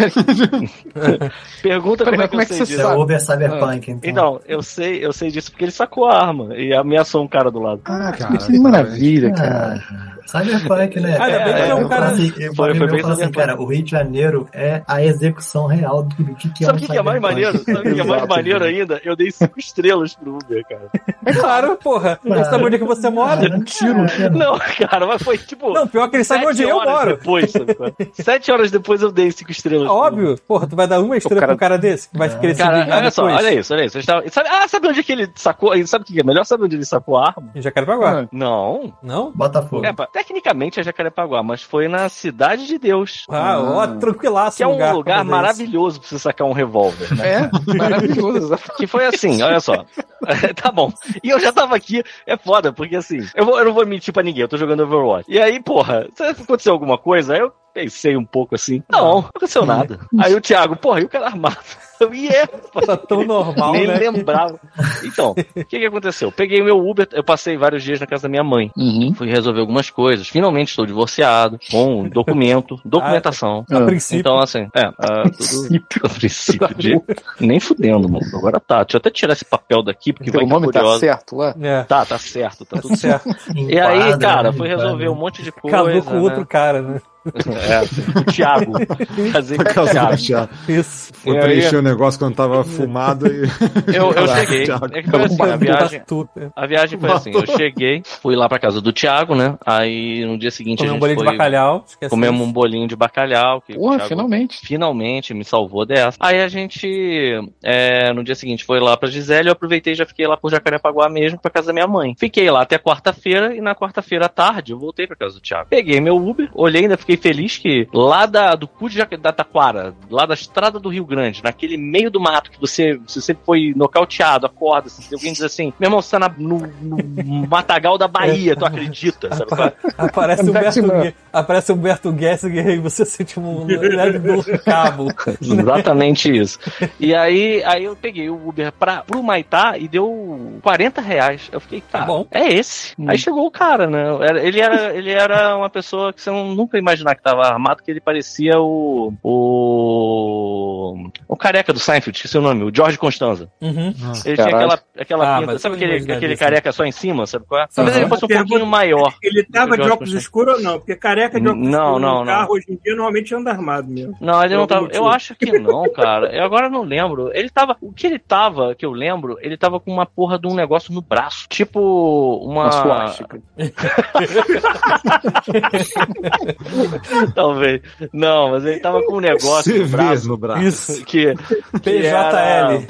Pergunta
Peraí,
como é
mas
que, eu sei
você
disso.
sabe? Ah,
Então, Uber Cyberpunk, então.
Então, eu sei, eu sei disso porque ele sacou a arma e ameaçou um cara do lado.
Ah, cara, que maravilha, cara.
Ah, Cyberpunk, né?
Ah, ainda
bem que ele é
Eu
um
falo
cara-
assim, eu falo
Foi- foi bem
eu falo assim,
cyberpunk.
cara, o Rio de Janeiro é a execução real do que, que é
Sabe o
um
que, que é
cyberpunk.
mais maneiro? Sabe o que que é mais
Exato,
maneiro
gente.
ainda? Eu dei cinco estrelas pro Uber, cara.
É claro, porra. Ele
Claro.
sabe onde é que você mora?
Cara,
Tiro.
cara,
Não, cara, mas foi tipo.
Não, pior que ele sabe
sete
onde eu
horas
moro.
Depois, sabe? qual é? Sete horas depois eu dei cinco estrelas. pro Uber.
Óbvio. Porra, tu vai dar uma estrela
cara-
pra um cara desse? Que vai
Não.
querer se
Cara,
vingar
olha
depois?
só, olha isso, olha isso. Eu estava- Sabe, ah, sabe onde é que ele sacou? Sabe o que que é melhor? Sabe onde ele sacou a arma?
Em Jacarepaguá.
Não.
Não?
Botafogo.
É, pá, tecnicamente é Jacarepaguá, mas foi na Cidade de Deus.
Ah, ó, tranquilaço
Que é um lugar,
pra fazer
maravilhoso pra você sacar um revólver, né?
É, maravilhoso, exatamente.
Que foi assim, olha só. (laughs) tá bom. E eu já tava aqui, é foda, porque assim, eu, vou- eu não vou mentir pra ninguém, eu tô jogando Overwatch. E aí, porra, se aconteceu alguma coisa, aí eu pensei um pouco assim, não, não aconteceu nada.
(laughs)
Aí o Thiago, porra, e o cara armado? (laughs) Eu, E é,
isso. Tá tão normal,
nem
né?
lembrava. Então, o que, que aconteceu? Eu Peguei meu Uber, eu passei vários dias na casa da minha mãe.
Uhum.
Fui resolver algumas coisas. Finalmente estou divorciado, com um documento, documentação.
A princípio.
Então, assim, é, ah, tudo a princípio de. Nem fudendo, mano. Agora tá. Deixa eu até tirar esse papel daqui, porque
Teu
vai
nome
ficar
tá
curioso.
certo lá?
É,
Tá, tá certo, tá tudo certo.
certo.
E aí,
Enquadra,
cara,
né?
fui resolver um
Enquadra.
monte de coisa.
Casou com
né?
outro cara, né?
É, assim, o Thiago. Casei com o Thiago.
Isso.
Foi
E
pra
aí?
encher o negócio quando tava fumado e.
Eu, eu
Caraca,
cheguei.
Thiago.
É que foi assim, a viagem,
Tu, é.
a viagem foi assim. Eu cheguei, fui lá pra casa do Thiago, né? Aí no dia seguinte a
Comeu um
gente
bolinho de
foi-
bacalhau. assim. esquece
comemos um
isso.
bolinho de bacalhau. Que o
Porra,
Thiago
finalmente.
finalmente me salvou dessa. Aí a gente, é, no dia seguinte, foi lá pra Gisele, eu aproveitei e já fiquei lá por Jacarepaguá mesmo, pra casa da minha mãe. Fiquei lá até quarta-feira, e na quarta-feira à tarde eu voltei pra casa do Thiago. Peguei meu Uber, olhei, ainda fiquei feliz que lá da, do cu de Jaca- da Taquara, lá da estrada do Rio Grande, naquele meio do mato que você, se você foi nocauteado, acorda, se alguém diz assim, meu irmão, você tá na- no, no (laughs) matagal da Bahia, tu acredita, sabe? qual é?
Aparece o Humberto,
Batman.
Gue- aparece o Humberto Gessinger e você sente um leve dor no cabo.
Exatamente isso. E aí, aí eu peguei o Uber pra, pro Maitá e deu 40 reais. Eu fiquei, (laughs) tá,
Tá bom.
é esse.
Hum.
Aí chegou o cara, né? Era- Ele era, ele era uma pessoa que você não- nunca ia imaginar que tava armado, que ele parecia o. O. O careca do Seinfeld, esqueci o nome, o George Constanza.
Uhum.
Ele
Caralho.
tinha aquela, aquela
Ah,
pinta,
mas
sabe
eu
aquele,
imaginava
aquele
isso,
careca só em cima, sabe qual é? Talvez
Aham.
ele fosse um
Pergunta-
pouquinho maior.
Ele tava de
Jorge
óculos
Costa.
escuros ou não? Porque careca de óculos
Não,
escuros
não, não.
no carro hoje em dia normalmente anda armado mesmo.
Não, ele
Por
não
algum
tava.
motivo.
Eu acho que não, cara. Eu agora não lembro. Ele tava. O que ele tava, que eu lembro, ele tava com uma porra de um negócio no braço. Tipo, uma.
Uma suástica.
(laughs) Talvez. Não, mas ele tava com um negócio
Você
no braço.
(laughs) vê no braço.
Isso.
Tá. (laughs) Que
PJL.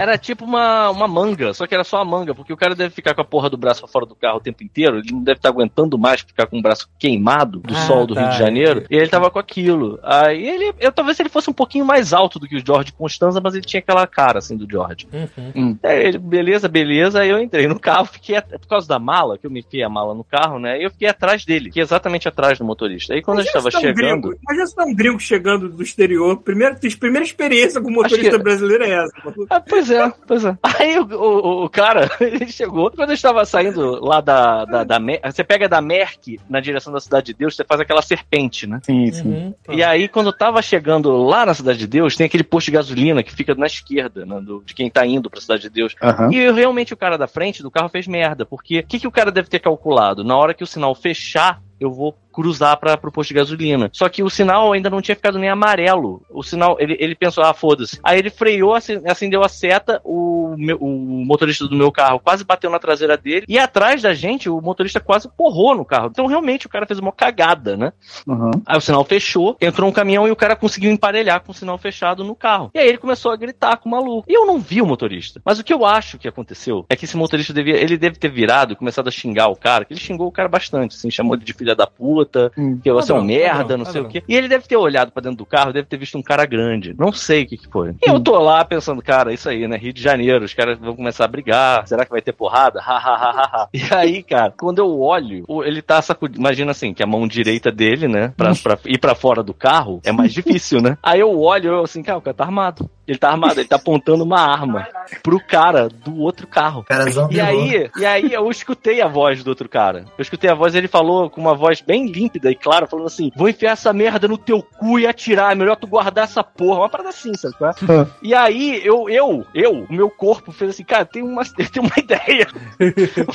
era tipo uma, uma manga, só que era só a manga, porque o cara deve ficar com a porra do braço pra fora do carro o tempo inteiro, ele não deve estar aguentando mais ficar com o braço queimado do
Ah,
sol do
tá.
Rio de Janeiro, e ele tava com aquilo. Aí ele, eu talvez ele fosse um pouquinho mais alto do que o George Constanza, mas ele tinha aquela cara assim do George.
Uhum.
Aí É, ele, beleza, beleza. Aí eu entrei no carro, fiquei at- por causa da mala, que eu me enfiei a mala no carro, né? E eu fiquei atrás dele, fiquei exatamente atrás do motorista. Aí quando a gente
Imagina
tava
se tá um
chegando.
gringo, imagina se tá um gringo chegando do exterior. Primeiro, primeira experiência com motorista
que-
brasileiro é essa. maluco.
Ah, pois é, pois é. (laughs) Aí o, o- o cara, (laughs) ele chegou. Quando eu estava saindo lá da, da, da Mer- Você pega da Merck na direção da Cidade de Deus, você faz aquela serpente, né?
Sim, sim.
Uhum.
Ah.
E aí, quando eu tava chegando lá na Cidade de Deus, tem aquele posto de gasolina que fica na esquerda, né, do- de quem tá indo pra Cidade de Deus.
Aham.
E eu, realmente o cara da frente do carro fez merda, porque o que, que o cara deve ter calculado? Na hora que o sinal fechar, eu vou cruzar para pro posto de gasolina. Só que o sinal ainda não tinha ficado nem amarelo. O sinal, ele, ele pensou, ah, foda-se. Aí ele freou, ace- acendeu a seta, o, meu- o motorista do meu carro quase bateu na traseira dele, e atrás da gente, o motorista quase porrou no carro. Então, realmente, o cara fez uma cagada, né?
Aham.
Aí o sinal fechou, entrou um caminhão e o cara conseguiu emparelhar com o sinal fechado no carro. E aí ele começou a gritar com o maluco. E eu não vi o motorista. Mas o que eu acho que aconteceu é que esse motorista devia, ele deve ter virado e começado a xingar o cara, que ele xingou o cara bastante, assim, chamou ele de filha da puta,
Hum.
que você é um
Padrão,
merda,
padrão,
não sei o
padrão.
quê. E ele deve ter olhado pra dentro do carro, deve ter visto um cara grande. Não sei o que, que foi. E eu tô lá pensando, cara, isso aí, né? Rio de Janeiro, os caras vão começar a brigar. Será que vai ter porrada? Ha, ha, ha, ha, ha. E aí, cara, quando eu olho, o- ele tá sacudindo. Imagina assim, que a mão direita dele, né? Pra, pra ir pra fora do carro é mais difícil, né? Aí eu olho, eu assim, cara, o cara tá armado. Ele tá armado, ele tá apontando uma arma pro cara do outro carro.
Cara,
E aí, e aí eu escutei a voz do outro cara. Eu escutei a voz, ele falou com uma voz bem límpida e clara, falando assim: vou enfiar essa merda no teu cu e atirar, é melhor tu guardar essa porra. Uma parada assim, sabe? qual é? e aí, eu, eu, eu, o meu corpo fez assim, cara, tem uma, (laughs) tem uma ideia.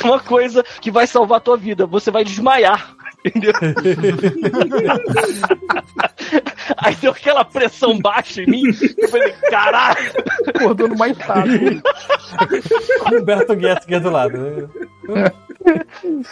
uma coisa que vai salvar a tua vida. Você vai desmaiar. Entendeu? Aí deu aquela pressão baixa em mim. Eu falei, caralho!
Acordou no mais tarde.
Humberto Gueto aqui do lado. né?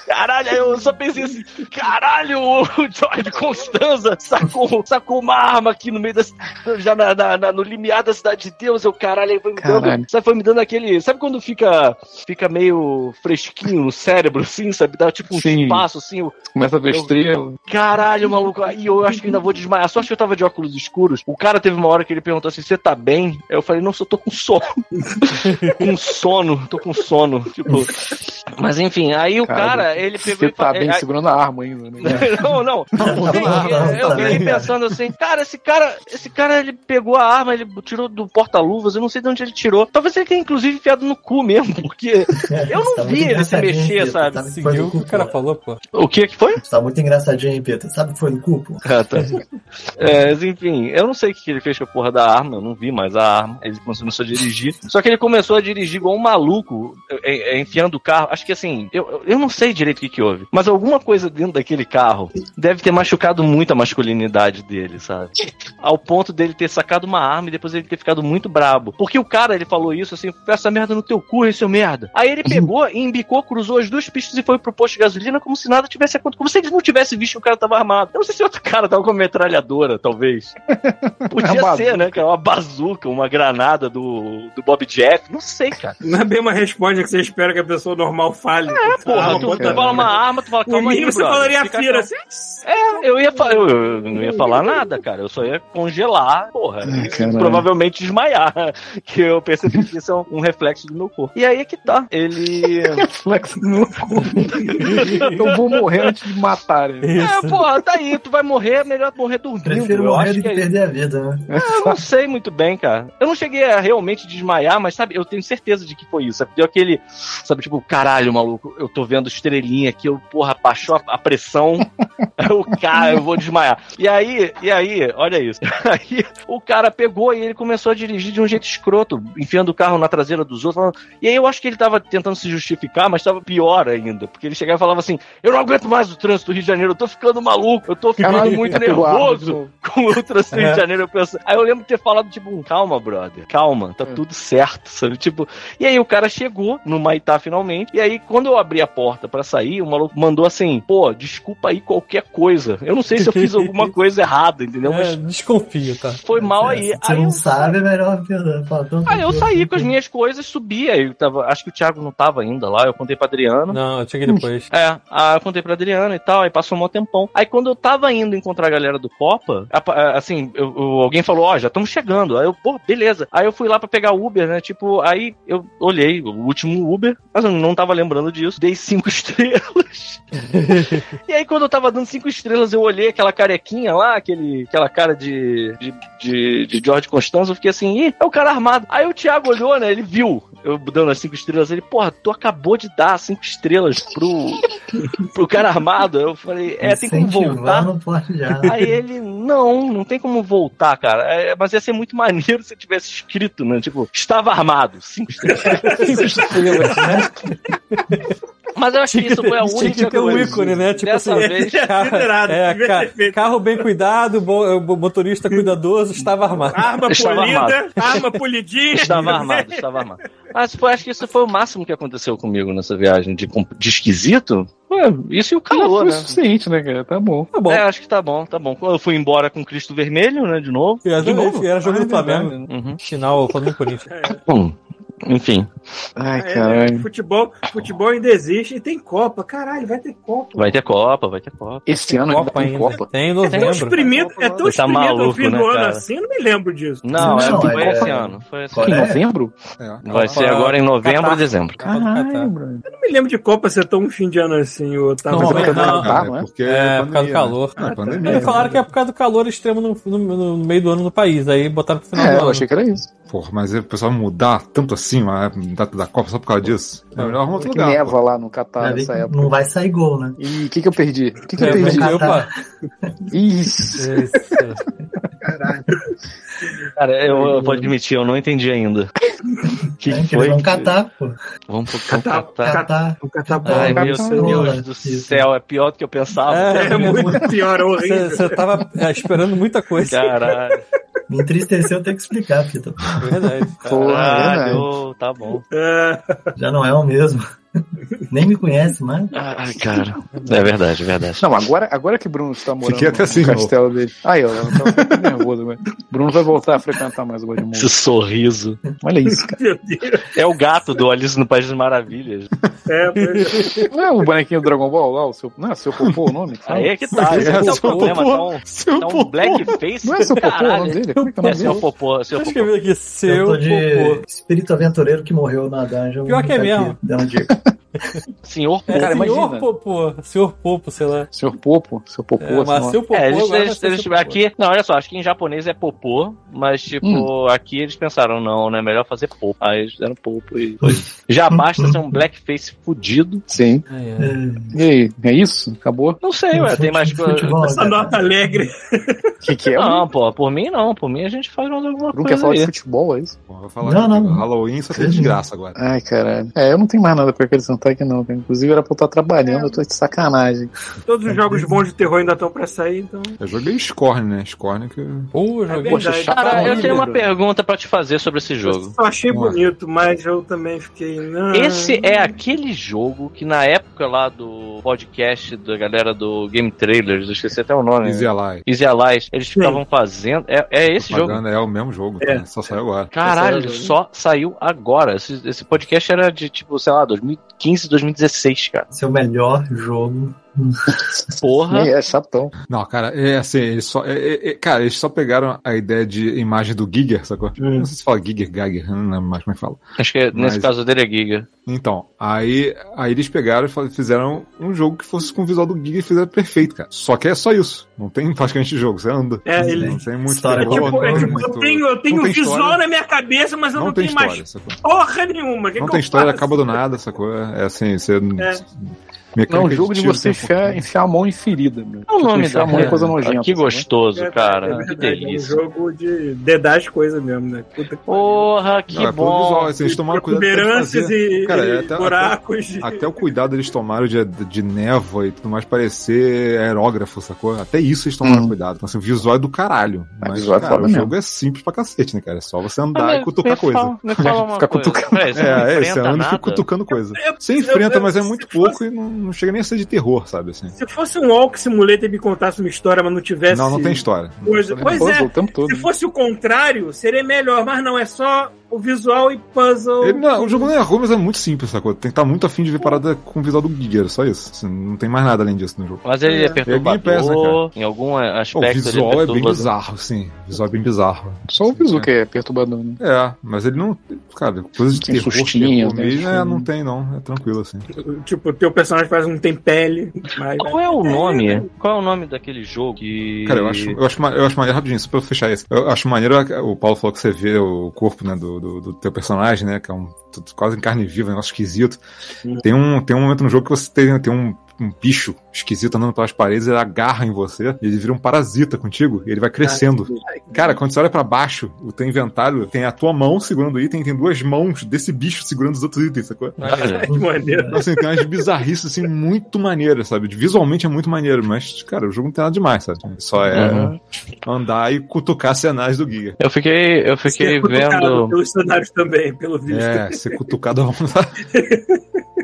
Caralho, aí eu só pensei assim, caralho, o George Constanza tá sacou, sacou uma arma aqui no meio da ci- já na, na- na- no limiar da cidade de Deus, eu caralho, aí foi me dando,
Caralho.
sabe, foi me dando aquele, sabe quando fica fica meio fresquinho no cérebro assim, sabe, dá tipo um
Sim.
espaço assim, eu,
(laughs) Começa a ver
Eu-
estrela.
caralho, maluco, aí eu acho que ainda vou desmaiar, só acho que eu tava de óculos escuros. O cara teve uma hora que ele perguntou assim, você tá bem? Aí eu falei, não, só tô com sono. (laughs) com sono, tô com sono, tipo. Mas enfim, aí o cara,
Cara,
ele pegou
Você
e fa-
tá bem
é,
segurando a arma ainda, né?
(laughs) não, não.
não,
Sim,
não, tá
eu- eu
não,
fiquei
não.
pensando assim, cara, esse cara, esse cara ele pegou a arma, ele tirou do porta-luvas, eu não sei de onde ele tirou. Talvez ele tenha inclusive enfiado no cu mesmo, porque
É,
eu
tá
não vi ele se mexer, sabe?
Seguiu o que o cara falou, pô.
o que que foi?
Tá muito engraçadinho, hein, Peter? Sabe o que foi no cu, pô?
Ah, tá. É, mas enfim, eu não sei o que que ele fez com a porra da arma, eu não vi mais a arma. Ele começou a dirigir. Só que ele começou a dirigir igual um maluco, é, é, enfiando o carro. Acho que assim, eu, eu- eu não sei direito o que, que houve, mas alguma coisa dentro daquele carro deve ter machucado muito a masculinidade dele, (laughs) sabe? Ao ponto dele ter sacado uma arma e depois ele ter ficado muito brabo. Porque o cara, ele falou isso assim: "Faz essa merda no teu cu, hein, seu merda. Aí ele (laughs) pegou, e embicou, cruzou as duas pistas e foi pro posto de gasolina como se nada tivesse acontecido. Como se ele não tivesse visto que o cara tava armado. Eu não sei se outro cara tava com uma metralhadora, (laughs) talvez. Podia
Uma
ser, né, cara? Uma bazuca, uma granada do, do Bob Jeff. Não sei, cara.
Não é bem uma resposta que você espera que a pessoa normal fale. É,
Porra,
Ah,
tu,
bota-
tu fala uma arma, tu fala,
No
calma aí,
mínimo, você
brother.
falaria a
Fica
fira.
calmo.
assim,
Eu ia falar, eu, eu não ia falar nada, cara. Eu só ia congelar, porra.
Ai, caralho.
provavelmente desmaiar. (laughs) Que eu percebi que isso é um reflexo do meu corpo. E aí é que tá.
(laughs)
Ele.
Flex no cu. Eu vou morrer antes de matar. Né?
É, porra, tá aí, tu vai morrer, melhor morrer dormindo.
Prefiro
Eu
morrer
acho
do
que
que
é isso.
perder a vida,
Ah,
né?
Eu não sei muito bem, cara. Eu não cheguei a realmente desmaiar, mas sabe, eu tenho certeza de que foi isso. Sabe? Deu aquele, sabe, tipo, caralho, maluco, eu tô vendo estrelinha aqui, eu, porra, baixou a, a pressão. (laughs) o cara, eu vou desmaiar. E aí, e aí, olha isso. (laughs) Aí o cara pegou e ele começou a dirigir de um jeito escroto, enfiando o carro na traseira dos outros. falando- E aí eu acho que ele tava tentando se justificar, mas tava pior ainda. Porque ele chegava e falava assim: Eu não aguento mais o trânsito do Rio de Janeiro, eu tô ficando maluco, eu tô ficando
Caralho,
muito
já É pegou a arma de
nervoso
novo.
(laughs) com o trânsito do Rio de Janeiro, eu penso. Aí eu lembro de ter falado, tipo, um,
Hum.
calma, brother, calma, tá
É.
tudo certo, sabe? Tipo, e aí o cara chegou no Maitá finalmente, e aí, quando eu abri a porta pra sair, o maluco mandou assim: pô, desculpa aí qualquer coisa. Eu não sei se eu
(laughs)
fiz alguma coisa errada, entendeu?
É,
Mas
desconfio, tá?
foi mal
Se
aí.
é, Você
Aí
não
eu-
sabe, né, é melhor falar tudo.
Aí eu saí com as minhas coisas, subi. Aí eu tava, acho que o Thiago não tava ainda lá, eu contei pra Adriano.
Não, eu cheguei depois.
É, aí eu contei pra Adriana e tal, aí passou um mó tempão. Aí quando eu tava indo encontrar a galera do Copa, a- a- assim, eu- eu- alguém falou, ó, já estamos chegando. Aí eu, pô, beleza. Aí eu fui lá pra pegar o Uber, né? Tipo, aí eu olhei o último Uber, mas eu não tava lembrando disso. Dei cinco (laughs) estrelas. e aí quando eu tava dando cinco estrelas, eu olhei aquela carequinha lá, aquele, aquela cara de, de, de, de George Constanzo, eu fiquei assim, ih, é o cara armado. Aí o Thiago olhou, né? Ele viu. Eu dando as cinco estrelas, ele, porra, tu acabou de dar cinco estrelas pro, (laughs) pro cara armado. Eu falei, é, tem como
Incentivar,
voltar.
Não pode já.
Aí ele, não, não tem como voltar, cara. É, mas ia ser muito (laughs) maneiro se tivesse escrito, né? Tipo, estava armado. Cinco estrelas. Mas eu acho que isso foi a
Tinha que
única
ter um
coisa.
ícone, né? Tipo
Dessa
assim, (laughs)
vez.
Carro-
Federado,
é,
devia
ca-
ter feito.
carro bem cuidado, bom- motorista cuidadoso, estava armado.
Arma
Estava
polida, arma polidinha.
Estava armado, estava armado. Mas foi, acho que isso foi o máximo que aconteceu comigo nessa viagem de, com- de esquisito. Ué, isso e o
Já
calor,
foi o
né?
suficiente, Tá né, cara? Tá bom.
Tá bom.
É, acho que tá bom, tá bom. Eu fui embora com Cristo Vermelho, né, de novo.
Era, era jogo do Flamengo.
Uhum.
Final, Flamengo e Corinthians.
Bom, enfim,
Ai,
É,
caralho.
futebol, futebol ainda existe e tem Copa. Caralho, vai ter Copa.
vai ter Copa, vai ter Copa.
Esse ano ainda
Copa
tem
ainda.
Copa.
Tem em
um
É tão
novembro.
experimento, é tão
Tá
experimento
maluco,
ao fim
né,
do ano
cara?
assim, eu não me lembro disso.
Não, é,
Não,
foi
é-
esse ano. Foi esse
Qual
Em
ano.
é?
novembro?
É,
Vai ser agora em novembro ou
tá?
dezembro.
Caralho, Bruno.
Eu não me lembro de Copa ser tão fim de ano assim, o Otávio.
Não,
Mas é
mas
porque
não,
tá- tá, não é?
porque
É, por causa do calor.
Não, é pandemia.
Eles falaram que é por causa do calor extremo no, no- no meio do ano no país. Aí botaram pro final
É,
do
eu
ano.
achei que era isso.
Porra, mas o pessoal mudar tanto assim a data da Copa só por causa disso? É melhor arrumar outro
Que
lugar.
neva
(laughs) pô.
lá no Catar nessa época.
Não vai sair gol, né?
Ih, o que que eu perdi? O que que eu
É, mas-
perdi?
Catar.
opa,
Isso.
isso.
Cara, eu, eu vou admitir, eu não entendi ainda. Que
Né? Que
foi?
Eles vão catar, pô.
Vamos pro Catar.
Catar.
O catapulta.
Ai, meu
Catar.
Deus do
Isso.
céu, é pior do que eu pensava.
É,
É muito pior, é horrível.
Você tava é, esperando muita coisa.
Caralho,
Me entristeceu ter que explicar, Fita.
É (laughs) verdade.
Pô, é, né?
caralho, tá bom.
É,
Já não é o mesmo. Nem me conhece, mas.
Ai, cara. É verdade, é verdade.
Não, agora, agora que Bruno está morando
Fiquei até assim,
no castelo dele. Aí, ó, eu tava ficando nervoso, velho. Bruno vai voltar a frequentar mais o Godmundo.
Esse sorriso.
Olha isso, cara.
meu Deus.
É o gato do Alice no País das Maravilhas.
É, pois é.
Não é o bonequinho do Dragon Ball lá, o seu. Não é seu popô o nome?
Aí é que tá, esse é o problema. Tá um, tá um blackface.
Não é seu popô o nome
Caralho.
dele? Como é que é o
É
nome
seu
dele?
popô, seu
Tá
popô.
escrevendo aqui,
eu
seu
tô de
popô.
espírito aventureiro que morreu na dungeon.
Pior que é
Tá aqui,
mesmo.
dando dica.
Senhor
É,
popô.
Cara,
senhor
imagina.
popô. Senhor popô, sei lá.
Seu popô, seu popô,
É, mas
assim, ó.
seu popô
É, eles,
agora vai
eles,
ser
eles-
seu popô.
aqui. Não, olha só, acho que em japonês é popô, mas tipo, aqui eles pensaram, não, né? Melhor fazer popo. Aí eles deram popo e. Já basta ser um blackface fudido.
Sim.
Ai, ai.
É,
E aí, é isso? Acabou?
Não sei, ué, tem mais coisa.
futebol, né?
Essa
cara.
nota alegre.
O que, que é? Bruno?
Não, pô, por mim não, por mim a gente faz mais alguma
Bruno quer
coisa.
falar de
Aí.
futebol, é isso?
Pô, vou falar
Não,
que
não.
Halloween só tem desgraça agora.
Ai, caralho. É, eu não tenho mais nada pra acrescentar aqui não, cara. Inclusive era pra eu estar trabalhando, eu tô de sacanagem.
Todos
É
os jogos bons de terror ainda estão pra sair, então.
Eu joguei Scorn, né? Scorn que.
Pô, joguei.
Poxa,
verdade.
chato.
É Cara, eu tenho uma
Bruno.
pergunta pra te fazer sobre esse jogo.
Eu só achei
Vamos lá.
bonito, mas eu também fiquei.
Ah.
Não.
Esse é aquele jogo que na época lá do podcast da galera do Game Trailers, eu esqueci até o nome.
Easy
Easy,
Ally.
Easy Allies, eles ficavam fazendo. É, é esse jogo.
Propaganda É o mesmo jogo, cara. só saiu agora.
é
Caralho,
Esse
só saiu agora. Esse, esse podcast era de tipo, sei lá, 2015, 2016, cara.
Seu melhor jogo.
Porra.
É, é chatão.
Não, cara, é assim, eles só. é, é, é, cara, eles só pegaram a ideia de imagem do Giger, sacou?
Hum.
Não sei se fala Giger, Geiger, não lembro mais como é que fala.
Acho que é- nesse
Mas-
caso dele é Giga.
Então, aí, aí eles pegaram e fa- fizeram um jogo que fosse com o visual do Giga e fizeram perfeito, cara. Só que é só isso. Não tem (laughs) praticamente jogo, você anda.
É, ele-
Não tem muito
História.
É
terror,
tipo,
não
é
tem
tipo, eu
muito-
tenho, eu tenho
não tem
visual
história.
na minha cabeça, mas eu não,
Não tem
tenho mais
história, sacou?
porra nenhuma. O que
Não
que
tem
eu
história,
faço?
acaba do nada, sacou? É assim, você.
É.
é Mecânica
Não, é um jogo de
tiro
você
o tempo
enfiar,
todo.
enfiar a mão em ferida, meu.
É o nome
Tipo, enfiar
da
a mão em um coisa nojenta. assim, né?
Que
sabe?
gostoso,
É
cara.
verdade,
Que
É um
delícia.
jogo de dedar as coisas mesmo, né? Puta que
Porra, que
Não, é pelo visual,
bom.
assim, eles tomaram cuidado até de
Exuberâncias
fazer-
e,
Cara, é
e
até-
buracos.
Até o cuidado eles tomaram de, de névoa e tudo mais parecer aerógrafo, sacou? Até isso eles tomaram
Hum.
cuidado. Então, assim, o visual é do caralho.
É,
Mas,
visual é
cara,
foda
o
mesmo.
jogo é simples pra cacete, né, cara? É só você andar
Ah,
e
me-
cutucar
me
coisa.
fala-
(laughs)
Me fala uma
Ficar
coisa.
cutucando.
Peraí, você não
É, é, esse é
enfrenta
o único
nada?
cutucando coisa.
Eu-
Você
eu-
enfrenta,
eu-
mas é
se
muito
fosse-
pouco e não, não chega nem a ser de terror, sabe? Assim.
Se fosse um Walk Simulator e me contasse uma história, mas não
É
tivesse.
Não, não tem história. Não tem
Coisa-
história
Pois
Puzzle
é.
o tempo todo. né?
Se fosse o contrário, seria melhor, mas não, é só o visual e puzzle.
Ele- não, o jogo não é ruim, mas é muito simples, sacou? Tem que estar muito afim de ver parada com o visual do Giger, só isso. Assim, não tem mais nada além disso no jogo.
Mas ele é perturbador.
Game Pass, né, cara?
em algum
O
aspecto ele
visual é bem
perturbador.
bizarro, sim. O visual é bem bizarro.
Só o visual que é perturbador, né?
É, mas ele não. Cara, coisa de
Tem
terror,
sustinho,
terror
né?
mesmo, é,
Assim.
não tem, não. É tranquilo, assim.
Tipo, teu personagem parece que não tem pele. Mas,
Tá
né,
Qual é o nome? Qual é o nome daquele jogo que.
Cara, eu acho, eu acho, ma- eu acho maneiro, rapidinho, só pra eu fechar esse. Eu acho maneiro, o Paulo falou que você vê o corpo, né, do, do, do teu personagem, né, que é um, tu- tu- quase em carne viva, um negócio esquisito. Tem um, tem um momento no jogo que você tem, tem um, um bicho esquisito andando pelas paredes, ele agarra em você, e ele vira um parasita contigo, e ele vai
Ah,
crescendo. Cara, quando você olha pra baixo, o teu inventário tem a tua mão segurando o item, tem duas mãos desse bicho segurando os outros itens, sacou?
Olha,
Que maneiro.
Então, Assim, tem umas bizarrices assim, muito maneiras, sabe? Visualmente é muito maneiro, mas, cara, o jogo não tem nada demais, sabe? Só é
Uhum.
andar e cutucar cenários do Giga.
Eu fiquei, eu fiquei
Ser cutucado
vendo.
é Pelos cenários também, pelo visto.
É, ser cutucado à vontade.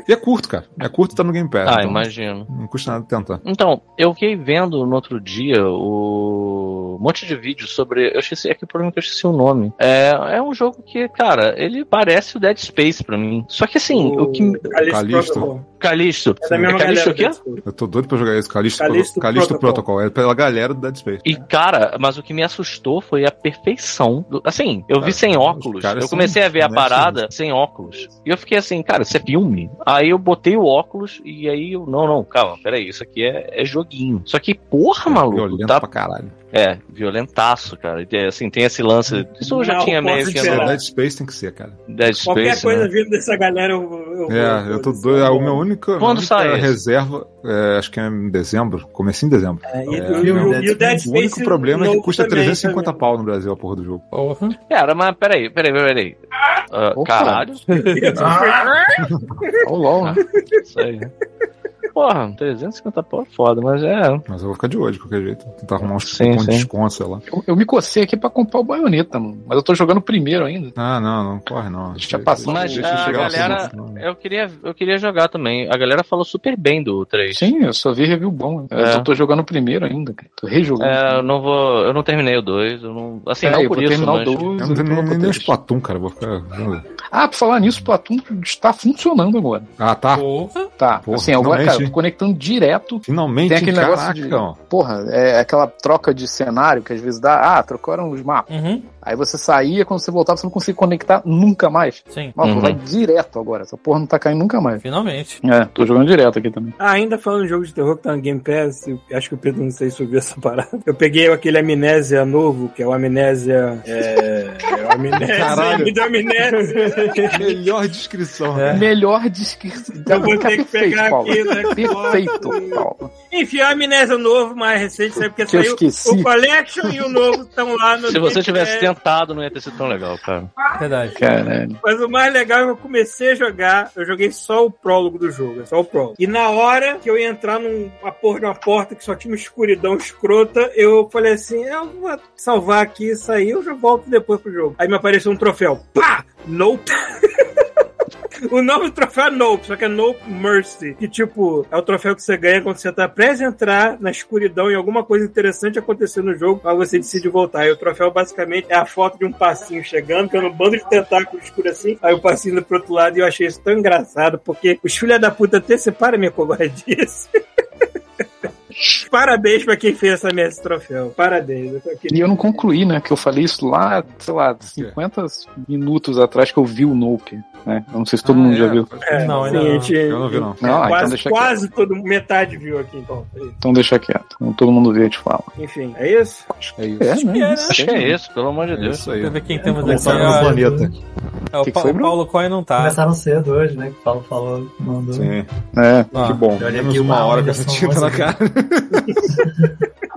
E é curto, cara. É curto e tá no Game Pass.
Ah,
então
imagino.
Não custa nada tentar.
Então, eu fiquei vendo no outro dia o um monte de vídeo sobre. Eu esqueci, é que o problema é que eu esqueci o nome. É, é um jogo que, cara, ele parece o Dead Space pra mim. Só que assim, o, que.
Calixto
Calixto.
Protocol.
Calixto.
É da mesma
é
galera.
Calixto o quê?
Dead Space.
Eu tô doido pra jogar esse Calixto,
Calixto
Calixto
Protocol.
Protocol. É pela galera do Dead Space.
E, cara, mas o que me assustou foi a perfeição. do- Assim, eu vi
Cara,
sem
os
óculos.
caras
Eu
são
comecei a ver a
mestres
parada sem óculos. E eu fiquei assim, cara, isso é filme? Aí eu botei o óculos e aí eu. Não, não, calma, peraí, isso aqui é, é joguinho. Só que, porra, maluco,
É Violento
tá.
pra caralho.
É, violentaço, cara. E, Assim, tem esse lance. Isso eu já
Não,
tinha
posso
meio que
Se é
esperar.
no
Dead Space tem que ser, cara.
Dead
Qualquer
Space.
coisa
né?
vindo dessa galera, eu. eu
É, eu tô doido. A minha única,
Quando
única
sai esse?
reserva, é, acho que é em dezembro, comecinho em dezembro.
É, e,
É,
e- e-
não.
e o Dead Space.
O único problema é que
novo
custa
também, né?
350
também.
pau no Brasil a porra do jogo.
Porra.
Cara, mas peraí, peraí, peraí. peraí. Ah,
Opa.
caralho.
Ó, o LOL, né?
Isso aí. Porra, 350 pau é foda, mas é.
Mas eu vou ficar de olho de qualquer jeito. Tentar arrumar uns
Sim,
cupons de
sim.
desconto, sei lá.
Eu, eu me cocei aqui pra comprar o baioneta, mano. Mas eu tô jogando o primeiro ainda.
Ah, não, não corre não.
Deixa passar.
Mas
Deixa eu
a
chegar lá,
galera. É, Eu queria, eu queria jogar também. A galera falou super bem do 3.
Sim, eu só vi review bom. Eu
É.
só tô jogando o primeiro ainda, cara. Tô rejogando.
É, eu não vou. Eu não terminei o 2. Eu não, assim,
É,
não
eu
por
vou
isso,
terminar o
mas.
Eu
2.
não tenho nem, nem, nem
eu
os
tô com o
Splatoon, cara. eu Vou ficar. vendo.
Ah, pra falar nisso, o Platum está funcionando agora.
Ah, tá.
Porra.
Tá.
Porra,
assim, agora,
finalmente,
cara, eu
hein?
tô conectando direto.
Finalmente,
Tem aquele
caraca,
negócio de-
(laughs)
ó.
Porra, é aquela troca de cenário que às vezes dá. Ah, trocaram os mapas.
Uhum.
Aí você saía, quando você voltava, você não conseguia conectar nunca mais.
Sim.
Nossa,
Uhum.
vai direto agora. Essa porra não tá caindo nunca mais.
Finalmente.
É, tô jogando direto aqui também.
Ah, ainda falando de jogo de terror que tá no Game Pass, eu- acho que o Pedro não sei se ouviu essa (laughs) parada. Eu peguei aquele Amnésia novo, que é o Amnésia.
(laughs)
É. é o Amnésia.
Caralho.
Me deu
(laughs)
Amnésia.
Melhor descrição. né?
É.
Melhor descrição.
Eu vou ter que
perfeito,
pegar
Paulo.
aqui, né?
Perfeito, Paulo.
Enfim, a Amnésia novo, mais recente, sabe? Porque
Que eu
saiu
esqueci.
o Collection e o novo estão lá no.
Se você
Game
tivesse
Pass.
tentado, não ia ter sido tão legal, cara.
Verdade.
Caralho.
Mas o mais legal é que eu comecei a jogar, eu joguei só o prólogo do jogo, é só o prólogo. E na hora que eu ia entrar numa porra de uma porta que só tinha uma escuridão escrota, eu falei assim: eu vou salvar aqui e sair, eu já volto depois pro jogo. Aí me apareceu um troféu. Pá! Nope! O nome do troféu é Nope, só que é Nope Mercy. Que, tipo, é o troféu que você ganha quando você tá prestes a entrar na escuridão e alguma coisa interessante acontecer no jogo, aí você decide voltar. E o troféu, basicamente, é a foto de um passinho chegando, que é um bando de tentáculos escuro assim, aí o passinho indo pro outro lado, e eu achei isso tão (laughs) engraçado, porque os filha da puta anteciparam a minha covardia. Parabéns pra quem fez essa mesa troféu. Parabéns. Eu tô aqui.
E eu não concluí, né? Que eu falei isso lá, sei lá, 50 minutos atrás que eu vi o Nope. Né? Eu não sei se todo
Ah,
mundo
é,
já viu.
pode
É,
ser.
Não,
sim,
ainda não.
a gente-
Eu não vi, não.
Não, ah, então
quase
deixa quieto.
quase todo metade viu aqui, então.
Então deixa quieto. Então todo mundo vê e te fala.
Enfim, é isso?
É isso.
É, né?
é, né?
Isso
Acho que
aí.
é isso, pelo amor de
É né?
Deus.
isso aí.
Deixa eu ver quem temos aqui.
Começaram
Ah,
no
é,
planeta.
o
Que que
Pa-
foi,
o Paulo Coy não tá.
Começaram cedo hoje, né? Que o Paulo falou, mandou.
Sim,
É.
Ó,
que bom.
Eu olhei
Menos
aqui
uma
uma
hora
hora
(laughs) com essa
só,
tinta
mas-
na cara.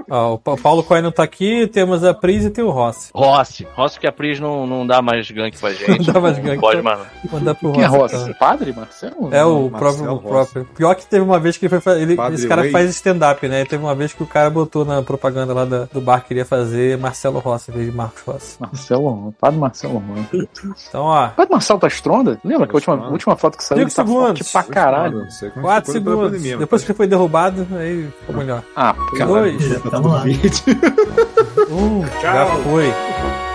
Ó, o Pa- Paulo Coy não tá aqui, temos a Pris e tem o Rossi.
Rossi. Rossi que a Pris não, não dá mais gank pra gente.
Não dá mais gank.
Pode, mano.
Vou Mandar pro
Quem é
Rossi.
Rossi? Padre, Marcelo?
tá? É o
Marcelo
próprio, o
Rossi.
próprio. Pior que teve uma vez que ele foi. fa- Ele,
Padre
esse cara
Whey.
faz stand-up, né? E teve uma vez que o cara botou na propaganda lá da- do bar que queria fazer Marcelo Rossi em vez de Marcos Rossi.
Marcelo, Padre Marcelo Romano.
Então, ó.
Padre Marcelo tá estrondo? Lembra que a última,
Estrondo.
última foto que saiu
Diego
ele tá
Segundos.
forte pra caralho?
Não sei como
Quatro
ficou depois da
segundos.
pandemia, mas-
Depois que foi derrubado, aí ficou melhor.
Ah, pô.
Caralho,
Dois.
tá
Tamo
tudo
lá.
verde.
Um, já
Tchau.
foi.